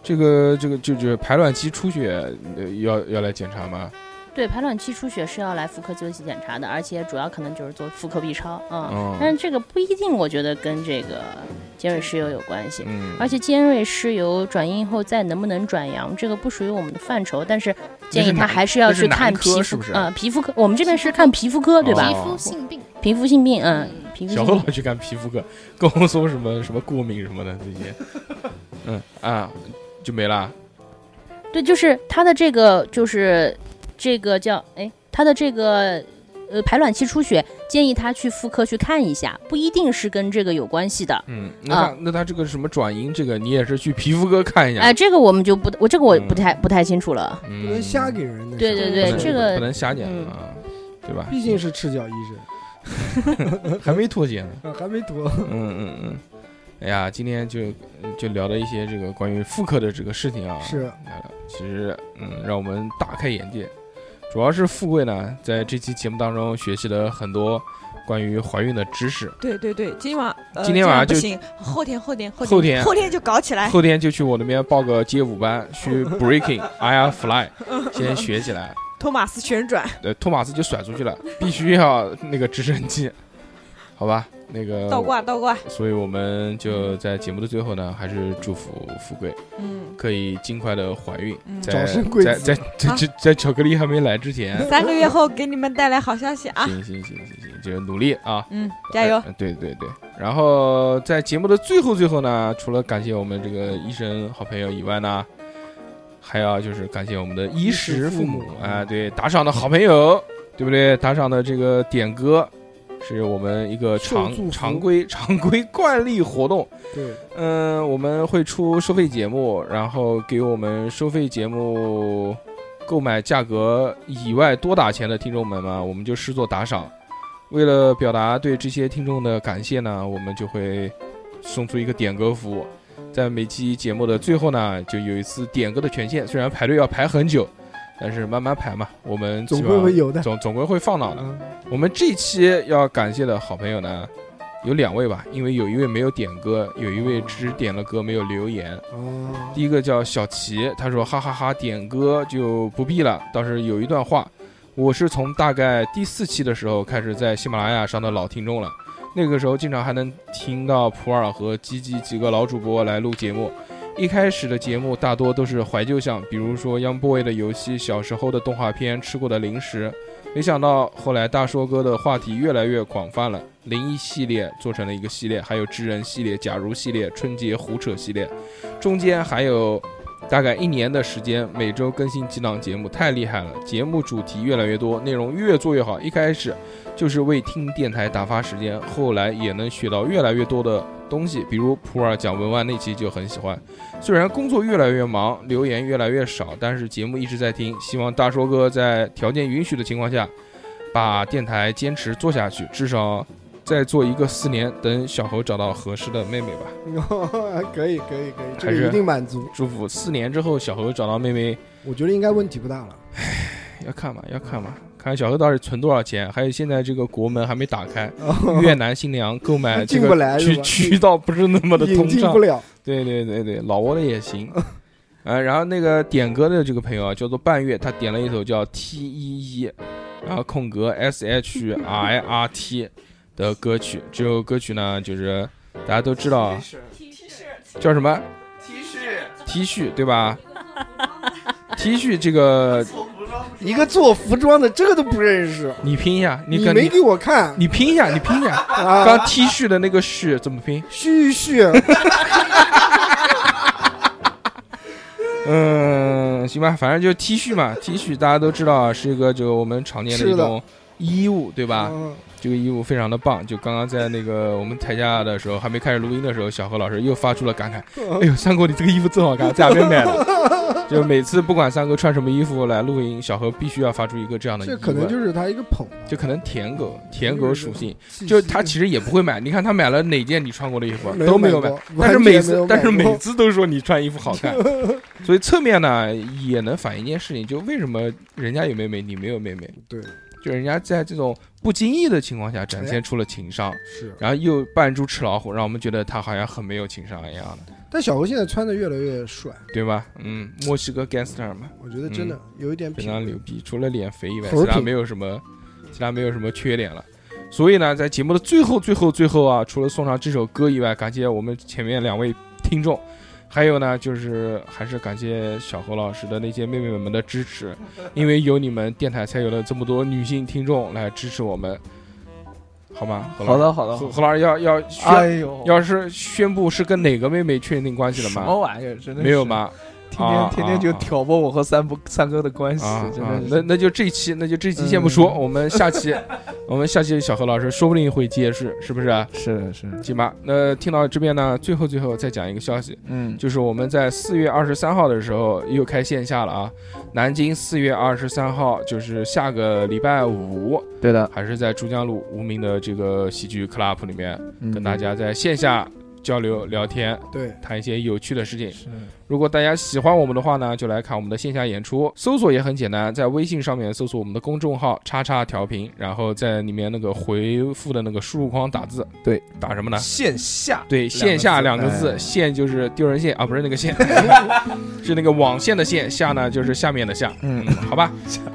这个这个就就是排卵期出血，呃要要来检查吗？
对，排卵期出血是要来妇科就医检查的，而且主要可能就是做妇科 B 超啊。
哦
但是这个不一定，我觉得跟这个尖锐湿疣有关系。
嗯
而且尖锐湿疣转阴后再能不能转阳，这个不属于我们的范畴，但是建议
那是
他
男
还是要
那是
去看
男科
皮肤，
是不是
呃，皮肤科，我们这边是看皮肤科，对吧？
皮肤
性病，
皮肤性病，嗯，皮肤
小
性
何
病
老。去看皮肤科， 跟我说什么什么过敏什么的这些， 嗯啊就没了。
对，就是它的这个就是这个叫哎，它的这个呃排卵期出血，建议他去妇科去看一下，不一定是跟这个有关系的。
嗯，那他、
啊
那他这个什么转阴这个，你也是去皮肤科看一下。
哎，这个我们就不，我这个我不太不太清楚了。
嗯，
不能瞎给人的。嗯
对对对
不能
这个
不能瞎讲啊，对吧？
毕竟是赤脚医生，
还没脱节呢。
还没脱。
嗯嗯嗯，哎呀，今天就嗯就聊了一些这个关于妇科的这个事情啊。
是
聊聊，其实嗯，让我们大开眼界。主要是富贵呢，在这期节目当中学习了很多关于怀孕的知识。
对对对，今晚呃
今天晚上就
不行，后天后天后
后天
后天就搞起来。
后天就去我那边报个街舞班， 去 breaking、air fly，先学起来。
托马斯旋转
呃，托马斯就甩出去了，必须要那个直升机，好吧？那个
倒挂倒挂，
所以我们就在节目的最后呢，还是祝福富贵，
嗯，
可以尽快的怀孕，
嗯
在
早生贵
在
子
在在
啊
在在巧克力还没来之前，
三个月后给你们带来好消息 啊！
行行行行行，就努力啊，
嗯，加油！
呃对对对，然后在节目的最后最后呢，除了感谢我们这个医生好朋友以外呢，还要就是感谢我们的衣食父母啊，对打赏的好朋 友，对不对？打赏的这个点歌是我们一个
受
常
祝福
常规常规惯例活动，
对，
嗯，我们会出收费节目，然后给我们收费节目购买价格以外多打钱的听众们嘛，我们就视作打赏。为了表达对这些听众的感谢呢，我们就会送出一个点歌服务，在每期节目的最后呢，就有一次点歌的权限，虽然排队要排很久，但是慢慢排嘛，我们基
总
本上
归会有的
总总归会放到的。
嗯
我们这期要感谢的好朋友呢，有两位吧，因为有一位没有点歌，有一位只点了歌没有留言。
哦，
第一个叫小齐，他说哈哈哈点歌就不必了，倒是有一段话，我是从大概第四期的时候开始在喜马拉雅上的老听众了，那个时候经常还能听到普洱和鸡鸡几个老主播来录节目。一开始的节目大多都是怀旧向，比如说 Young Boy 的游戏、小时候的动画片、吃过的零食。没想到后来大硕哥的话题越来越广泛了，灵异系列做成了一个系列，还有知人系列、假如系列、春节胡扯系列，中间还有大概一年的时间，每周更新几档节目，太厉害了！节目主题越来越多，内容越做越好。一开始就是为听电台打发时间，后来也能学到越来越多的东西，比如普洱讲文案那期就很喜欢。虽然工作越来越忙，留言越来越少，但是节目一直在听。希望大硕哥在条件允许的情况下，把电台坚持做下去，至少再做一个四年，等小猴找到合适的妹妹吧。
哦可以可以可以，这
还是
个一定满足。
祝福四年之后，小何找到妹妹，
我觉得应该问题不大了。
要看嘛，要看嘛，看小何到底存多少钱。还有现在这个国门还没打 开，越南新娘购买这
进不
个
来是
渠
吧
渠道不是那么的通
引进
畅，
不了。
对对对对，老挝的也行。呃，然后那个点歌的这个朋友啊，叫做半月，他点了一首叫 T 一一，然后空格 S H I R T 的歌曲。这首歌曲呢，就是大家都知道啊叫什么 T 恤，T 恤对吧？T 恤这个
一个做服装的，这个都不认识。
你拼一下，
你
跟
没给我看，
你拼一下，你拼一下。
啊
刚 T 恤的那个恤怎么拼？
嘘嘘，
嗯，行吧，反正就 T 恤嘛，T 恤大家都知道啊，是一个就我们常见的
是
一
的
种衣物，对吧？
嗯
这个衣物非常的棒，就刚刚在那个我们台下的时候，还没开始录音的时候，小何老师又发出了感慨：“
嗯
哎呦，三哥，你这个衣服真好看，在哪边买的？”就每次不管三哥穿什么衣服来录音，小何必须要发出一 个这样的疑
这
问。
可能就是他一个捧。
就可能舔狗，舔狗属性
细，
就他其实也不会买。你看他买了哪件你穿过的衣服啊
没有
都没有
买
买
过，
但是
完全
每
没有
次
买
但是每
过
次都说你穿衣服好 看，所以侧面呢也能反映一件事情，就为什么人家有妹妹你没有妹妹，
对，
就人家在这种不经意的情况下展现出了情商，
是
然后又扮猪吃老虎，让我们觉得他好像很没有情商一样的，
但小侯现在穿的越来越帅，
对吧？嗯，墨西哥 gangster 嘛，
我觉得真的
嗯
有一点
非
品
常
味
牛逼，除了脸肥以外，
猴
其他
品
没有什么，其他没有什么缺点了。所以呢，在节目的最后、最后、最后啊，除了送上这首歌以外，感谢我们前面两位听众，还有呢，就是还是感谢小何老师的那些妹妹们的支持，因为有你们，电台才有了这么多女性听众来支持我们，好吗？何老师
好的好的
何何老师要要宣，
哎呦
要是宣布是跟哪个妹妹确定关系了吗？
什么玩意儿哦真的是
没有吗？
天
啊
天天天就
啊啊
挑拨我和三不三哥的关系
啊，
真
啊
的
那
是。嗯
那就这期，那就这期先不说，我们下期，我们下期小何老师说不定会揭示，是不是？
是的，是的。
行吧，那听到这边呢，最后最后再讲一个消息，
嗯
就是我们在四月二十三号的时候又开线下了啊，南京四月二十三号就是下个礼拜五，
对的，
还是在珠江路无名的这个喜剧 club 里面
嗯
跟大家在线下交流聊天，
对，
谈一些有趣的事情。如果大家喜欢我们的话呢，就来看我们的线下演出。搜索也很简单，在微信上面搜索我们的公众号“叉叉调频”，然后在里面那个回复的那个输入框打字，
对，
打什么呢？
线下
对，线下两个字，
哎
线就是丢人线啊，不是那个线，是那个网线的线，下呢就是下面的下，嗯，好吧。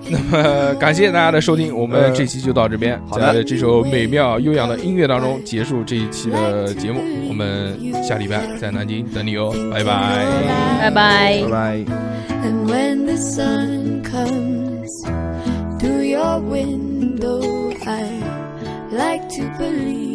那么感谢大家的收听，我们这期就到这边，
好的
在这首美妙悠扬的音乐当中结束这一期的节目，我们下礼拜在南京等你哦，拜拜，
拜拜拜
拜。
And when the sun comes through your window, I like to believe. Mm,